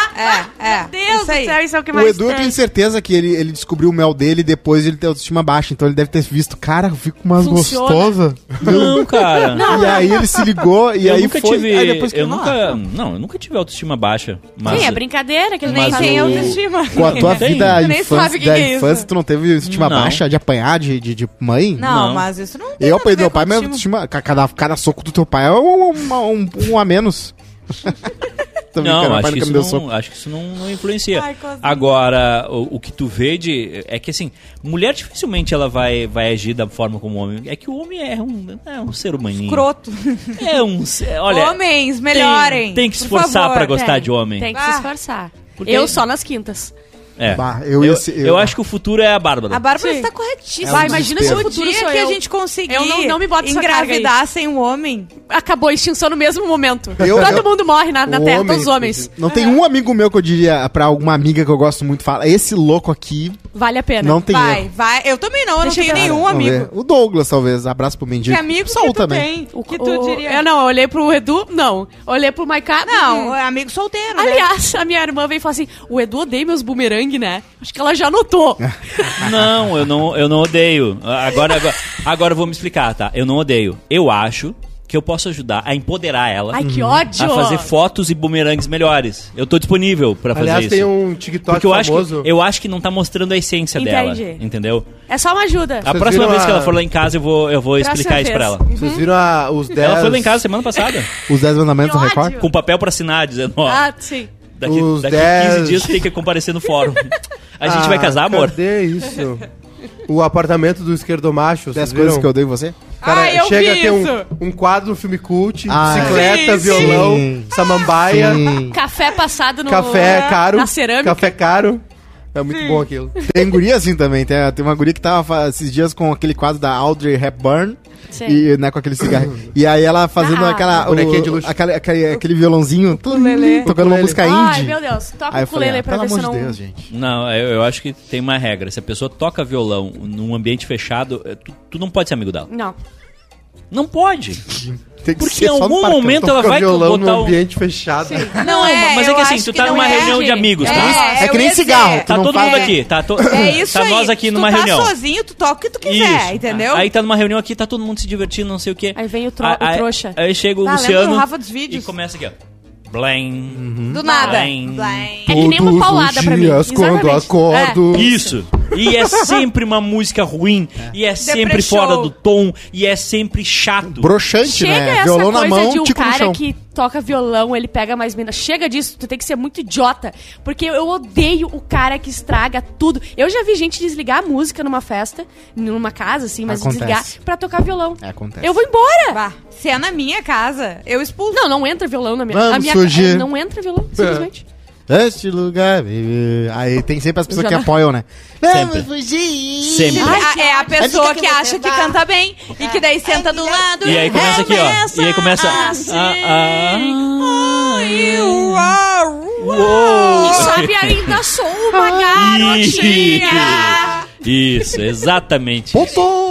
[SPEAKER 5] É, é.
[SPEAKER 2] Deus
[SPEAKER 5] isso aí.
[SPEAKER 2] do céu, isso é o que
[SPEAKER 3] O
[SPEAKER 2] mais
[SPEAKER 3] Edu, eu tenho certeza que ele, ele descobriu o mel dele depois de ele ter autoestima baixa. Então ele deve ter visto, cara, eu fico mais
[SPEAKER 2] Funciona.
[SPEAKER 3] gostosa.
[SPEAKER 1] Não, cara.
[SPEAKER 3] E aí ele se ligou e
[SPEAKER 1] eu
[SPEAKER 3] aí
[SPEAKER 1] nunca
[SPEAKER 3] foi.
[SPEAKER 1] tive.
[SPEAKER 3] aí depois que "Ah,
[SPEAKER 1] eu nunca, não, eu nunca tive autoestima baixa. Mas,
[SPEAKER 2] Sim, é brincadeira que ele
[SPEAKER 1] Mas
[SPEAKER 2] nem tem
[SPEAKER 1] o-
[SPEAKER 2] autoestima.
[SPEAKER 3] Com a tua
[SPEAKER 1] Não tem.
[SPEAKER 3] vida
[SPEAKER 5] Tu nem sabe
[SPEAKER 3] infância,
[SPEAKER 5] o que
[SPEAKER 3] da
[SPEAKER 5] que é isso.
[SPEAKER 3] infância, tu não teve estima
[SPEAKER 1] Não.
[SPEAKER 3] baixa de apanhar de, de, de mãe?
[SPEAKER 5] Não,
[SPEAKER 1] Não.
[SPEAKER 5] mas isso não tem
[SPEAKER 3] Eu
[SPEAKER 5] nada a
[SPEAKER 3] apanhei do
[SPEAKER 5] ver
[SPEAKER 3] meu
[SPEAKER 5] com
[SPEAKER 3] pai, mas
[SPEAKER 5] time.
[SPEAKER 3] estima, ca- cada, cada soco do teu pai é um, um, um- um a menos. Tô brincando,
[SPEAKER 1] Não,
[SPEAKER 3] meu pai
[SPEAKER 1] acho que,
[SPEAKER 3] nunca
[SPEAKER 1] isso
[SPEAKER 3] me deu
[SPEAKER 1] não
[SPEAKER 3] soco.
[SPEAKER 1] acho que isso não, não influencia.
[SPEAKER 5] Ai, cozinha.
[SPEAKER 1] Agora, o, o que tu vê de. É que assim, mulher dificilmente ela vai, vai agir da forma como o homem. É que o homem é um, é um ser humaninho.
[SPEAKER 5] Croto.
[SPEAKER 1] É um. ser- Olha,
[SPEAKER 5] Homens,
[SPEAKER 1] tem-
[SPEAKER 5] melhorem.
[SPEAKER 1] Tem, que se
[SPEAKER 5] por
[SPEAKER 1] esforçar
[SPEAKER 5] favor.
[SPEAKER 1] pra gostar
[SPEAKER 2] Tem,
[SPEAKER 1] de homem.
[SPEAKER 2] É, Tem que
[SPEAKER 5] Ah.
[SPEAKER 2] se esforçar.
[SPEAKER 1] Porque-
[SPEAKER 2] Eu só nas quintas.
[SPEAKER 1] É.
[SPEAKER 3] Bah, eu
[SPEAKER 1] eu,
[SPEAKER 3] ia ser- eu-
[SPEAKER 1] eu acho que o futuro é a Bárbara.
[SPEAKER 5] A Bárbara
[SPEAKER 2] Sim.
[SPEAKER 5] está corretíssima.
[SPEAKER 3] É um
[SPEAKER 5] Vai, imagina se
[SPEAKER 3] desespero.
[SPEAKER 5] o futuro
[SPEAKER 2] dia
[SPEAKER 5] sou
[SPEAKER 2] que
[SPEAKER 5] que
[SPEAKER 2] a
[SPEAKER 5] a
[SPEAKER 2] gente
[SPEAKER 5] gente conseguir
[SPEAKER 2] engravidar
[SPEAKER 5] engravidar sem um homem.
[SPEAKER 2] Acabou a extinção no mesmo momento.
[SPEAKER 3] Eu-
[SPEAKER 2] Todo
[SPEAKER 3] eu-
[SPEAKER 2] mundo morre na, na
[SPEAKER 4] O
[SPEAKER 2] Terra,
[SPEAKER 4] homem,
[SPEAKER 2] todos os homens.
[SPEAKER 3] Um
[SPEAKER 2] É.
[SPEAKER 3] Não tem um amigo meu que eu diria pra alguma amiga que eu gosto muito, fala, esse louco aqui
[SPEAKER 2] Vale a pena.
[SPEAKER 3] não tem
[SPEAKER 5] vai,
[SPEAKER 3] erro.
[SPEAKER 5] vai. Eu também não, eu
[SPEAKER 2] Deixa
[SPEAKER 5] não
[SPEAKER 2] eu
[SPEAKER 5] tenho
[SPEAKER 2] ver.
[SPEAKER 5] nenhum
[SPEAKER 3] Vamos
[SPEAKER 5] amigo.
[SPEAKER 3] ver. O Douglas, talvez, abraço pro mendigo.
[SPEAKER 5] Que amigo
[SPEAKER 3] Sol
[SPEAKER 5] que tu
[SPEAKER 3] também.
[SPEAKER 5] tem?
[SPEAKER 2] O-
[SPEAKER 5] que tu
[SPEAKER 2] o-
[SPEAKER 5] diria?
[SPEAKER 2] Eu não, eu olhei pro Edu, não. Olhei pro Maiká,
[SPEAKER 5] Não, é amigo solteiro, né?
[SPEAKER 2] Aliás, a minha irmã veio e falou assim: o Edu odeia meus bumerangue, né? Acho que ela já notou.
[SPEAKER 1] Não, eu não, eu não odeio. Agora, agora, agora eu vou me explicar, tá? Eu não odeio. Eu acho que eu posso ajudar a empoderar ela.
[SPEAKER 2] Ai, que ódio!
[SPEAKER 1] a fazer fotos e bumerangues melhores. Eu tô disponível pra fazer
[SPEAKER 4] Aliás,
[SPEAKER 1] isso.
[SPEAKER 4] tem um TikTok
[SPEAKER 1] Porque eu acho,
[SPEAKER 4] famoso.
[SPEAKER 1] que, eu acho que não tá mostrando a essência dela.
[SPEAKER 2] Entendi.
[SPEAKER 1] Entendeu?
[SPEAKER 2] É só uma ajuda.
[SPEAKER 1] A
[SPEAKER 4] Vocês
[SPEAKER 1] próxima
[SPEAKER 4] viram
[SPEAKER 1] vez que
[SPEAKER 4] a-
[SPEAKER 1] ela for lá em casa, eu vou, eu vou
[SPEAKER 2] Próxima
[SPEAKER 1] explicar isso pra
[SPEAKER 2] vez.
[SPEAKER 1] ela.
[SPEAKER 4] Vocês viram a- os 10...
[SPEAKER 1] Uhum. Ela foi lá em casa semana passada,
[SPEAKER 3] Os 10 mandamentos
[SPEAKER 2] Que
[SPEAKER 3] da Record?
[SPEAKER 2] ódio.
[SPEAKER 1] com papel pra assinar, dizendo, ó,
[SPEAKER 2] Ah, sim.
[SPEAKER 1] daqui,
[SPEAKER 4] Os
[SPEAKER 1] daqui
[SPEAKER 4] dez.
[SPEAKER 1] 15 dias tu tem que comparecer no fórum. A gente
[SPEAKER 4] Ah,
[SPEAKER 1] vai casar, amor?
[SPEAKER 4] Cadê isso? O apartamento do esquerdomacho, vocês
[SPEAKER 3] 10
[SPEAKER 4] viram?
[SPEAKER 3] coisas que eu odeio em você?
[SPEAKER 4] Cara,
[SPEAKER 5] Ai, eu
[SPEAKER 4] chega
[SPEAKER 5] vi
[SPEAKER 4] a ter
[SPEAKER 5] isso.
[SPEAKER 4] um, um quadro no filme cult,
[SPEAKER 3] Ah,
[SPEAKER 4] bicicleta,
[SPEAKER 5] é. Sim,
[SPEAKER 4] violão,
[SPEAKER 3] sim.
[SPEAKER 4] samambaia,
[SPEAKER 3] Sim.
[SPEAKER 2] Café passado no.
[SPEAKER 4] café
[SPEAKER 3] é
[SPEAKER 4] caro.
[SPEAKER 2] Ah, Na cerâmica.
[SPEAKER 4] Café caro. É muito bom aquilo.
[SPEAKER 3] Tem guria assim também. Tem, tem uma guria que tava fa- esses dias com aquele quadro da Audrey Hepburn.
[SPEAKER 2] Sim.
[SPEAKER 3] E, né, com aquele cigarro. E aí ela fazendo
[SPEAKER 2] Ah,
[SPEAKER 3] aquela,
[SPEAKER 4] bonequinha de luxo.
[SPEAKER 3] aquele, aquele, aquele violãozinho. Tocando uma
[SPEAKER 4] Ukulele.
[SPEAKER 3] música indie.
[SPEAKER 2] Ai, meu Deus. Toca
[SPEAKER 3] Aí
[SPEAKER 2] o
[SPEAKER 3] eu falei,
[SPEAKER 2] ukulele
[SPEAKER 3] ah,
[SPEAKER 2] pra
[SPEAKER 3] pelo amor
[SPEAKER 2] ver se
[SPEAKER 3] de
[SPEAKER 2] não.
[SPEAKER 3] Deus, gente.
[SPEAKER 1] Não, eu, eu acho que tem uma regra. Se a pessoa toca violão
[SPEAKER 2] É
[SPEAKER 1] num ambiente fechado, eh, tu, tu não pode ser amigo dela.
[SPEAKER 2] Não.
[SPEAKER 1] Não pode.
[SPEAKER 3] Tem que
[SPEAKER 1] Porque
[SPEAKER 3] ser
[SPEAKER 1] em
[SPEAKER 3] só no
[SPEAKER 1] algum
[SPEAKER 3] parcão.
[SPEAKER 1] momento ela vai
[SPEAKER 4] violão
[SPEAKER 1] botar
[SPEAKER 4] num
[SPEAKER 1] o...
[SPEAKER 4] um ambiente fechado.
[SPEAKER 5] Não é,
[SPEAKER 1] mas é
[SPEAKER 5] eu
[SPEAKER 1] que assim,
[SPEAKER 5] acho
[SPEAKER 1] tu
[SPEAKER 5] que
[SPEAKER 1] tá
[SPEAKER 5] não
[SPEAKER 1] numa
[SPEAKER 5] é.
[SPEAKER 1] reunião de amigos,
[SPEAKER 3] É
[SPEAKER 1] tá?
[SPEAKER 3] que
[SPEAKER 5] eu
[SPEAKER 3] nem
[SPEAKER 5] ia
[SPEAKER 3] cigarro,
[SPEAKER 5] dizer.
[SPEAKER 1] Tá
[SPEAKER 3] não
[SPEAKER 1] todo
[SPEAKER 5] tá-
[SPEAKER 1] mundo
[SPEAKER 5] É.
[SPEAKER 1] aqui, tá? To...
[SPEAKER 5] É isso
[SPEAKER 1] tá
[SPEAKER 5] aí.
[SPEAKER 1] nós aqui
[SPEAKER 5] Se
[SPEAKER 1] numa
[SPEAKER 5] tu
[SPEAKER 1] reunião.
[SPEAKER 5] tá sozinho, tu toca o que tu quiser,
[SPEAKER 1] Isso.
[SPEAKER 5] entendeu?
[SPEAKER 1] Aí tá numa reunião aqui, tá todo mundo se divertindo, não sei o quê.
[SPEAKER 2] Aí vem o tro- o trouxa.
[SPEAKER 1] Aí chega o
[SPEAKER 5] Ah, lembra
[SPEAKER 1] Luciano
[SPEAKER 5] do Rafa dos
[SPEAKER 1] e
[SPEAKER 5] Vídeos?
[SPEAKER 1] começa aqui, ó.
[SPEAKER 4] Uhum.
[SPEAKER 1] Blém.
[SPEAKER 5] Do nada.
[SPEAKER 1] Blém.
[SPEAKER 5] Blém.
[SPEAKER 2] É que nem uma
[SPEAKER 4] Todos os
[SPEAKER 2] paulada pra mim.
[SPEAKER 4] dias, quando
[SPEAKER 2] Exatamente. É.
[SPEAKER 4] acordo.
[SPEAKER 1] Isso. E é sempre uma música ruim, e é sempre
[SPEAKER 5] Depressou.
[SPEAKER 1] fora do tom, e é sempre chato.
[SPEAKER 3] Broxante,
[SPEAKER 2] Chega
[SPEAKER 3] né?
[SPEAKER 2] essa
[SPEAKER 3] Violão
[SPEAKER 2] coisa
[SPEAKER 3] na mão,
[SPEAKER 2] de um
[SPEAKER 3] tico no
[SPEAKER 2] cara
[SPEAKER 3] chão.
[SPEAKER 2] que toca violão, ele pega mais mina. Chega disso, tu tem que ser muito idiota. Porque eu odeio o cara que estraga tudo. Eu já vi gente desligar a música numa festa, numa casa, assim, mas
[SPEAKER 3] Acontece.
[SPEAKER 2] desligar pra tocar violão.
[SPEAKER 3] É, acontece.
[SPEAKER 2] Eu vou embora!
[SPEAKER 5] Bah, se é na minha casa, eu expulso.
[SPEAKER 2] Não, não entra violão na minha
[SPEAKER 3] Vamos
[SPEAKER 2] a minha
[SPEAKER 3] surgir.
[SPEAKER 2] é, Não entra violão, simplesmente.
[SPEAKER 3] Este lugar. vive- Aí tem sempre as pessoas
[SPEAKER 2] Já
[SPEAKER 3] que
[SPEAKER 2] dá.
[SPEAKER 3] apoiam, né?
[SPEAKER 1] Sempre.
[SPEAKER 3] fugir.
[SPEAKER 1] Sempre.
[SPEAKER 5] É a- é a pessoa
[SPEAKER 6] que
[SPEAKER 5] que,
[SPEAKER 6] você
[SPEAKER 5] acha que
[SPEAKER 6] dá.
[SPEAKER 5] canta bem e que daí senta do lado
[SPEAKER 1] E aí começa aqui, ó. E aí começa.
[SPEAKER 5] assim.
[SPEAKER 1] Ah, ah, oh.
[SPEAKER 2] E
[SPEAKER 1] uou.
[SPEAKER 2] sabe, ainda sou uma garotinha!
[SPEAKER 1] Isso, exatamente.
[SPEAKER 3] Botou!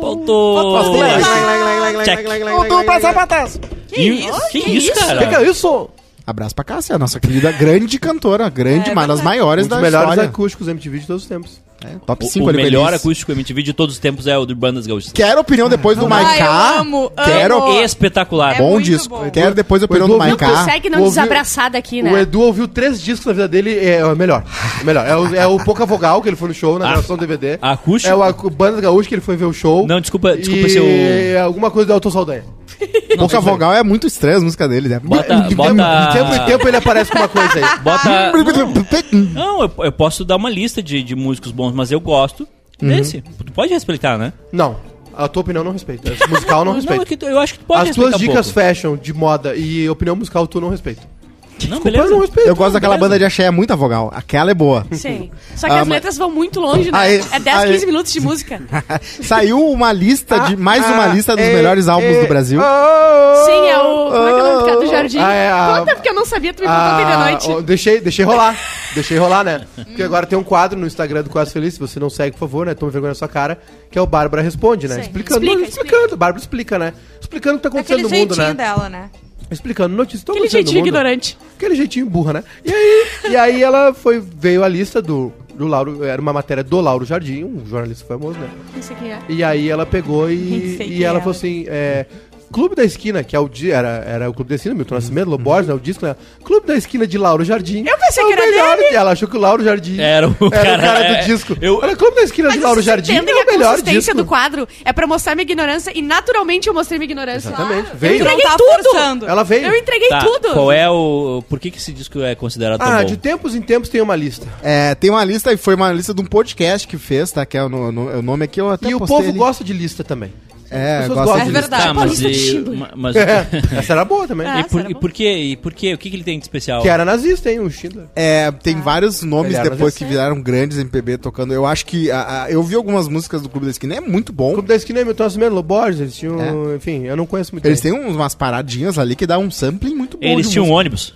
[SPEAKER 1] Faltou. Ah,
[SPEAKER 3] Botou pra sapatas!
[SPEAKER 1] Que isso, que isso, cara?
[SPEAKER 4] Que que é isso?
[SPEAKER 3] Abraço pra Cássia, a nossa querida grande cantora,
[SPEAKER 2] É
[SPEAKER 3] grande, uma das maiores
[SPEAKER 4] Um dos
[SPEAKER 3] da
[SPEAKER 4] melhores
[SPEAKER 3] história.
[SPEAKER 4] acústicos MTV de todos os tempos.
[SPEAKER 3] É, top
[SPEAKER 1] O-
[SPEAKER 3] 5
[SPEAKER 1] o
[SPEAKER 3] ali,
[SPEAKER 1] melhor
[SPEAKER 3] feliz.
[SPEAKER 1] acústico MTV de todos os tempos é o do Bandas Gaúchas.
[SPEAKER 3] Quero opinião
[SPEAKER 2] Ah,
[SPEAKER 3] depois do
[SPEAKER 5] Ai, eu
[SPEAKER 3] Maiká.
[SPEAKER 5] amo,
[SPEAKER 3] Quero
[SPEAKER 5] amo.
[SPEAKER 1] Espetacular.
[SPEAKER 5] É
[SPEAKER 3] bom
[SPEAKER 5] muito
[SPEAKER 3] disco.
[SPEAKER 5] bom.
[SPEAKER 3] Quero depois a opinião
[SPEAKER 4] O
[SPEAKER 3] do
[SPEAKER 4] Edu não
[SPEAKER 3] Maiká.
[SPEAKER 2] Consegue não
[SPEAKER 4] Ouvi-
[SPEAKER 2] desabraçar daqui, né?
[SPEAKER 4] O Edu ouviu três discos na vida dele, é o melhor. É o melhor. É o, é o Pouca Vogal, que ele foi no show, na
[SPEAKER 1] Ah,
[SPEAKER 4] gravação do DVD.
[SPEAKER 1] acústico?
[SPEAKER 4] É o acu- Banda Gaúcha, que ele foi ver o show.
[SPEAKER 1] Não, desculpa, desculpa
[SPEAKER 4] e é
[SPEAKER 1] se eu-
[SPEAKER 4] alguma coisa do Elton Saldanha.
[SPEAKER 3] Pouca vogal é muito estranha a música dele, né?
[SPEAKER 1] Bota,
[SPEAKER 4] De tempo em
[SPEAKER 1] bota,
[SPEAKER 4] tempo ele aparece com uma coisa aí.
[SPEAKER 1] bota. Não, eu, eu posso dar uma lista de, de músicos bons, mas eu gosto
[SPEAKER 4] Uhum.
[SPEAKER 1] desse. Tu pode respeitar, né?
[SPEAKER 4] Não, a tua opinião não respeita. Esse musical
[SPEAKER 1] Não,
[SPEAKER 4] não
[SPEAKER 1] é
[SPEAKER 4] respeita.
[SPEAKER 1] que tu- eu acho que tu pode
[SPEAKER 4] As tuas
[SPEAKER 1] respeitar um
[SPEAKER 4] dicas
[SPEAKER 1] pouco.
[SPEAKER 4] fashion, de moda e opinião musical, tu não respeita.
[SPEAKER 1] Não,
[SPEAKER 4] Eu não
[SPEAKER 1] beleza.
[SPEAKER 4] respeito.
[SPEAKER 3] Eu gosto daquela
[SPEAKER 1] beleza.
[SPEAKER 3] banda de axé, é muita vogal. Aquela é boa.
[SPEAKER 2] Sim. Só que
[SPEAKER 3] Ah,
[SPEAKER 2] as
[SPEAKER 3] mas-
[SPEAKER 2] letras vão muito longe, né?
[SPEAKER 3] Aí-
[SPEAKER 2] é 10,
[SPEAKER 3] aí-
[SPEAKER 2] 15 minutos de música.
[SPEAKER 3] Saiu uma lista de. Mais uma
[SPEAKER 4] Ah,
[SPEAKER 3] lista dos
[SPEAKER 4] é,
[SPEAKER 3] melhores álbuns
[SPEAKER 4] é,
[SPEAKER 3] do Brasil.
[SPEAKER 4] ah,
[SPEAKER 2] Sim, é o. Como é que é o nome do cara do jardim?
[SPEAKER 4] Ah, é a-
[SPEAKER 2] Conta, porque eu não sabia, tu me contou ontem de
[SPEAKER 4] Ah,
[SPEAKER 2] noite. Hum.
[SPEAKER 4] ó, deixei, deixei rolar. deixei rolar, né? Porque agora tem um quadro no Instagram do Quase Feliz, se você não segue, por favor, né? Toma vergonha na sua cara, que é o Bárbara Responde, né?
[SPEAKER 2] Sim.
[SPEAKER 4] Explicando,
[SPEAKER 2] Explica,
[SPEAKER 4] explicando. Bárbara explica, né? Explicando o que tá acontecendo
[SPEAKER 5] Aquele
[SPEAKER 4] no mundo,
[SPEAKER 5] jeitinho
[SPEAKER 4] né?
[SPEAKER 5] dela, né?
[SPEAKER 4] Explicando notícias que estão
[SPEAKER 2] Aquele
[SPEAKER 4] acontecendo no
[SPEAKER 2] jeitinho
[SPEAKER 4] mundo.
[SPEAKER 2] ignorante.
[SPEAKER 4] Aquele jeitinho burra, né? E aí, e aí ela foi, veio a lista do, do Lauro, era uma matéria do Lauro Jardim, um jornalista famoso, né?
[SPEAKER 2] Não sei quem é.
[SPEAKER 4] E aí ela pegou
[SPEAKER 5] Nem
[SPEAKER 4] e,
[SPEAKER 5] sei
[SPEAKER 4] e
[SPEAKER 5] quem
[SPEAKER 4] ela
[SPEAKER 5] é.
[SPEAKER 4] falou assim, é, Clube da Esquina, que é o di- era, era o Clube da Esquina, Milton
[SPEAKER 1] Uhum.
[SPEAKER 4] Nascimento, Loborges, né, o disco, né? Clube da Esquina de Lauro Jardim. É Eu
[SPEAKER 5] pensei que era
[SPEAKER 4] Ela achou que o Lauro Jardim
[SPEAKER 1] Era o cara- é,
[SPEAKER 4] do disco.
[SPEAKER 1] eu-
[SPEAKER 4] Era Clube da Esquina de Lauro
[SPEAKER 2] vocês
[SPEAKER 4] Jardim, é
[SPEAKER 2] entendem
[SPEAKER 4] o
[SPEAKER 2] que a
[SPEAKER 4] melhor
[SPEAKER 2] consistência
[SPEAKER 4] disco.
[SPEAKER 2] do quadro é pra mostrar minha ignorância e naturalmente eu mostrei minha ignorância.
[SPEAKER 4] Exatamente.
[SPEAKER 2] Eu
[SPEAKER 4] Veio.
[SPEAKER 2] entreguei
[SPEAKER 5] Não tá
[SPEAKER 2] tudo.
[SPEAKER 5] forçando.
[SPEAKER 4] Ela veio.
[SPEAKER 2] Eu entreguei
[SPEAKER 1] Tá,
[SPEAKER 2] tudo.
[SPEAKER 1] Qual é o. Por que, que esse disco é considerado tão
[SPEAKER 4] Ah,
[SPEAKER 1] bom?
[SPEAKER 4] de tempos em tempos tem uma lista.
[SPEAKER 3] É, tem uma lista, e foi uma lista de um podcast que fez, tá? Que é o, no- no- é o nome aqui, eu até
[SPEAKER 4] E o
[SPEAKER 3] postei
[SPEAKER 4] povo
[SPEAKER 3] ali.
[SPEAKER 4] gosta de lista também.
[SPEAKER 3] É,
[SPEAKER 4] as pessoas
[SPEAKER 3] gosta de
[SPEAKER 4] gostam.
[SPEAKER 3] lista.
[SPEAKER 5] É verdade.
[SPEAKER 1] Tá, mas,
[SPEAKER 2] Paulista de
[SPEAKER 1] e,
[SPEAKER 2] Chile.
[SPEAKER 1] ma- mas
[SPEAKER 4] É, essa era boa também.
[SPEAKER 1] e,
[SPEAKER 2] Ah,
[SPEAKER 1] por,
[SPEAKER 2] será
[SPEAKER 1] e
[SPEAKER 2] bom?
[SPEAKER 1] por quê? E por quê? O que, que ele tem de especial?
[SPEAKER 4] Que era nazista, hein, o Schindler.
[SPEAKER 3] É, tem vários nomes
[SPEAKER 4] Ele era
[SPEAKER 3] depois que
[SPEAKER 4] Zé.
[SPEAKER 3] viraram grandes MPB tocando. Eu acho que. a- a- eu vi algumas músicas do Clube da Esquina, é muito
[SPEAKER 4] O
[SPEAKER 3] bom.
[SPEAKER 4] Clube da Esquina é Milton Nascimento, Loborges, eles
[SPEAKER 1] É.
[SPEAKER 4] tinham... Enfim, eu não conheço muito
[SPEAKER 3] Eles
[SPEAKER 4] bem.
[SPEAKER 3] têm umas paradinhas ali que dá um sampling muito bom.
[SPEAKER 1] Eles
[SPEAKER 3] de
[SPEAKER 1] tinham um
[SPEAKER 3] música.
[SPEAKER 1] ônibus.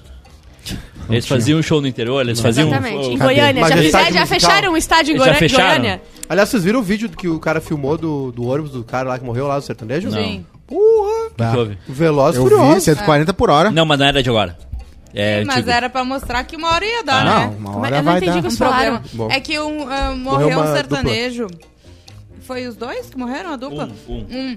[SPEAKER 1] Eles faziam um show no interior, eles faziam.
[SPEAKER 2] Exatamente. Em
[SPEAKER 1] um-
[SPEAKER 2] Goiânia. Já,
[SPEAKER 4] Mas
[SPEAKER 2] fizeram-
[SPEAKER 4] estádio
[SPEAKER 2] já
[SPEAKER 4] musical?
[SPEAKER 2] fecharam um estádio
[SPEAKER 1] Já
[SPEAKER 2] em Goiânia-
[SPEAKER 1] fecharam?
[SPEAKER 2] Goiânia?
[SPEAKER 4] Aliás, vocês viram o vídeo que o cara filmou do, do ônibus do cara lá que morreu lá do sertanejo?
[SPEAKER 1] Não.
[SPEAKER 5] Sim.
[SPEAKER 4] Porra!
[SPEAKER 3] Tá.
[SPEAKER 1] que houve?
[SPEAKER 4] Veloz
[SPEAKER 3] Eu vi
[SPEAKER 4] Furioso.
[SPEAKER 3] 140 por hora.
[SPEAKER 1] Não, mas não era de agora. É,
[SPEAKER 5] Mas
[SPEAKER 1] antigo.
[SPEAKER 5] era pra mostrar que uma hora ia
[SPEAKER 3] Ah,
[SPEAKER 5] dar, né?
[SPEAKER 3] não, uma
[SPEAKER 2] Como é-
[SPEAKER 3] hora
[SPEAKER 2] eu não
[SPEAKER 3] vai
[SPEAKER 2] entendi
[SPEAKER 3] dar.
[SPEAKER 2] o que
[SPEAKER 5] Um
[SPEAKER 2] vocês
[SPEAKER 5] problema.
[SPEAKER 2] falaram.
[SPEAKER 4] Bom.
[SPEAKER 5] É que um, ah,
[SPEAKER 4] uma
[SPEAKER 5] morreu um
[SPEAKER 4] dupla.
[SPEAKER 5] sertanejo. Foi os dois que morreram, a dupla?
[SPEAKER 1] Um, um.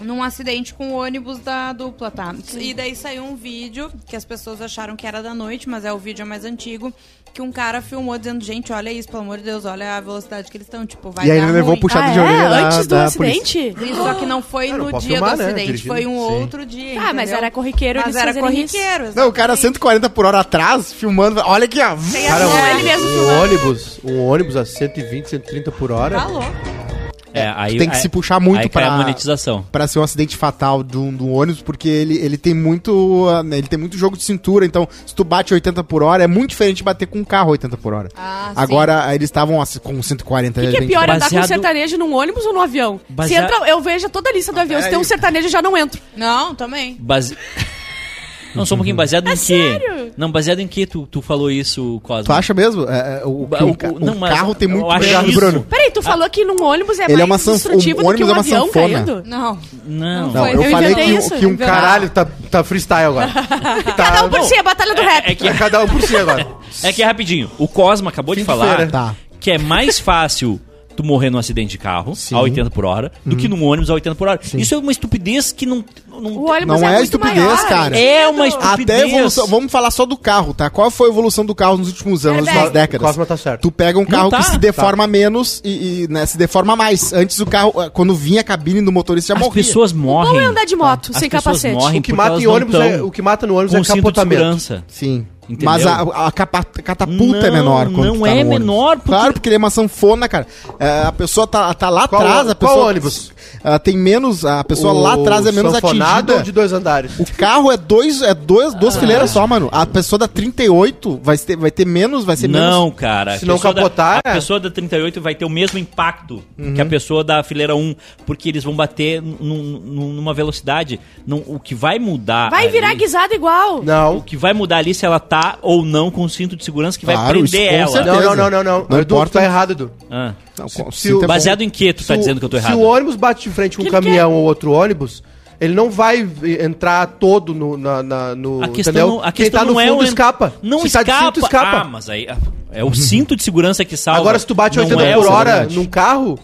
[SPEAKER 5] Num acidente com o ônibus da dupla, tá? E daí saiu um vídeo que as pessoas acharam que era da noite, mas é o vídeo mais antigo, que um cara filmou dizendo, gente, olha isso, pelo amor de Deus, olha a velocidade que eles estão, tipo, vai
[SPEAKER 3] E aí
[SPEAKER 5] dar
[SPEAKER 3] ele levou
[SPEAKER 5] ruim.
[SPEAKER 3] puxado
[SPEAKER 2] Ah,
[SPEAKER 3] de orelha
[SPEAKER 2] é?
[SPEAKER 3] da-
[SPEAKER 2] Antes do
[SPEAKER 3] da
[SPEAKER 2] acidente?
[SPEAKER 5] E Só que não foi
[SPEAKER 4] Ah, não
[SPEAKER 5] no dia
[SPEAKER 4] pode filmar,
[SPEAKER 5] do
[SPEAKER 4] né?
[SPEAKER 5] acidente,
[SPEAKER 4] Dirigindo,
[SPEAKER 5] foi um
[SPEAKER 4] sim.
[SPEAKER 5] outro dia.
[SPEAKER 2] Ah, mas
[SPEAKER 5] entendeu?
[SPEAKER 2] era corriqueiro
[SPEAKER 5] Mas
[SPEAKER 2] eles
[SPEAKER 5] era
[SPEAKER 2] fazerem isso.
[SPEAKER 5] corriqueiro.
[SPEAKER 3] Não, o cara 140 por hora atrás, filmando. Olha aqui, ó.
[SPEAKER 4] Cara,
[SPEAKER 2] Não,
[SPEAKER 4] um,
[SPEAKER 2] ele mesmo
[SPEAKER 4] um
[SPEAKER 2] filmou.
[SPEAKER 4] ônibus, um ônibus a 120, 130 por hora.
[SPEAKER 5] Tá louco.
[SPEAKER 1] É, aí,
[SPEAKER 3] tem que
[SPEAKER 1] aí-
[SPEAKER 3] se puxar muito
[SPEAKER 1] aí cai
[SPEAKER 3] pra-
[SPEAKER 1] a monetização.
[SPEAKER 3] Pra ser um acidente fatal de um, de um ônibus, porque ele, ele tem muito. ah, né, Ele tem muito jogo de cintura, então se tu bate 80 por hora, é muito diferente de bater com um carro 80 por hora.
[SPEAKER 5] Ah, sim.
[SPEAKER 3] Agora, aí eles estavam assim, com 140
[SPEAKER 2] O que, que é
[SPEAKER 3] gente,
[SPEAKER 2] pior, andar com um
[SPEAKER 1] Baseado-
[SPEAKER 2] sertanejo num ônibus ou num avião? Se
[SPEAKER 1] Basea-
[SPEAKER 2] entra, eu vejo toda a lista do avião. Se tem um sertanejo, eu já não entro.
[SPEAKER 5] Não, também.
[SPEAKER 1] Base... Não, só um pouquinho baseado em quê?
[SPEAKER 2] É sério?
[SPEAKER 1] Não, baseado em que tu, tu falou isso, Cosmo?
[SPEAKER 3] Tu
[SPEAKER 4] Tá.
[SPEAKER 3] acha mesmo? É, é, o,
[SPEAKER 1] Ba-
[SPEAKER 3] que o
[SPEAKER 1] o-
[SPEAKER 3] ca-
[SPEAKER 1] não,
[SPEAKER 3] o
[SPEAKER 1] mas
[SPEAKER 3] carro tem
[SPEAKER 1] eu
[SPEAKER 3] muito
[SPEAKER 1] acho
[SPEAKER 3] pegado,
[SPEAKER 1] isso-
[SPEAKER 3] Bruno.
[SPEAKER 2] Peraí, tu falou que num ônibus
[SPEAKER 3] Ah.
[SPEAKER 2] é
[SPEAKER 3] Ele é uma
[SPEAKER 2] mais
[SPEAKER 3] sanf-
[SPEAKER 2] destrutivo
[SPEAKER 3] um
[SPEAKER 2] do que
[SPEAKER 3] ônibus
[SPEAKER 2] um
[SPEAKER 3] é uma
[SPEAKER 2] avião
[SPEAKER 3] sanfona.
[SPEAKER 2] caindo?
[SPEAKER 5] Não.
[SPEAKER 1] Não.
[SPEAKER 3] Não,
[SPEAKER 5] foi.
[SPEAKER 3] eu,
[SPEAKER 2] Eu
[SPEAKER 3] falei
[SPEAKER 2] inventei
[SPEAKER 3] que,
[SPEAKER 2] isso.
[SPEAKER 3] o- que um
[SPEAKER 2] Inventei.
[SPEAKER 3] caralho.
[SPEAKER 4] Caralho, tá, tá freestyle agora. Tá
[SPEAKER 2] Cada um por si, a batalha do rap.
[SPEAKER 1] É que,
[SPEAKER 4] É cada um por si agora.
[SPEAKER 1] é que é rapidinho. O Cosmo acabou de
[SPEAKER 4] Fim de
[SPEAKER 1] falar
[SPEAKER 4] feira.
[SPEAKER 3] Tá.
[SPEAKER 1] que é mais fácil tu morrer num acidente de carro a 80 por hora
[SPEAKER 4] Uhum.
[SPEAKER 1] do que num ônibus a 80 por hora. Isso é uma estupidez que não...
[SPEAKER 2] O
[SPEAKER 1] não
[SPEAKER 2] ônibus
[SPEAKER 3] Não
[SPEAKER 2] é,
[SPEAKER 3] é
[SPEAKER 2] muito
[SPEAKER 3] estupidez,
[SPEAKER 2] maior.
[SPEAKER 3] cara.
[SPEAKER 1] é uma estupidez.
[SPEAKER 3] Até a evolução. Vamos falar só do carro, tá? Qual foi a evolução do carro nos últimos anos, nas
[SPEAKER 2] Verdade.
[SPEAKER 3] últimas décadas?
[SPEAKER 4] Cosma tá certo.
[SPEAKER 3] Tu pega um carro
[SPEAKER 1] tá.
[SPEAKER 3] que se deforma menos e, e, né, se deforma mais. Antes o carro, eh, quando vinha a cabine do motorista, já
[SPEAKER 1] As
[SPEAKER 3] morria.
[SPEAKER 1] pessoas morrem.
[SPEAKER 2] Bom é andar de moto,
[SPEAKER 1] As
[SPEAKER 2] sem
[SPEAKER 1] pessoas
[SPEAKER 2] capacete.
[SPEAKER 1] morrem
[SPEAKER 4] O que
[SPEAKER 1] porque
[SPEAKER 4] mata
[SPEAKER 1] elas
[SPEAKER 4] em
[SPEAKER 1] não
[SPEAKER 4] ônibus é,
[SPEAKER 1] tão
[SPEAKER 4] o que mata no ônibus
[SPEAKER 1] com
[SPEAKER 4] é
[SPEAKER 1] cinto de
[SPEAKER 4] capotamento.
[SPEAKER 1] segurança.
[SPEAKER 3] Sim.
[SPEAKER 1] Entendeu?
[SPEAKER 3] Mas a, a capa- catapulta é
[SPEAKER 1] Não,
[SPEAKER 3] menor. quando
[SPEAKER 1] não
[SPEAKER 3] tu tá
[SPEAKER 1] é
[SPEAKER 3] no ônibus.
[SPEAKER 1] menor, porque-
[SPEAKER 3] Claro, porque ele é uma sanfona, cara. É, a pessoa tá, tá lá
[SPEAKER 4] Qual-
[SPEAKER 3] atrás. A
[SPEAKER 4] qual
[SPEAKER 3] pessoa,
[SPEAKER 4] ônibus?
[SPEAKER 3] Ela tem menos... A pessoa
[SPEAKER 4] O
[SPEAKER 3] lá atrás é menos
[SPEAKER 4] sanfonado
[SPEAKER 3] atingida.
[SPEAKER 4] ou de dois andares.
[SPEAKER 3] O carro é dois, é dois, duas fileiras só, mano. A pessoa da 38 vai ter, vai ter menos, vai ser menos.
[SPEAKER 1] Não, cara.
[SPEAKER 4] Se
[SPEAKER 1] A
[SPEAKER 4] não
[SPEAKER 1] pessoa da-
[SPEAKER 4] capotar, Uhum.
[SPEAKER 1] a
[SPEAKER 4] é.
[SPEAKER 1] pessoa da 38 vai ter o mesmo impacto que a pessoa da fileira 1, porque eles vão bater num- num- numa velocidade. Num- o que vai mudar.
[SPEAKER 2] Vai
[SPEAKER 1] ali-
[SPEAKER 2] virar guisada igual.
[SPEAKER 1] O
[SPEAKER 4] Não.
[SPEAKER 1] que vai mudar ali se ela tá ou não com o cinto de segurança que vai
[SPEAKER 3] Claro, isso
[SPEAKER 1] prender
[SPEAKER 3] com
[SPEAKER 1] ela.
[SPEAKER 3] certeza.
[SPEAKER 4] Não, não, não, não, não.
[SPEAKER 3] Não
[SPEAKER 4] Edu, tu
[SPEAKER 3] importa.
[SPEAKER 4] tá errado, Edu.
[SPEAKER 1] Ah.
[SPEAKER 3] Não,
[SPEAKER 4] Se-
[SPEAKER 3] com-
[SPEAKER 4] se
[SPEAKER 3] sinto
[SPEAKER 4] o-
[SPEAKER 3] é bom.
[SPEAKER 1] Baseado em que tu tá
[SPEAKER 4] Se o-
[SPEAKER 1] dizendo que eu tô
[SPEAKER 4] Se
[SPEAKER 1] errado?
[SPEAKER 4] o ônibus bate de frente com um
[SPEAKER 2] Que ele
[SPEAKER 4] caminhão ou outro ônibus, ele não vai v- entrar todo no. Na, na- no
[SPEAKER 1] A questão, não, a questão
[SPEAKER 4] Quem tá
[SPEAKER 1] não
[SPEAKER 4] no
[SPEAKER 1] é
[SPEAKER 4] fundo
[SPEAKER 1] o
[SPEAKER 4] escapa.
[SPEAKER 1] Não
[SPEAKER 4] Se
[SPEAKER 1] escapa.
[SPEAKER 4] Tá de cinto, escapa.
[SPEAKER 1] Ah, mas aí ah, é o cinto de segurança que salva.
[SPEAKER 4] Agora, se tu bate
[SPEAKER 1] Não
[SPEAKER 4] 80
[SPEAKER 1] é
[SPEAKER 4] por
[SPEAKER 1] o- É.
[SPEAKER 4] hora
[SPEAKER 3] verdade.
[SPEAKER 4] num carro,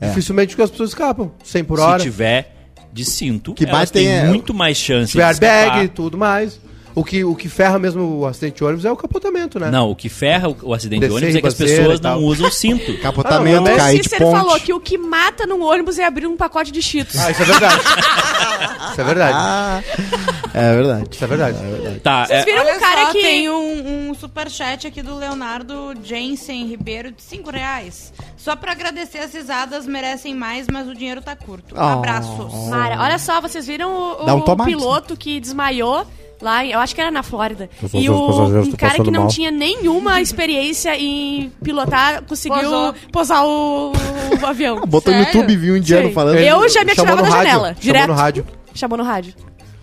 [SPEAKER 4] dificilmente que as pessoas escapam. 100 por hora.
[SPEAKER 1] Se tiver de cinto,
[SPEAKER 3] Que
[SPEAKER 1] elas
[SPEAKER 3] bate
[SPEAKER 1] têm
[SPEAKER 3] é-
[SPEAKER 1] muito mais chance
[SPEAKER 4] tiver airbag e
[SPEAKER 1] escapar.
[SPEAKER 4] tudo mais. O que, o que ferra mesmo o acidente de ônibus é o capotamento, né?
[SPEAKER 1] Não, o que ferra o, o acidente de
[SPEAKER 4] Descer
[SPEAKER 1] ônibus é que as
[SPEAKER 4] ribanceira
[SPEAKER 1] pessoas
[SPEAKER 4] e
[SPEAKER 1] não
[SPEAKER 4] tal.
[SPEAKER 1] usam cinto.
[SPEAKER 4] Ah,
[SPEAKER 3] Capotamento,
[SPEAKER 4] não,
[SPEAKER 2] O
[SPEAKER 3] cair de
[SPEAKER 2] Cícero
[SPEAKER 3] ponte.
[SPEAKER 2] falou que o que mata num ônibus é abrir um pacote de cheetos.
[SPEAKER 4] Ah, isso é verdade. isso é verdade.
[SPEAKER 3] Ah, é verdade.
[SPEAKER 4] Isso é verdade.
[SPEAKER 1] Tá, é-
[SPEAKER 2] Vocês viram
[SPEAKER 5] Olha
[SPEAKER 2] um cara
[SPEAKER 5] só,
[SPEAKER 2] que...
[SPEAKER 5] tem um, um superchat aqui do Leonardo Jensen Ribeiro de 5 reais. Só pra agradecer as risadas, merecem mais, mas o dinheiro tá curto.
[SPEAKER 3] Ah.
[SPEAKER 5] Abraços.
[SPEAKER 2] Mara, É, olha só, vocês viram o,
[SPEAKER 3] Dá um
[SPEAKER 2] o
[SPEAKER 3] tomate.
[SPEAKER 2] piloto que desmaiou lá, em- eu acho que era na Flórida.
[SPEAKER 6] Os
[SPEAKER 2] E
[SPEAKER 6] outros
[SPEAKER 2] o,
[SPEAKER 6] passageiros
[SPEAKER 2] um
[SPEAKER 6] tão
[SPEAKER 2] cara que
[SPEAKER 6] passando
[SPEAKER 2] não
[SPEAKER 6] mal.
[SPEAKER 2] tinha nenhuma experiência em pilotar conseguiu
[SPEAKER 5] Posou.
[SPEAKER 2] posar o, o avião.
[SPEAKER 3] Botou no
[SPEAKER 5] Sério?
[SPEAKER 3] YouTube e viu um indiano
[SPEAKER 2] Sim.
[SPEAKER 3] falando.
[SPEAKER 2] Eu já me
[SPEAKER 4] Chamou
[SPEAKER 2] atirava
[SPEAKER 4] no
[SPEAKER 2] da
[SPEAKER 4] rádio,
[SPEAKER 2] janela,
[SPEAKER 4] chamou
[SPEAKER 2] direto.
[SPEAKER 4] no rádio.
[SPEAKER 2] Chamou no rádio.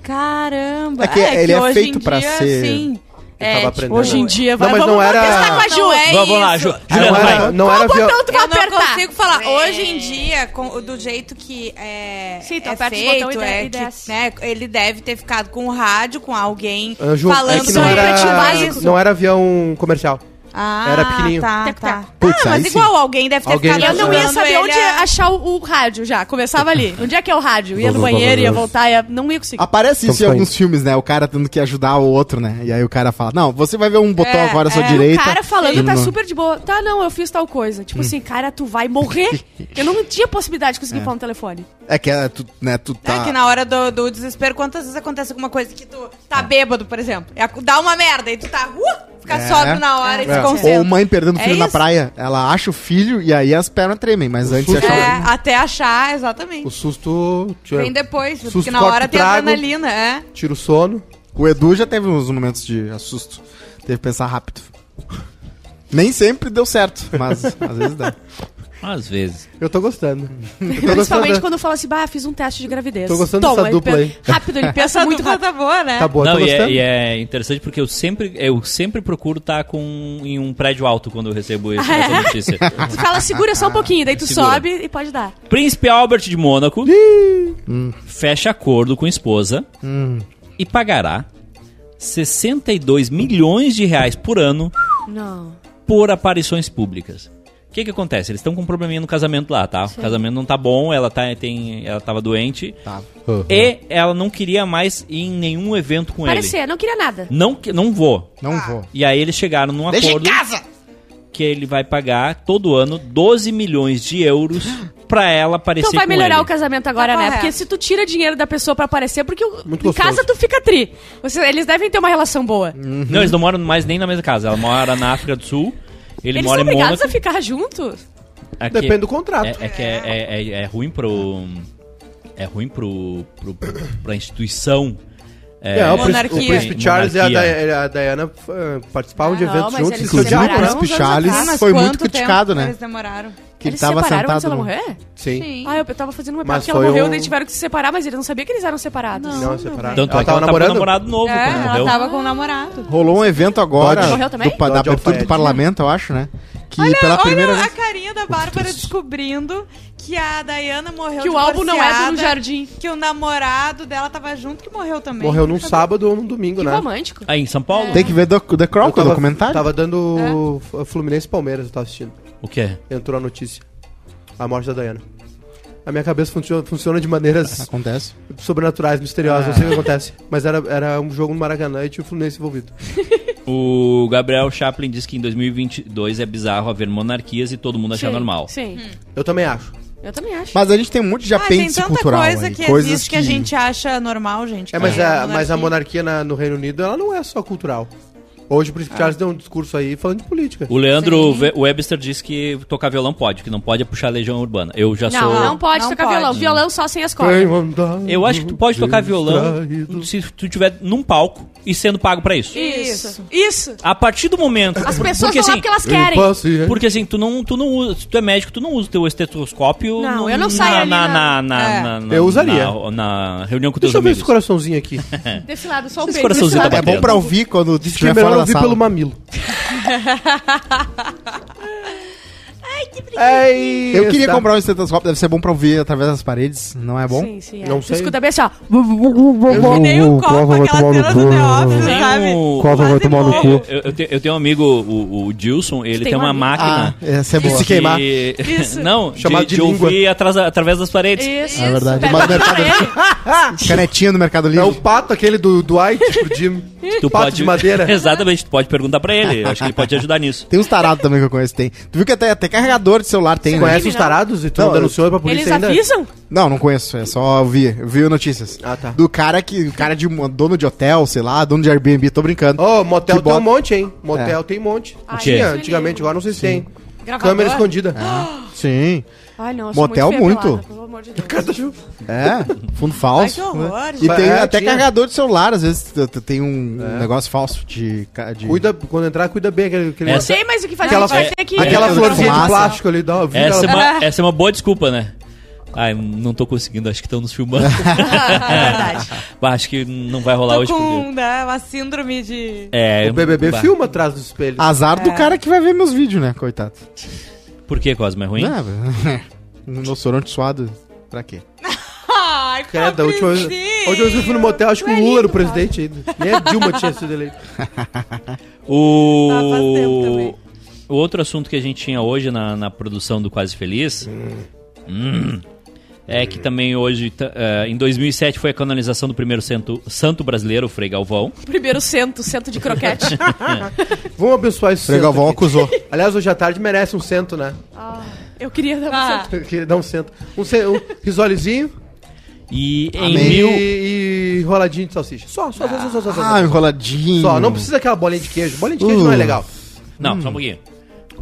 [SPEAKER 5] Caramba.
[SPEAKER 3] É que ele é
[SPEAKER 5] hoje
[SPEAKER 3] feito
[SPEAKER 5] em
[SPEAKER 3] pra
[SPEAKER 5] dia,
[SPEAKER 3] ser-
[SPEAKER 5] Sim. É, tipo,
[SPEAKER 4] Ele tava aprendendo.
[SPEAKER 2] Hoje em dia,
[SPEAKER 4] Não,
[SPEAKER 2] vai,
[SPEAKER 4] mas
[SPEAKER 2] vamos,
[SPEAKER 4] não
[SPEAKER 2] vamos
[SPEAKER 4] era-
[SPEAKER 2] testar com a Ju.
[SPEAKER 5] Não é
[SPEAKER 1] vamos lá,
[SPEAKER 5] isso.
[SPEAKER 1] Ju.
[SPEAKER 4] Ah,
[SPEAKER 1] Juliana,
[SPEAKER 4] não
[SPEAKER 1] vai.
[SPEAKER 4] era, não era
[SPEAKER 2] Qual
[SPEAKER 4] avião.
[SPEAKER 2] botão tu vai
[SPEAKER 5] Eu não
[SPEAKER 2] apertar?
[SPEAKER 5] consigo falar. Hoje em dia, com- do jeito que é,
[SPEAKER 2] Sim, tu
[SPEAKER 5] é
[SPEAKER 2] aperta os
[SPEAKER 5] feito,
[SPEAKER 2] botões e
[SPEAKER 5] é
[SPEAKER 2] de- e
[SPEAKER 5] que,
[SPEAKER 2] desce.
[SPEAKER 5] né, ele deve ter ficado com o rádio, com alguém
[SPEAKER 4] Ah, Ju,
[SPEAKER 5] falando
[SPEAKER 4] é que não
[SPEAKER 5] sobre
[SPEAKER 2] Só pra
[SPEAKER 4] era,
[SPEAKER 2] te
[SPEAKER 5] isso.
[SPEAKER 4] não era avião comercial.
[SPEAKER 5] Ah,
[SPEAKER 4] Era pequenininho.
[SPEAKER 5] Tá,
[SPEAKER 2] Tec,
[SPEAKER 5] tá.
[SPEAKER 2] tec.
[SPEAKER 3] Putz,
[SPEAKER 5] ah,
[SPEAKER 3] aí
[SPEAKER 5] mas
[SPEAKER 3] sim.
[SPEAKER 5] igual, alguém deve ter
[SPEAKER 4] Alguém
[SPEAKER 5] ficado
[SPEAKER 4] já
[SPEAKER 2] Eu não ia
[SPEAKER 5] ajudando
[SPEAKER 2] saber
[SPEAKER 5] ele é.
[SPEAKER 2] onde
[SPEAKER 5] a-
[SPEAKER 2] achar o, o rádio já. Começava ali. Onde é que é o rádio? Ia no banheiro, ia voltar, ia... não ia conseguir.
[SPEAKER 3] Aparece isso em
[SPEAKER 4] Estamos
[SPEAKER 3] alguns filmes, né? O cara tendo que ajudar o outro, né? E aí o cara fala: Não, você vai ver um botão
[SPEAKER 5] É,
[SPEAKER 3] agora à sua
[SPEAKER 5] é, o
[SPEAKER 2] O
[SPEAKER 3] direita.
[SPEAKER 2] cara falando
[SPEAKER 3] Ele
[SPEAKER 2] tá
[SPEAKER 3] não-
[SPEAKER 2] super de boa. Tá, não, eu fiz tal coisa. Tipo assim, cara, tu vai morrer. Eu não tinha possibilidade de conseguir falar no telefone.
[SPEAKER 3] É que é, tu, né, tu tá.
[SPEAKER 5] É que na hora do, do desespero, quantas vezes acontece alguma coisa que tu
[SPEAKER 3] É.
[SPEAKER 5] tá bêbado, por exemplo? E a- Dá uma merda e tu tá. Uh, fica
[SPEAKER 3] É.
[SPEAKER 5] sóbrio na hora e
[SPEAKER 3] É.
[SPEAKER 5] se
[SPEAKER 3] Ou
[SPEAKER 5] concentra.
[SPEAKER 3] mãe perdendo o
[SPEAKER 5] É
[SPEAKER 3] filho na
[SPEAKER 5] isso.
[SPEAKER 3] praia. Ela acha o filho e aí as pernas tremem, mas antes de achar
[SPEAKER 5] É, até achar, exatamente.
[SPEAKER 4] O susto tira,
[SPEAKER 5] Vem depois,
[SPEAKER 4] Susto
[SPEAKER 5] porque na
[SPEAKER 4] corta
[SPEAKER 5] hora
[SPEAKER 4] o
[SPEAKER 5] tem
[SPEAKER 4] trago.
[SPEAKER 5] adrenalina, é.
[SPEAKER 4] tira o sono.
[SPEAKER 3] O Edu já teve uns momentos de assusto. Teve que pensar rápido. Nem sempre deu certo, mas às vezes dá.
[SPEAKER 1] Às vezes.
[SPEAKER 4] Eu tô gostando. Eu tô
[SPEAKER 2] Principalmente
[SPEAKER 4] gostando.
[SPEAKER 2] quando fala assim, bah, fiz um teste de gravidez.
[SPEAKER 4] Tô gostando dessa
[SPEAKER 2] ele
[SPEAKER 4] dupla
[SPEAKER 2] pe-
[SPEAKER 4] aí.
[SPEAKER 2] Rápido, ele pensa
[SPEAKER 5] Essa
[SPEAKER 2] muito
[SPEAKER 5] dupla
[SPEAKER 2] rápido.
[SPEAKER 5] tá boa, né?
[SPEAKER 4] Tá boa,
[SPEAKER 1] não,
[SPEAKER 4] tô
[SPEAKER 1] e é,
[SPEAKER 4] gostando.
[SPEAKER 1] e é interessante porque eu sempre, eu sempre procuro estar com, em um prédio alto quando eu recebo esse- essa notícia.
[SPEAKER 2] Tu fala, segura só um pouquinho, daí tu
[SPEAKER 1] Segura.
[SPEAKER 2] sobe e pode dar.
[SPEAKER 1] Príncipe Albert de Mônaco Hum. fecha acordo com esposa
[SPEAKER 4] Hum.
[SPEAKER 1] e pagará 62 milhões de reais por ano
[SPEAKER 2] Não.
[SPEAKER 1] por aparições públicas. O que que acontece? Eles estão com um probleminha no casamento lá, tá? O casamento não tá bom, ela tá tem, ela tava doente
[SPEAKER 3] Tá.
[SPEAKER 1] e ela não queria mais ir em nenhum evento com ele.
[SPEAKER 2] Parecer, não queria nada.
[SPEAKER 1] Não que- não vou.
[SPEAKER 3] Não vou.
[SPEAKER 1] E aí eles chegaram num
[SPEAKER 3] Deixa
[SPEAKER 1] acordo
[SPEAKER 3] em casa!
[SPEAKER 1] que ele vai pagar todo ano 12 milhões de euros pra ela aparecer
[SPEAKER 2] Então vai
[SPEAKER 1] com
[SPEAKER 2] melhorar
[SPEAKER 1] ele.
[SPEAKER 2] o casamento agora,
[SPEAKER 5] Tá
[SPEAKER 2] né?
[SPEAKER 5] correto.
[SPEAKER 2] Porque se tu tira dinheiro da pessoa pra aparecer, porque o-
[SPEAKER 4] Muito
[SPEAKER 2] em
[SPEAKER 4] gostoso.
[SPEAKER 2] casa tu fica tri. Você- eles devem ter uma relação boa.
[SPEAKER 1] Não, eles não moram mais nem na mesma casa. Ela mora na África do Sul. Ele
[SPEAKER 2] eles
[SPEAKER 1] mora
[SPEAKER 2] são
[SPEAKER 1] em
[SPEAKER 2] obrigados
[SPEAKER 1] Mônaco.
[SPEAKER 2] a ficar juntos?
[SPEAKER 1] Aqui-
[SPEAKER 4] Depende do contrato.
[SPEAKER 1] É, é que é, é- é- é ruim pro. É ruim pro, pro, pro- pra instituição.
[SPEAKER 4] É, o, príncipe,
[SPEAKER 5] Monarquia.
[SPEAKER 4] o príncipe Charles e a,
[SPEAKER 1] Monarquia.
[SPEAKER 4] Di- a Diana eh, participaram de
[SPEAKER 2] Ah, não,
[SPEAKER 4] eventos
[SPEAKER 2] mas
[SPEAKER 4] juntos.
[SPEAKER 2] eles
[SPEAKER 4] isso é
[SPEAKER 3] Inclusive o
[SPEAKER 2] separaram
[SPEAKER 4] demais.
[SPEAKER 2] uns
[SPEAKER 3] Príncipe
[SPEAKER 2] anos
[SPEAKER 3] Charles
[SPEAKER 2] atrás,
[SPEAKER 5] Ah, mas
[SPEAKER 3] foi muito
[SPEAKER 5] quanto tempo
[SPEAKER 3] criticado, né?
[SPEAKER 5] Eles demoraram.
[SPEAKER 3] que
[SPEAKER 2] eles
[SPEAKER 3] ele tava
[SPEAKER 2] separaram antes
[SPEAKER 3] sentado.
[SPEAKER 2] dela
[SPEAKER 3] no-
[SPEAKER 2] morrer?
[SPEAKER 4] Sim.
[SPEAKER 2] Ah, eu tava fazendo uma piada
[SPEAKER 4] Mas
[SPEAKER 2] que ela
[SPEAKER 4] foi
[SPEAKER 2] morreu,
[SPEAKER 4] um-
[SPEAKER 2] daí tiveram que se separar, mas ele não sabia que eles eram separados.
[SPEAKER 5] Não.
[SPEAKER 4] Não, separado.
[SPEAKER 1] Tanto é que ela tava
[SPEAKER 4] tava
[SPEAKER 1] com um
[SPEAKER 4] namorando.
[SPEAKER 1] namorado novo
[SPEAKER 5] É,
[SPEAKER 1] quando
[SPEAKER 5] ela
[SPEAKER 1] morreu.
[SPEAKER 5] tava com o namorado.
[SPEAKER 3] Rolou um evento agora
[SPEAKER 4] Ela
[SPEAKER 2] morreu também?
[SPEAKER 3] do pa- da
[SPEAKER 4] Dodge
[SPEAKER 3] abertura do
[SPEAKER 4] Alfaiate.
[SPEAKER 3] parlamento, eu acho, né? Que pela primeira
[SPEAKER 5] olha a
[SPEAKER 3] vez.
[SPEAKER 5] carinha da Bárbara descobrindo que a Dayana morreu
[SPEAKER 2] Que o álbum não é do
[SPEAKER 5] divorciada,
[SPEAKER 2] Jardim.
[SPEAKER 5] Que o namorado dela tava junto que morreu também. Ah,
[SPEAKER 4] Morreu num sábado ou num domingo,
[SPEAKER 2] Que
[SPEAKER 4] né?
[SPEAKER 2] romântico.
[SPEAKER 1] Aí Ah, em São Paulo?
[SPEAKER 3] Tem que ver do, The Crown,
[SPEAKER 4] Eu
[SPEAKER 3] que é o documentário.
[SPEAKER 4] Tava dando
[SPEAKER 2] É.
[SPEAKER 4] F- Fluminense e Palmeiras, eu tava assistindo.
[SPEAKER 1] O quê?
[SPEAKER 4] Entrou a notícia. A morte da Dayana. A minha cabeça funciona, funciona de maneiras
[SPEAKER 3] Acontece.
[SPEAKER 4] sobrenaturais, misteriosas, não sei o que acontece. Mas era, era um jogo no Maracanã e tinha o Fluminense envolvido.
[SPEAKER 1] O Gabriel Chaplin diz que em 2022 é bizarro haver monarquias e todo mundo achar
[SPEAKER 2] Sim,
[SPEAKER 1] normal.
[SPEAKER 2] Sim.
[SPEAKER 4] Eu também acho.
[SPEAKER 2] Eu também acho.
[SPEAKER 3] Mas a gente tem um monte de
[SPEAKER 5] Ah, tem
[SPEAKER 3] apêndice
[SPEAKER 5] tanta
[SPEAKER 3] cultural.
[SPEAKER 5] coisa
[SPEAKER 3] aí,
[SPEAKER 5] que
[SPEAKER 3] coisas
[SPEAKER 5] existe que... a gente acha normal, assim. gente.
[SPEAKER 4] É, mas,
[SPEAKER 5] que
[SPEAKER 4] a, mas a monarquia na- no Reino Unido, ela não é só cultural. Hoje o Príncipe Charles deu um discurso aí falando de política.
[SPEAKER 1] O Leandro We- Webster diz que tocar violão pode, que não pode é puxar legião urbana. Eu já
[SPEAKER 2] não,
[SPEAKER 1] sou.
[SPEAKER 2] não pode
[SPEAKER 5] Não
[SPEAKER 2] tocar
[SPEAKER 5] pode.
[SPEAKER 2] violão. Violão só sem as cordas.
[SPEAKER 4] Tenho andado
[SPEAKER 1] Eu acho que tu
[SPEAKER 3] um
[SPEAKER 1] pode tocar violão
[SPEAKER 4] distraído.
[SPEAKER 1] se tu tiver num palco e sendo pago pra isso.
[SPEAKER 2] Isso. Isso.
[SPEAKER 1] A partir do momento.
[SPEAKER 2] As
[SPEAKER 1] por-
[SPEAKER 2] pessoas
[SPEAKER 1] porque,
[SPEAKER 2] vão
[SPEAKER 1] assim,
[SPEAKER 2] lá porque elas querem.
[SPEAKER 4] Impaciente.
[SPEAKER 1] Porque assim, tu não, tu não usa. Se tu é médico, tu não usa o teu estetoscópio.
[SPEAKER 2] Não,
[SPEAKER 1] no-
[SPEAKER 2] eu não saio
[SPEAKER 1] na,
[SPEAKER 2] ali
[SPEAKER 1] na, na,
[SPEAKER 2] na-
[SPEAKER 1] na-
[SPEAKER 5] É.
[SPEAKER 1] na- na-
[SPEAKER 4] Eu usaria.
[SPEAKER 1] Na, na reunião com teus
[SPEAKER 4] Deixa eu ver
[SPEAKER 1] amigos.
[SPEAKER 4] esse coraçãozinho aqui.
[SPEAKER 2] Desse lado, só o
[SPEAKER 1] Esse
[SPEAKER 2] peito.
[SPEAKER 1] coraçãozinho
[SPEAKER 2] Desse lado.
[SPEAKER 1] tá
[SPEAKER 3] É bom pra ouvir quando estiver
[SPEAKER 4] Primeiro
[SPEAKER 3] fora
[SPEAKER 4] eu
[SPEAKER 3] da
[SPEAKER 4] vi
[SPEAKER 3] sala.
[SPEAKER 4] é pelo mamilo. Ai, que
[SPEAKER 3] Eu queria comprar um estetoscópio, deve ser bom pra ouvir através das paredes, não é bom?
[SPEAKER 2] Sim, sim. É.
[SPEAKER 4] Não
[SPEAKER 2] tu
[SPEAKER 4] sei.
[SPEAKER 2] escuta bem assim, ó.
[SPEAKER 3] um
[SPEAKER 5] Que nem
[SPEAKER 4] Uh,
[SPEAKER 5] o copo, aquela cena do The Office,
[SPEAKER 1] Tem
[SPEAKER 5] sabe?
[SPEAKER 1] um-
[SPEAKER 5] Quase
[SPEAKER 6] vai tomar no
[SPEAKER 5] morro.
[SPEAKER 1] Eu, eu tenho, eu tenho um amigo, o, o Gilson, ele
[SPEAKER 2] tem
[SPEAKER 1] tem
[SPEAKER 2] um
[SPEAKER 1] uma
[SPEAKER 2] amigo?
[SPEAKER 1] máquina.
[SPEAKER 3] Ah, essa é
[SPEAKER 4] Isso
[SPEAKER 3] boa.
[SPEAKER 4] se que- queimar.
[SPEAKER 1] de-
[SPEAKER 2] Isso.
[SPEAKER 1] Não,
[SPEAKER 4] Chamado
[SPEAKER 1] de,
[SPEAKER 4] de
[SPEAKER 1] de
[SPEAKER 4] língua.
[SPEAKER 1] ouvir atras- através das paredes.
[SPEAKER 2] Isso.
[SPEAKER 3] É verdade.
[SPEAKER 2] Pega
[SPEAKER 3] Mas
[SPEAKER 2] pra
[SPEAKER 3] mercado-
[SPEAKER 4] assim,
[SPEAKER 2] ele.
[SPEAKER 3] Canetinha do Mercado
[SPEAKER 4] É
[SPEAKER 3] Livre.
[SPEAKER 4] o pato aquele do Dwight pro Jimmy.
[SPEAKER 1] Tu
[SPEAKER 4] pato
[SPEAKER 1] pode,
[SPEAKER 4] de madeira.
[SPEAKER 1] Exatamente, tu pode perguntar pra ele. Eu acho que ele pode te ajudar nisso.
[SPEAKER 3] Tem uns tarados também que eu conheço, tem. Tu viu que até, até carregador de celular tem,
[SPEAKER 4] Tu
[SPEAKER 3] né?
[SPEAKER 4] conhece os tarados e tu não,
[SPEAKER 3] Não,
[SPEAKER 4] denunciou pra polícia
[SPEAKER 2] Eles
[SPEAKER 4] ainda?
[SPEAKER 2] avisam?
[SPEAKER 3] Não, não conheço, é só vi, vi notícias.
[SPEAKER 4] Ah, tá.
[SPEAKER 3] Do cara que, o cara de um- dono de hotel, sei lá, dono de Airbnb, tô brincando.
[SPEAKER 4] Ô, motel
[SPEAKER 3] Que
[SPEAKER 4] tem
[SPEAKER 3] bota-
[SPEAKER 4] um monte, hein? Motel tem um monte.
[SPEAKER 2] Ah,
[SPEAKER 1] isso
[SPEAKER 4] Tinha
[SPEAKER 1] é
[SPEAKER 4] antigamente,
[SPEAKER 2] lindo. Tá
[SPEAKER 4] agora não sei se tem.
[SPEAKER 2] Gravador?
[SPEAKER 4] Câmera escondida.
[SPEAKER 2] Ah.
[SPEAKER 3] Sim.
[SPEAKER 2] Ai, não, eu
[SPEAKER 3] Motel
[SPEAKER 2] feia
[SPEAKER 3] muito.
[SPEAKER 2] pelada, pelo amor de Deus.
[SPEAKER 4] tá
[SPEAKER 3] É, fundo
[SPEAKER 5] Ai,
[SPEAKER 3] falso. né?
[SPEAKER 5] que
[SPEAKER 1] né?
[SPEAKER 5] horror,
[SPEAKER 3] E
[SPEAKER 5] gente.
[SPEAKER 3] tem
[SPEAKER 4] É,
[SPEAKER 3] até
[SPEAKER 4] tinha. É.
[SPEAKER 3] carregador de celular, às vezes t- t- tem um negócio falso de. ca- de...
[SPEAKER 4] Cuida, quando entrar, cuida bem aquele. aquele-
[SPEAKER 1] Essa-
[SPEAKER 2] Sei, mas o que fazer?
[SPEAKER 4] Aquela-
[SPEAKER 2] a gente vai
[SPEAKER 1] é-
[SPEAKER 2] ter que...
[SPEAKER 4] Aquela
[SPEAKER 3] É,
[SPEAKER 4] florzinha de
[SPEAKER 3] fumaça.
[SPEAKER 4] plástico ali, dá. vira
[SPEAKER 1] Essa é,
[SPEAKER 4] ela-
[SPEAKER 2] Ah.
[SPEAKER 1] uma, essa é uma boa desculpa, né? Ai, não tô conseguindo, acho que estão nos filmando.
[SPEAKER 5] É verdade.
[SPEAKER 1] Bah, acho que não vai rolar
[SPEAKER 5] Tô
[SPEAKER 1] hoje.
[SPEAKER 5] com
[SPEAKER 1] porque-
[SPEAKER 5] né, uma síndrome de...
[SPEAKER 1] É,
[SPEAKER 4] O BBB
[SPEAKER 1] bah.
[SPEAKER 4] filma atrás do espelho.
[SPEAKER 3] Azar do cara que vai ver meus vídeos, né? Coitado.
[SPEAKER 1] Por que, Cosmo? É ruim?
[SPEAKER 3] Não, um nossorante suado, pra quê?
[SPEAKER 5] Ai,
[SPEAKER 4] Credo, a última vez, a última vez eu fui no motel, acho que o Lula era o presidente ainda. Nem a Dilma tinha sido eleito.
[SPEAKER 5] Ah, faz tempo
[SPEAKER 1] O...
[SPEAKER 5] também.
[SPEAKER 1] o outro assunto que a gente tinha hoje na, na produção do Quase Feliz hum, é que também hoje, tá, eh, em 2007, foi a canonização do primeiro santo, santo brasileiro, o Frei Galvão.
[SPEAKER 2] Primeiro cento, cento de croquete.
[SPEAKER 4] Vamos abençoar esse
[SPEAKER 3] Frei
[SPEAKER 4] centro
[SPEAKER 3] Galvão
[SPEAKER 4] aqui.
[SPEAKER 3] acusou.
[SPEAKER 4] Aliás, hoje à tarde merece um cento, né?
[SPEAKER 2] Ah, eu queria dar um
[SPEAKER 5] Ah.
[SPEAKER 2] cento.
[SPEAKER 4] Queria dar um cento. Um, ce- um risolezinho
[SPEAKER 1] E em
[SPEAKER 3] Amém.
[SPEAKER 1] mil...
[SPEAKER 4] e, e roladinho de salsicha. Só, só, só, só, só, só. só.
[SPEAKER 3] Ah, enroladinho.
[SPEAKER 4] Só, não precisa daquela bolinha de queijo. Bolinha de queijo não é
[SPEAKER 3] Uh.
[SPEAKER 4] legal.
[SPEAKER 1] Não, só um pouquinho.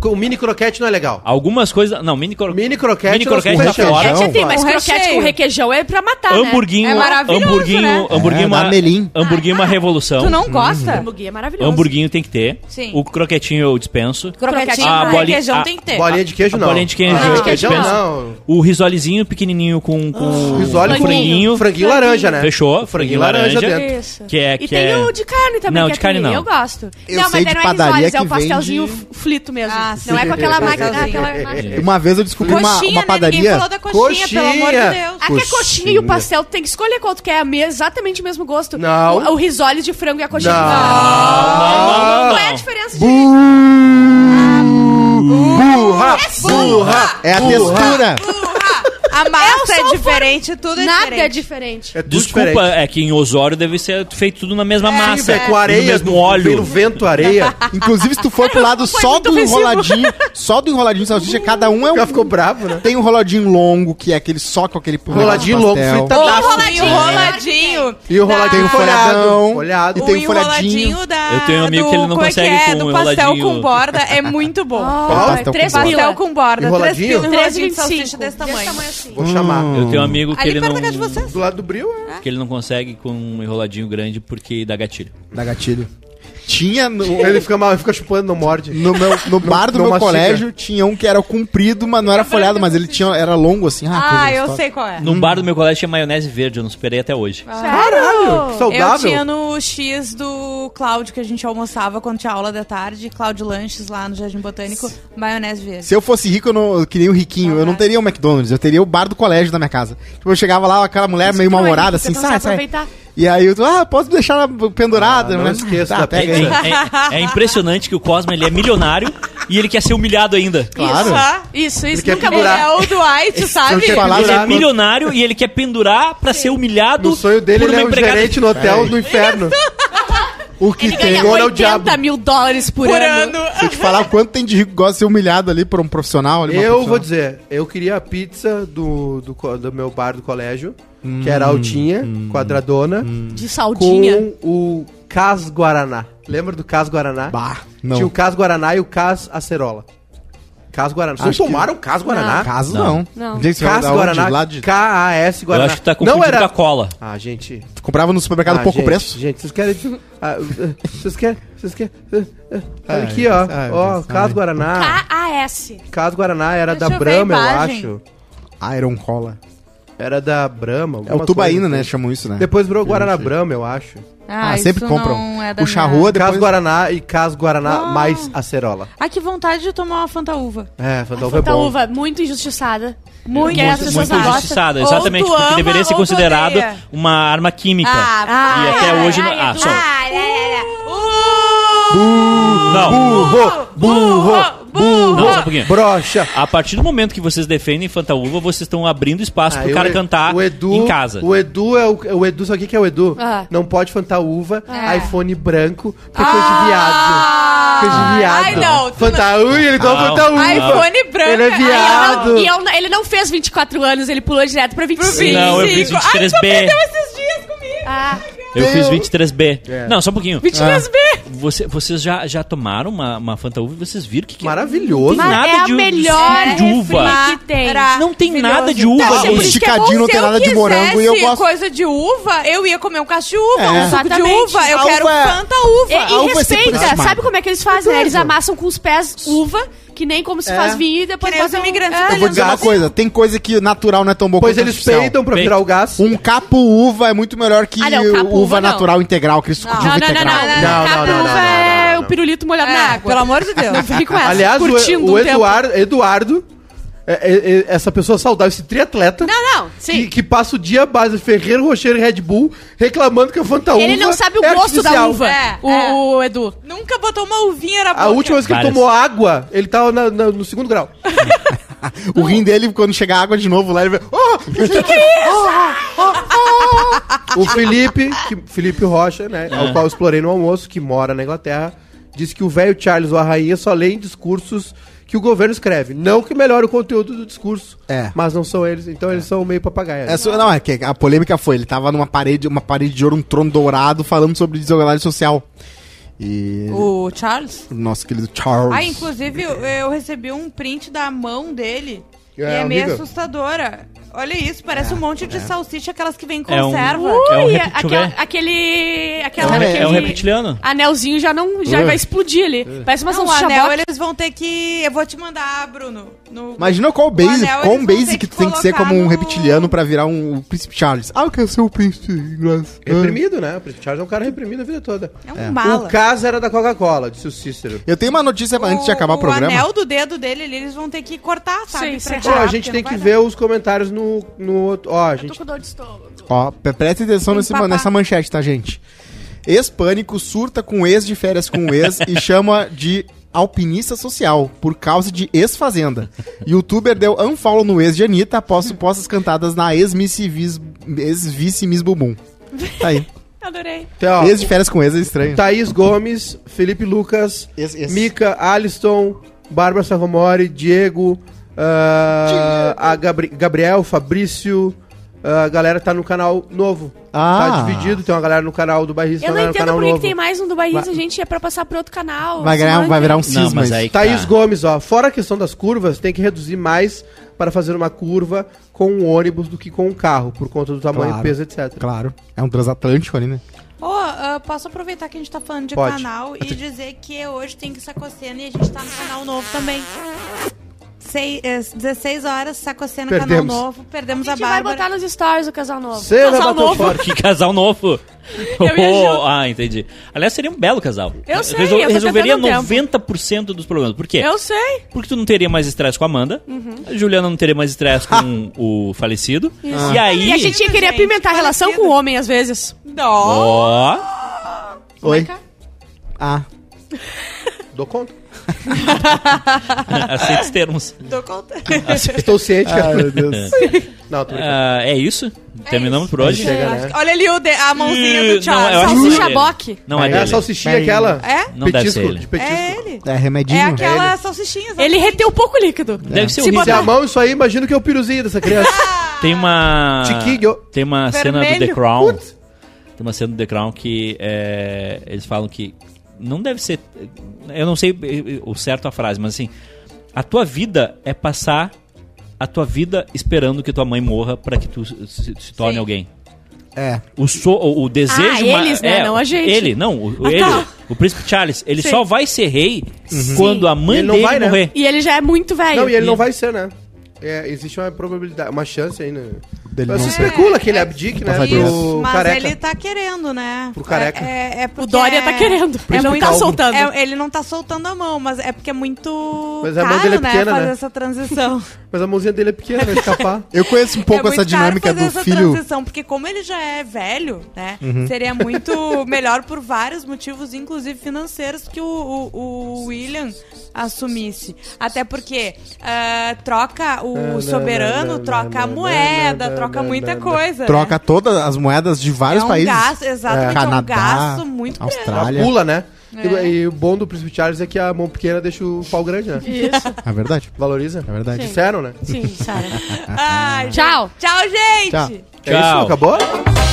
[SPEAKER 4] O mini croquete não é legal.
[SPEAKER 1] Algumas coisas... Não, mini, cro...
[SPEAKER 4] Mini croquete é
[SPEAKER 1] Mini
[SPEAKER 4] não
[SPEAKER 1] croquete
[SPEAKER 4] se
[SPEAKER 1] tá
[SPEAKER 4] fecha.
[SPEAKER 1] fora.
[SPEAKER 2] Croquete é
[SPEAKER 3] Não,
[SPEAKER 2] tem, mas
[SPEAKER 5] pô.
[SPEAKER 2] croquete
[SPEAKER 5] Um Recheio.
[SPEAKER 2] com requeijão é pra matar,
[SPEAKER 1] Hamburguinho,
[SPEAKER 5] É maravilhoso,
[SPEAKER 1] hamburguinho,
[SPEAKER 5] né? Ah,
[SPEAKER 1] hamburguinho,
[SPEAKER 3] É,
[SPEAKER 1] uma,
[SPEAKER 3] dá melim.
[SPEAKER 1] hamburguinho é uma revolução.
[SPEAKER 5] Tu
[SPEAKER 4] Uhum.
[SPEAKER 5] não gosta?
[SPEAKER 2] né? Hamburguinho é maravilhoso.
[SPEAKER 1] Hamburguinho tem que ter.
[SPEAKER 5] Sim.
[SPEAKER 1] O croquetinho eu dispenso.
[SPEAKER 5] Croquetinho
[SPEAKER 1] Ah,
[SPEAKER 5] com
[SPEAKER 1] bolinha-
[SPEAKER 5] requeijão
[SPEAKER 1] ah,
[SPEAKER 5] tem que ter.
[SPEAKER 4] Bolinha de queijo
[SPEAKER 1] A
[SPEAKER 4] não.
[SPEAKER 1] bolinha de queijo,
[SPEAKER 4] Ah,
[SPEAKER 1] eu
[SPEAKER 4] queijo
[SPEAKER 1] dispenso.
[SPEAKER 4] não.
[SPEAKER 1] O risolezinho pequenininho com, com
[SPEAKER 4] Ah, Risole com
[SPEAKER 1] franguinho.
[SPEAKER 4] franguinho, laranja, né?
[SPEAKER 1] Fechou, franguinho laranja.
[SPEAKER 4] dentro.
[SPEAKER 2] Isso.
[SPEAKER 1] Que é-
[SPEAKER 2] e
[SPEAKER 1] que
[SPEAKER 2] tem
[SPEAKER 1] é-
[SPEAKER 2] o de carne também.
[SPEAKER 1] Não,
[SPEAKER 2] que é
[SPEAKER 1] de carne
[SPEAKER 2] aquele-
[SPEAKER 1] não.
[SPEAKER 2] Eu gosto.
[SPEAKER 3] Eu
[SPEAKER 2] não,
[SPEAKER 3] sei
[SPEAKER 2] mas
[SPEAKER 3] de
[SPEAKER 2] daí não é
[SPEAKER 3] padaria
[SPEAKER 2] risoles, é o
[SPEAKER 3] que
[SPEAKER 2] pastelzinho
[SPEAKER 3] vende-
[SPEAKER 2] f- frito mesmo.
[SPEAKER 5] Ah,
[SPEAKER 2] não é
[SPEAKER 5] sim.
[SPEAKER 2] com aquela máquina,
[SPEAKER 5] Pastelzinho.
[SPEAKER 2] aquela máquina.
[SPEAKER 3] Uma vez eu descobri uma,
[SPEAKER 5] Coxinha,
[SPEAKER 3] uma
[SPEAKER 5] né? Ninguém
[SPEAKER 3] padaria.
[SPEAKER 5] falou da coxinha, pelo amor
[SPEAKER 4] Coxinha.
[SPEAKER 5] de Deus.
[SPEAKER 2] Aqui é coxinha e o
[SPEAKER 3] Coxinha.
[SPEAKER 2] pastel, tu tem que escolher qual tu quer, é me- exatamente o mesmo gosto.
[SPEAKER 4] Não.
[SPEAKER 2] O, o risoles de frango e a coxinha.
[SPEAKER 4] Não.
[SPEAKER 2] não,
[SPEAKER 1] não,
[SPEAKER 2] é a
[SPEAKER 1] não.
[SPEAKER 2] diferença de...
[SPEAKER 4] Burra! Burra!
[SPEAKER 3] É a textura.
[SPEAKER 5] A massa é diferente, tudo é
[SPEAKER 2] Nada é
[SPEAKER 5] diferente.
[SPEAKER 2] diferente.
[SPEAKER 4] É tudo
[SPEAKER 1] Desculpa,
[SPEAKER 4] diferente.
[SPEAKER 1] é que em Osório deve ser feito tudo na mesma massa.
[SPEAKER 4] É, com
[SPEAKER 1] e
[SPEAKER 4] areia,
[SPEAKER 1] no mesmo
[SPEAKER 4] do-
[SPEAKER 1] óleo.
[SPEAKER 4] Pelo vento, areia.
[SPEAKER 3] Inclusive, se tu for pro lado
[SPEAKER 2] Foi
[SPEAKER 3] só
[SPEAKER 2] muito
[SPEAKER 3] do
[SPEAKER 2] ofensivo.
[SPEAKER 3] enroladinho, só do enroladinho de salsicha, cada um é
[SPEAKER 4] Ela
[SPEAKER 3] um.
[SPEAKER 4] ficou bravo, né?
[SPEAKER 3] Tem um roladinho longo, que é aquele só com aquele
[SPEAKER 4] Roladinho longo,
[SPEAKER 5] Ou
[SPEAKER 4] fritadaço.
[SPEAKER 5] o
[SPEAKER 2] Roladinho,
[SPEAKER 5] roladinho,
[SPEAKER 2] né?
[SPEAKER 5] roladinho.
[SPEAKER 4] E o roladinho
[SPEAKER 3] Tem o
[SPEAKER 5] da-
[SPEAKER 3] Um folhadão.
[SPEAKER 4] Folhado.
[SPEAKER 3] E
[SPEAKER 5] o
[SPEAKER 3] tem o folhadinho.
[SPEAKER 5] Um enroladinho da.
[SPEAKER 1] Eu tenho um amigo
[SPEAKER 5] do,
[SPEAKER 1] que ele não
[SPEAKER 5] como é
[SPEAKER 1] consegue
[SPEAKER 5] é?
[SPEAKER 1] com
[SPEAKER 5] do
[SPEAKER 1] um
[SPEAKER 5] pastel
[SPEAKER 1] enroladinho.
[SPEAKER 5] com borda. É muito bom.
[SPEAKER 2] Ah,
[SPEAKER 3] pastel
[SPEAKER 2] três
[SPEAKER 3] com borda.
[SPEAKER 5] Pastel
[SPEAKER 2] pila.
[SPEAKER 5] com borda. Três
[SPEAKER 4] Enroladinho?
[SPEAKER 5] pila, enroladinho de
[SPEAKER 2] 3,25.
[SPEAKER 5] salsicha desse tamanho.
[SPEAKER 2] assim.
[SPEAKER 4] Vou
[SPEAKER 3] Hum.
[SPEAKER 4] chamar.
[SPEAKER 1] Eu tenho um amigo que
[SPEAKER 5] Ali
[SPEAKER 1] ele
[SPEAKER 5] perto
[SPEAKER 1] não,
[SPEAKER 5] da casa de vocês.
[SPEAKER 1] Ah.
[SPEAKER 4] Do lado do bril, é.
[SPEAKER 1] que ele não consegue com um enroladinho grande porque dá gatilho.
[SPEAKER 3] Dá gatilho. Tinha no,
[SPEAKER 4] Ele fica mal, ele fica chupando, não morde.
[SPEAKER 3] no, meu, no bar do
[SPEAKER 4] não
[SPEAKER 3] meu
[SPEAKER 4] mastiga.
[SPEAKER 3] colégio, tinha um que era comprido, mas não era folhado, mas ele tinha, era longo assim. Ah, coisa
[SPEAKER 5] Ah, eu
[SPEAKER 3] gostosa.
[SPEAKER 5] sei qual é.
[SPEAKER 1] No bar do meu colégio tinha maionese verde, eu não superei até hoje.
[SPEAKER 4] Caralho, que
[SPEAKER 5] Ah, Eu
[SPEAKER 4] saudável.
[SPEAKER 5] tinha no X do Cláudio, que a gente almoçava quando tinha aula da tarde, Cláudio Lanches lá no Jardim Botânico, maionese verde.
[SPEAKER 3] Se eu fosse rico, eu, não, eu queria o riquinho. eu não
[SPEAKER 5] Saudável.
[SPEAKER 3] teria o McDonald's, eu teria o bar do colégio da minha casa. Tipo, eu chegava lá, aquela mulher
[SPEAKER 2] é
[SPEAKER 3] meio mal-humorada, assim, sai, sai.
[SPEAKER 2] aproveitar.
[SPEAKER 3] E aí eu, ah, posso deixar ela pendurada?
[SPEAKER 4] Ah, não
[SPEAKER 3] né?
[SPEAKER 4] esqueço da
[SPEAKER 1] É,
[SPEAKER 3] pega
[SPEAKER 1] é-
[SPEAKER 3] aí.
[SPEAKER 1] é- é impressionante que o Cosmo ele é milionário e ele quer ser humilhado ainda.
[SPEAKER 3] Claro.
[SPEAKER 2] Isso, isso,
[SPEAKER 4] quer
[SPEAKER 2] nunca
[SPEAKER 5] Ele
[SPEAKER 4] pendurar.
[SPEAKER 2] mudou.
[SPEAKER 5] é o Dwight, sabe?
[SPEAKER 3] tinha falado-
[SPEAKER 1] Ele é
[SPEAKER 4] Claro.
[SPEAKER 1] milionário e ele quer pendurar pra ser humilhado.
[SPEAKER 4] Ah, No sonho dele,
[SPEAKER 1] por
[SPEAKER 4] ele
[SPEAKER 1] uma
[SPEAKER 4] é o
[SPEAKER 1] empregada-
[SPEAKER 4] gerente no hotel do inferno.
[SPEAKER 3] O que
[SPEAKER 2] Ele
[SPEAKER 3] tem.
[SPEAKER 2] ganha
[SPEAKER 4] agora é o diabo.
[SPEAKER 2] 80 mil dólares por,
[SPEAKER 5] Por
[SPEAKER 2] ano.
[SPEAKER 5] ano.
[SPEAKER 3] Se eu te falar o quanto tem de rico que gosta de ser humilhado ali por um profissional. Ali, uma
[SPEAKER 4] Eu vou
[SPEAKER 3] profissional.
[SPEAKER 4] dizer, eu queria a pizza do, do, co- do meu bar do colégio, que era altinha, quadradona,
[SPEAKER 5] hum.
[SPEAKER 2] De
[SPEAKER 4] com
[SPEAKER 2] saldinha.
[SPEAKER 4] o Cas Guaraná. Lembra do Cas Guaraná?
[SPEAKER 3] Bah, não.
[SPEAKER 4] Tinha o Cas Guaraná e o Cas Acerola. Cas Guaraná. Vocês
[SPEAKER 3] Acho que-
[SPEAKER 4] tomaram Cas Guaraná?
[SPEAKER 3] Caso não.
[SPEAKER 2] Não.
[SPEAKER 3] Onde é que você vai
[SPEAKER 4] Cas
[SPEAKER 3] dar onde?
[SPEAKER 4] Guaraná,
[SPEAKER 3] Lá de-
[SPEAKER 4] K-A-S
[SPEAKER 1] Eu
[SPEAKER 4] Guaraná.
[SPEAKER 1] acho que tá confundindo
[SPEAKER 4] né? era-
[SPEAKER 1] com a cola.
[SPEAKER 4] Ah, gente.
[SPEAKER 3] Tu comprava no supermercado
[SPEAKER 4] ah,
[SPEAKER 3] Tá pouco
[SPEAKER 4] gente,
[SPEAKER 3] preço?
[SPEAKER 4] Gente, vocês querem... Ah, uh, vocês querem... Vocês querem... uh, uh,
[SPEAKER 3] Ai,
[SPEAKER 4] Olha aqui, ó.
[SPEAKER 3] ai,
[SPEAKER 4] Ó,
[SPEAKER 3] Deus,
[SPEAKER 4] Cas
[SPEAKER 3] ai.
[SPEAKER 4] Guaraná.
[SPEAKER 2] KAS.
[SPEAKER 4] Cas Guaraná era
[SPEAKER 5] Deixa
[SPEAKER 4] da
[SPEAKER 5] eu ver a
[SPEAKER 4] Brahma, eu
[SPEAKER 5] imagem.
[SPEAKER 4] acho.
[SPEAKER 3] Iron Cola.
[SPEAKER 4] Era da Brahma.
[SPEAKER 3] É o
[SPEAKER 4] alguma
[SPEAKER 3] Tubaína,
[SPEAKER 4] coisa
[SPEAKER 3] né?
[SPEAKER 4] assim.
[SPEAKER 3] Chamam isso, né?
[SPEAKER 4] Depois virou Guaraná Brahma, eu acho.
[SPEAKER 3] Ah, sempre
[SPEAKER 5] isso
[SPEAKER 3] compram.
[SPEAKER 5] não é da
[SPEAKER 3] o
[SPEAKER 5] minha-
[SPEAKER 3] charrua
[SPEAKER 4] Cas
[SPEAKER 3] depois...
[SPEAKER 4] Guaraná e Cas Guaraná mais acerola.
[SPEAKER 5] Ah, que vontade de tomar uma Fanta Uva.
[SPEAKER 4] É, Fandalva é
[SPEAKER 2] Fanta
[SPEAKER 4] bom.
[SPEAKER 2] uva, muito injustiçada. Muito,
[SPEAKER 1] Muito-
[SPEAKER 2] as pessoas
[SPEAKER 1] muito
[SPEAKER 2] não gostam.
[SPEAKER 1] injustiçada,
[SPEAKER 5] Ou
[SPEAKER 1] exatamente,
[SPEAKER 5] tu
[SPEAKER 1] porque
[SPEAKER 5] ama
[SPEAKER 1] deveria ser
[SPEAKER 5] ou tu
[SPEAKER 1] considerado
[SPEAKER 5] odeia.
[SPEAKER 1] uma arma química. e até
[SPEAKER 2] ai,
[SPEAKER 1] hoje. não-
[SPEAKER 2] ai,
[SPEAKER 1] ah,
[SPEAKER 2] Edu.
[SPEAKER 1] só.
[SPEAKER 5] Ah, é, é, é.
[SPEAKER 1] Não,
[SPEAKER 4] Burro, burro, burro.
[SPEAKER 1] não, só um pouquinho.
[SPEAKER 4] Brocha.
[SPEAKER 1] A partir do momento que vocês defendem Fanta Uva, vocês estão abrindo espaço
[SPEAKER 4] Aí
[SPEAKER 1] pro cara
[SPEAKER 4] Ah, E-
[SPEAKER 1] cantar
[SPEAKER 4] o Edu,
[SPEAKER 1] em casa.
[SPEAKER 4] O Edu é o, o Edu, sabe o que que é o Edu?
[SPEAKER 2] Ah.
[SPEAKER 4] Não pode fantar uva,
[SPEAKER 5] É.
[SPEAKER 4] iPhone branco, porque é coisa de viado. Coisa de viado.
[SPEAKER 5] Ai, não, tu
[SPEAKER 4] Fantar uva, ele não
[SPEAKER 1] Não.
[SPEAKER 4] fantar uva.
[SPEAKER 5] iPhone branco.
[SPEAKER 4] Ele é
[SPEAKER 2] E eu não-
[SPEAKER 4] viado.
[SPEAKER 2] E eu não- ele não fez 24 anos, ele pulou direto pra 25.
[SPEAKER 1] Não, é eu fiz
[SPEAKER 5] Cinco.
[SPEAKER 1] 23B.
[SPEAKER 5] esses dias comigo.
[SPEAKER 2] Ah,
[SPEAKER 1] Eu fiz 23B.
[SPEAKER 4] É.
[SPEAKER 1] Não, só um pouquinho.
[SPEAKER 2] 23B.
[SPEAKER 1] Você- vocês já, já tomaram uma, uma Fanta Uva e vocês viram que, que
[SPEAKER 4] Maravilhoso.
[SPEAKER 1] Mas- nada
[SPEAKER 2] é a
[SPEAKER 1] de-
[SPEAKER 2] melhor
[SPEAKER 1] de uva.
[SPEAKER 2] refri que tem.
[SPEAKER 5] Pra-
[SPEAKER 1] Não tem
[SPEAKER 5] Maravilhoso.
[SPEAKER 1] nada de uva
[SPEAKER 5] Tá,
[SPEAKER 1] ali.
[SPEAKER 5] por isso que é
[SPEAKER 3] Esticadinho,
[SPEAKER 5] bom,
[SPEAKER 3] não
[SPEAKER 5] se
[SPEAKER 3] tem
[SPEAKER 5] eu
[SPEAKER 3] nada de morango e eu
[SPEAKER 5] quisesse
[SPEAKER 3] gosto.
[SPEAKER 5] coisa de uva, eu ia comer um cacho de uva,
[SPEAKER 3] É.
[SPEAKER 5] um suco de
[SPEAKER 2] Exatamente.
[SPEAKER 5] uva. Eu
[SPEAKER 3] A
[SPEAKER 5] quero
[SPEAKER 3] uva-
[SPEAKER 5] Fanta uva.
[SPEAKER 3] uva
[SPEAKER 2] E, e
[SPEAKER 3] é sempre
[SPEAKER 2] respeita,
[SPEAKER 3] desmamada.
[SPEAKER 2] sabe como é que eles fazem? né? Eles amassam com os pés uva, que nem como se faz vinho e depois
[SPEAKER 5] Que nem os
[SPEAKER 2] fazem um-
[SPEAKER 5] imigrantes
[SPEAKER 2] É.
[SPEAKER 3] Eu vou dizer uma
[SPEAKER 4] Gás.
[SPEAKER 3] coisa. Tem coisa que natural não é tão boa
[SPEAKER 4] Pois
[SPEAKER 3] quanto
[SPEAKER 4] eles
[SPEAKER 3] artificial.
[SPEAKER 4] peidam pra
[SPEAKER 1] Peito.
[SPEAKER 4] virar o gás.
[SPEAKER 3] Um capo uva é muito melhor que
[SPEAKER 2] Ah, não, capo
[SPEAKER 3] uva
[SPEAKER 2] uva não.
[SPEAKER 3] natural integral, aquele suco de
[SPEAKER 2] Ah, Não,
[SPEAKER 3] uva
[SPEAKER 2] não, não,
[SPEAKER 3] integral.
[SPEAKER 2] não, não,
[SPEAKER 4] Não, não,
[SPEAKER 2] Capa
[SPEAKER 4] não, não,
[SPEAKER 2] uva
[SPEAKER 4] não, não,
[SPEAKER 2] é
[SPEAKER 4] não.
[SPEAKER 2] o pirulito molhado na
[SPEAKER 5] Ah,
[SPEAKER 2] água.
[SPEAKER 5] pelo amor de
[SPEAKER 2] Não
[SPEAKER 5] Deus.
[SPEAKER 2] vem com essa.
[SPEAKER 4] Aliás, o,
[SPEAKER 2] É, curtindo
[SPEAKER 4] o
[SPEAKER 2] um tempo.
[SPEAKER 4] Eduardo, Eduardo é- é- é essa pessoa saudável, esse triatleta.
[SPEAKER 2] Não, não, sim.
[SPEAKER 4] Que, que passa o dia base Ferreiro, Rocher e Red Bull reclamando que a Fanta Uva
[SPEAKER 2] Ele não sabe o
[SPEAKER 4] é
[SPEAKER 2] gosto da
[SPEAKER 4] artificial.
[SPEAKER 2] uva,
[SPEAKER 5] É,
[SPEAKER 2] o,
[SPEAKER 5] é.
[SPEAKER 2] o Edu.
[SPEAKER 5] Nunca botou uma uvinha na boca.
[SPEAKER 4] A última vez que
[SPEAKER 1] Várias.
[SPEAKER 4] ele tomou água, ele tava na- na- no segundo grau.
[SPEAKER 3] O rim dele, quando chegar água de novo lá, ele vai... Oh,
[SPEAKER 4] O Felipe, que- Felipe Rocha, né? Ao qual eu explorei no almoço, que mora na Inglaterra, disse que o velho Charles ou a rainha só lê em discursos que o governo escreve. Não que melhore o conteúdo do discurso,
[SPEAKER 3] É.
[SPEAKER 4] mas não são eles. Então eles são meio papagaio.
[SPEAKER 3] É, só- não, é que a polêmica foi, ele tava numa parede, uma parede de ouro, um trono dourado, falando sobre desigualdade social. E
[SPEAKER 5] O Charles?
[SPEAKER 3] o nosso querido Charles.
[SPEAKER 5] Ah, inclusive eu, eu recebi um print da mão dele.
[SPEAKER 4] É,
[SPEAKER 5] e é meio
[SPEAKER 4] amiga.
[SPEAKER 5] assustadora. Olha isso, parece um monte de salsicha, aquelas que vem
[SPEAKER 1] É um-
[SPEAKER 5] conserva.
[SPEAKER 1] É um
[SPEAKER 2] Ui,
[SPEAKER 1] repeat-
[SPEAKER 2] aquela-
[SPEAKER 1] deixa eu ver.
[SPEAKER 2] aquele,
[SPEAKER 1] É um,
[SPEAKER 2] aquela,
[SPEAKER 1] re-
[SPEAKER 2] aquele
[SPEAKER 1] é um reptiliano.
[SPEAKER 2] anelzinho já não já vai explodir ali. Parece uma
[SPEAKER 5] Não, o
[SPEAKER 2] salsicha
[SPEAKER 5] anel
[SPEAKER 2] box.
[SPEAKER 5] eles vão ter que. Eu vou te mandar, Bruno. No...
[SPEAKER 3] Imagina qual
[SPEAKER 5] anel
[SPEAKER 3] base,
[SPEAKER 5] eles
[SPEAKER 3] qual
[SPEAKER 5] vão
[SPEAKER 3] base
[SPEAKER 5] ter
[SPEAKER 3] que,
[SPEAKER 5] que
[SPEAKER 3] tu tem que ser
[SPEAKER 5] colocar
[SPEAKER 3] como um
[SPEAKER 5] no-
[SPEAKER 3] reptiliano pra virar um, um príncipe Charles. Ah, eu quero ser o príncipe inglês.
[SPEAKER 4] Reprimido, né? O Charles é um cara reprimido a vida toda.
[SPEAKER 5] É um mala.
[SPEAKER 4] O caso era da Coca-Cola, disse o Cícero.
[SPEAKER 3] Eu tenho uma notícia pra- antes de acabar o, programa.
[SPEAKER 5] anel do dedo dele ali, eles vão ter que cortar, sabe?
[SPEAKER 2] Sim,
[SPEAKER 5] pra
[SPEAKER 2] sim.
[SPEAKER 4] Pô,
[SPEAKER 5] tirar,
[SPEAKER 4] a gente
[SPEAKER 5] porque
[SPEAKER 4] tem
[SPEAKER 5] não
[SPEAKER 4] que
[SPEAKER 5] vai
[SPEAKER 4] ver os comentários no, no outro. Ó, a
[SPEAKER 2] Eu tô
[SPEAKER 4] gente.
[SPEAKER 2] com dor de estômago.
[SPEAKER 3] Ó, pre- presta atenção nesse,
[SPEAKER 5] papar.
[SPEAKER 3] nessa manchete, tá, gente? Ex-pânico surta com ex de férias com ex e chama de alpinista social por causa de ex-fazenda. Youtuber deu unfollow no ex de Anitta após supostas cantadas na ex-miss Vis- ex-vice Miss Bumbum. Tá aí.
[SPEAKER 5] dar. Adorei.
[SPEAKER 4] Então, ó, Tá.
[SPEAKER 3] Ex de férias com ex é estranho.
[SPEAKER 4] Thaís Gomes, Felipe Lucas,
[SPEAKER 3] Esse- esse.
[SPEAKER 4] Mica Alisson, Bárbara Savamori, Diego, ah, a Gabri- Gabriel, Fabrício. A galera tá no canal novo.
[SPEAKER 3] Ah.
[SPEAKER 4] Tá dividido, tem uma galera no canal do Barrista,
[SPEAKER 2] Eu
[SPEAKER 4] uma
[SPEAKER 2] não
[SPEAKER 4] galera no
[SPEAKER 2] entendo
[SPEAKER 4] canal
[SPEAKER 2] por que
[SPEAKER 4] novo.
[SPEAKER 2] que tem mais um do Bahia,
[SPEAKER 4] tá Vai-
[SPEAKER 2] gente. É pra passar pro outro canal.
[SPEAKER 3] Vai, ganhar,
[SPEAKER 2] Semana
[SPEAKER 3] vai
[SPEAKER 2] que
[SPEAKER 3] virar
[SPEAKER 2] vem.
[SPEAKER 3] um cisma.
[SPEAKER 1] Não, mas
[SPEAKER 3] isso.
[SPEAKER 1] aí-
[SPEAKER 4] Thaís
[SPEAKER 1] Tá.
[SPEAKER 4] Gomes, ó, fora a questão das curvas, tem que reduzir mais para fazer uma curva com um ônibus do que com um carro, por conta do tamanho,
[SPEAKER 3] Claro.
[SPEAKER 4] peso, etc.
[SPEAKER 3] Claro. É um transatlântico ali, né?
[SPEAKER 5] Ô, ah, ah, posso aproveitar que a gente tá falando de
[SPEAKER 4] Pode.
[SPEAKER 5] canal e dizer que hoje tem que Sacocena e a gente tá no canal novo também. Sei, eh, 16 horas, Sacocena, canal
[SPEAKER 4] Perdemos.
[SPEAKER 5] novo. Perdemos
[SPEAKER 2] A
[SPEAKER 5] a
[SPEAKER 2] gente vai
[SPEAKER 5] Bárbara.
[SPEAKER 2] botar nos stories o casal novo.
[SPEAKER 4] Cena
[SPEAKER 2] casal
[SPEAKER 4] bateu
[SPEAKER 2] novo.
[SPEAKER 4] forte.
[SPEAKER 1] Que casal novo!
[SPEAKER 2] Eu ia
[SPEAKER 1] Oh,
[SPEAKER 2] ju-
[SPEAKER 1] ah, entendi. Aliás, seria um belo casal.
[SPEAKER 2] Eu sei,
[SPEAKER 1] Resol-
[SPEAKER 2] eu tô
[SPEAKER 1] resolveria
[SPEAKER 2] tentando um
[SPEAKER 1] 90% dos problemas. Por quê?
[SPEAKER 2] Eu Uhum. sei.
[SPEAKER 1] Porque tu não teria mais estresse com a Amanda, a Juliana não teria mais estresse com o falecido. E aí.
[SPEAKER 2] E a gente ia querer
[SPEAKER 5] Gente,
[SPEAKER 2] apimentar a relação com o homem às vezes.
[SPEAKER 5] Não.
[SPEAKER 1] Ó,
[SPEAKER 3] Oi? Ah,
[SPEAKER 4] Dou conta.
[SPEAKER 1] aceita Assim os termos.
[SPEAKER 5] Tô contando.
[SPEAKER 4] Estou ciente.
[SPEAKER 3] ah
[SPEAKER 4] cara.
[SPEAKER 3] meu Deus.
[SPEAKER 4] Não, tô brincando.
[SPEAKER 1] Ah, é isso? Terminamos por É, hoje?
[SPEAKER 4] Chega, né?
[SPEAKER 5] Olha ali o de- a é mãozinha
[SPEAKER 1] Ih,
[SPEAKER 5] do Charles.
[SPEAKER 1] não, eu acho-
[SPEAKER 2] Salsicha
[SPEAKER 1] Ui.
[SPEAKER 2] boque.
[SPEAKER 1] Não é
[SPEAKER 4] é a
[SPEAKER 1] dele.
[SPEAKER 4] salsichinha aquela?
[SPEAKER 5] É?
[SPEAKER 1] Não deve ser ele.
[SPEAKER 4] de petisco.
[SPEAKER 5] É ele.
[SPEAKER 3] É remedinho?
[SPEAKER 5] É aquela
[SPEAKER 4] É
[SPEAKER 5] salsichinha. sabe?
[SPEAKER 2] Ele reteu um pouco líquido.
[SPEAKER 1] Deve ser
[SPEAKER 2] Se
[SPEAKER 1] horrível.
[SPEAKER 4] Se a mão isso aí, imagino que é o piruzinho dessa criança.
[SPEAKER 1] Tem uma.
[SPEAKER 4] Chiquinho.
[SPEAKER 1] Tem uma cena do The
[SPEAKER 5] Vermelho.
[SPEAKER 1] Crown.
[SPEAKER 4] Putz.
[SPEAKER 1] Tem uma cena do The Crown que é, eles falam que não deve ser. Eu não sei eh, eh, o certo a frase, mas assim. A tua vida é passar a tua vida esperando que tua mãe morra pra que tu se, se torne
[SPEAKER 5] Sim.
[SPEAKER 1] alguém.
[SPEAKER 3] É.
[SPEAKER 1] O, so- o o desejo. é,
[SPEAKER 2] Ah, eles, né? Não a gente.
[SPEAKER 1] Ele, não. O, o-
[SPEAKER 2] Ah,
[SPEAKER 1] ele,
[SPEAKER 2] tá.
[SPEAKER 1] o príncipe Charles, ele
[SPEAKER 2] Sim. Uhum.
[SPEAKER 1] só vai ser rei quando a mãe
[SPEAKER 4] Ele não
[SPEAKER 1] dele
[SPEAKER 4] vai, né?
[SPEAKER 1] morrer.
[SPEAKER 2] E ele já é muito velho.
[SPEAKER 4] Não, e ele não
[SPEAKER 1] E-
[SPEAKER 4] vai ser, né? É, existe uma probabilidade, uma chance aí, né?
[SPEAKER 3] Dele
[SPEAKER 5] É.
[SPEAKER 4] Mas
[SPEAKER 3] não
[SPEAKER 4] se
[SPEAKER 3] ser.
[SPEAKER 4] especula que ele abdique, né?
[SPEAKER 3] Passar
[SPEAKER 4] Pro
[SPEAKER 3] direto.
[SPEAKER 5] Mas
[SPEAKER 4] careca.
[SPEAKER 5] ele tá querendo, né?
[SPEAKER 4] Pro careca.
[SPEAKER 5] É, é- é
[SPEAKER 2] O
[SPEAKER 5] porque
[SPEAKER 2] Dória
[SPEAKER 5] é-
[SPEAKER 2] tá querendo. Ele não tá
[SPEAKER 4] Calvo.
[SPEAKER 2] soltando.
[SPEAKER 5] é- ele não tá soltando a mão, mas é porque é muito
[SPEAKER 4] Mas a
[SPEAKER 5] caro,
[SPEAKER 4] mão dele é pequena,
[SPEAKER 5] né, fazer
[SPEAKER 4] né?
[SPEAKER 5] essa transição.
[SPEAKER 4] Mas a mãozinha dele é pequena, vai escapar.
[SPEAKER 3] Eu conheço um pouco
[SPEAKER 5] é
[SPEAKER 3] essa
[SPEAKER 5] muito caro
[SPEAKER 3] dinâmica
[SPEAKER 5] fazer
[SPEAKER 3] do
[SPEAKER 5] essa
[SPEAKER 3] filho. Uhum.
[SPEAKER 5] transição, porque como ele já é velho, né? Seria muito melhor por vários motivos, inclusive financeiros, que o, o- o William assumisse. Até porque ah, troca o soberano, troca a moeda, troca muita coisa. né?
[SPEAKER 3] Troca todas as moedas de vários
[SPEAKER 5] é um
[SPEAKER 3] países.
[SPEAKER 5] Gasto, exatamente, é um
[SPEAKER 3] Canadá,
[SPEAKER 5] gasto muito grande.
[SPEAKER 4] Ela
[SPEAKER 3] Austrália.
[SPEAKER 4] pula, né? E-
[SPEAKER 5] É.
[SPEAKER 4] E, o bom do Príncipe Charles é que a mão pequena deixa o pau grande, né?
[SPEAKER 2] Isso.
[SPEAKER 3] É verdade.
[SPEAKER 4] Valoriza.
[SPEAKER 3] É verdade.
[SPEAKER 2] Sim.
[SPEAKER 4] Disseram, né?
[SPEAKER 2] Sim, Sara.
[SPEAKER 5] Ai,
[SPEAKER 2] Tchau.
[SPEAKER 5] gente. Tchau, gente!
[SPEAKER 3] Tchau.
[SPEAKER 4] É isso?
[SPEAKER 1] Tchau.
[SPEAKER 4] Acabou?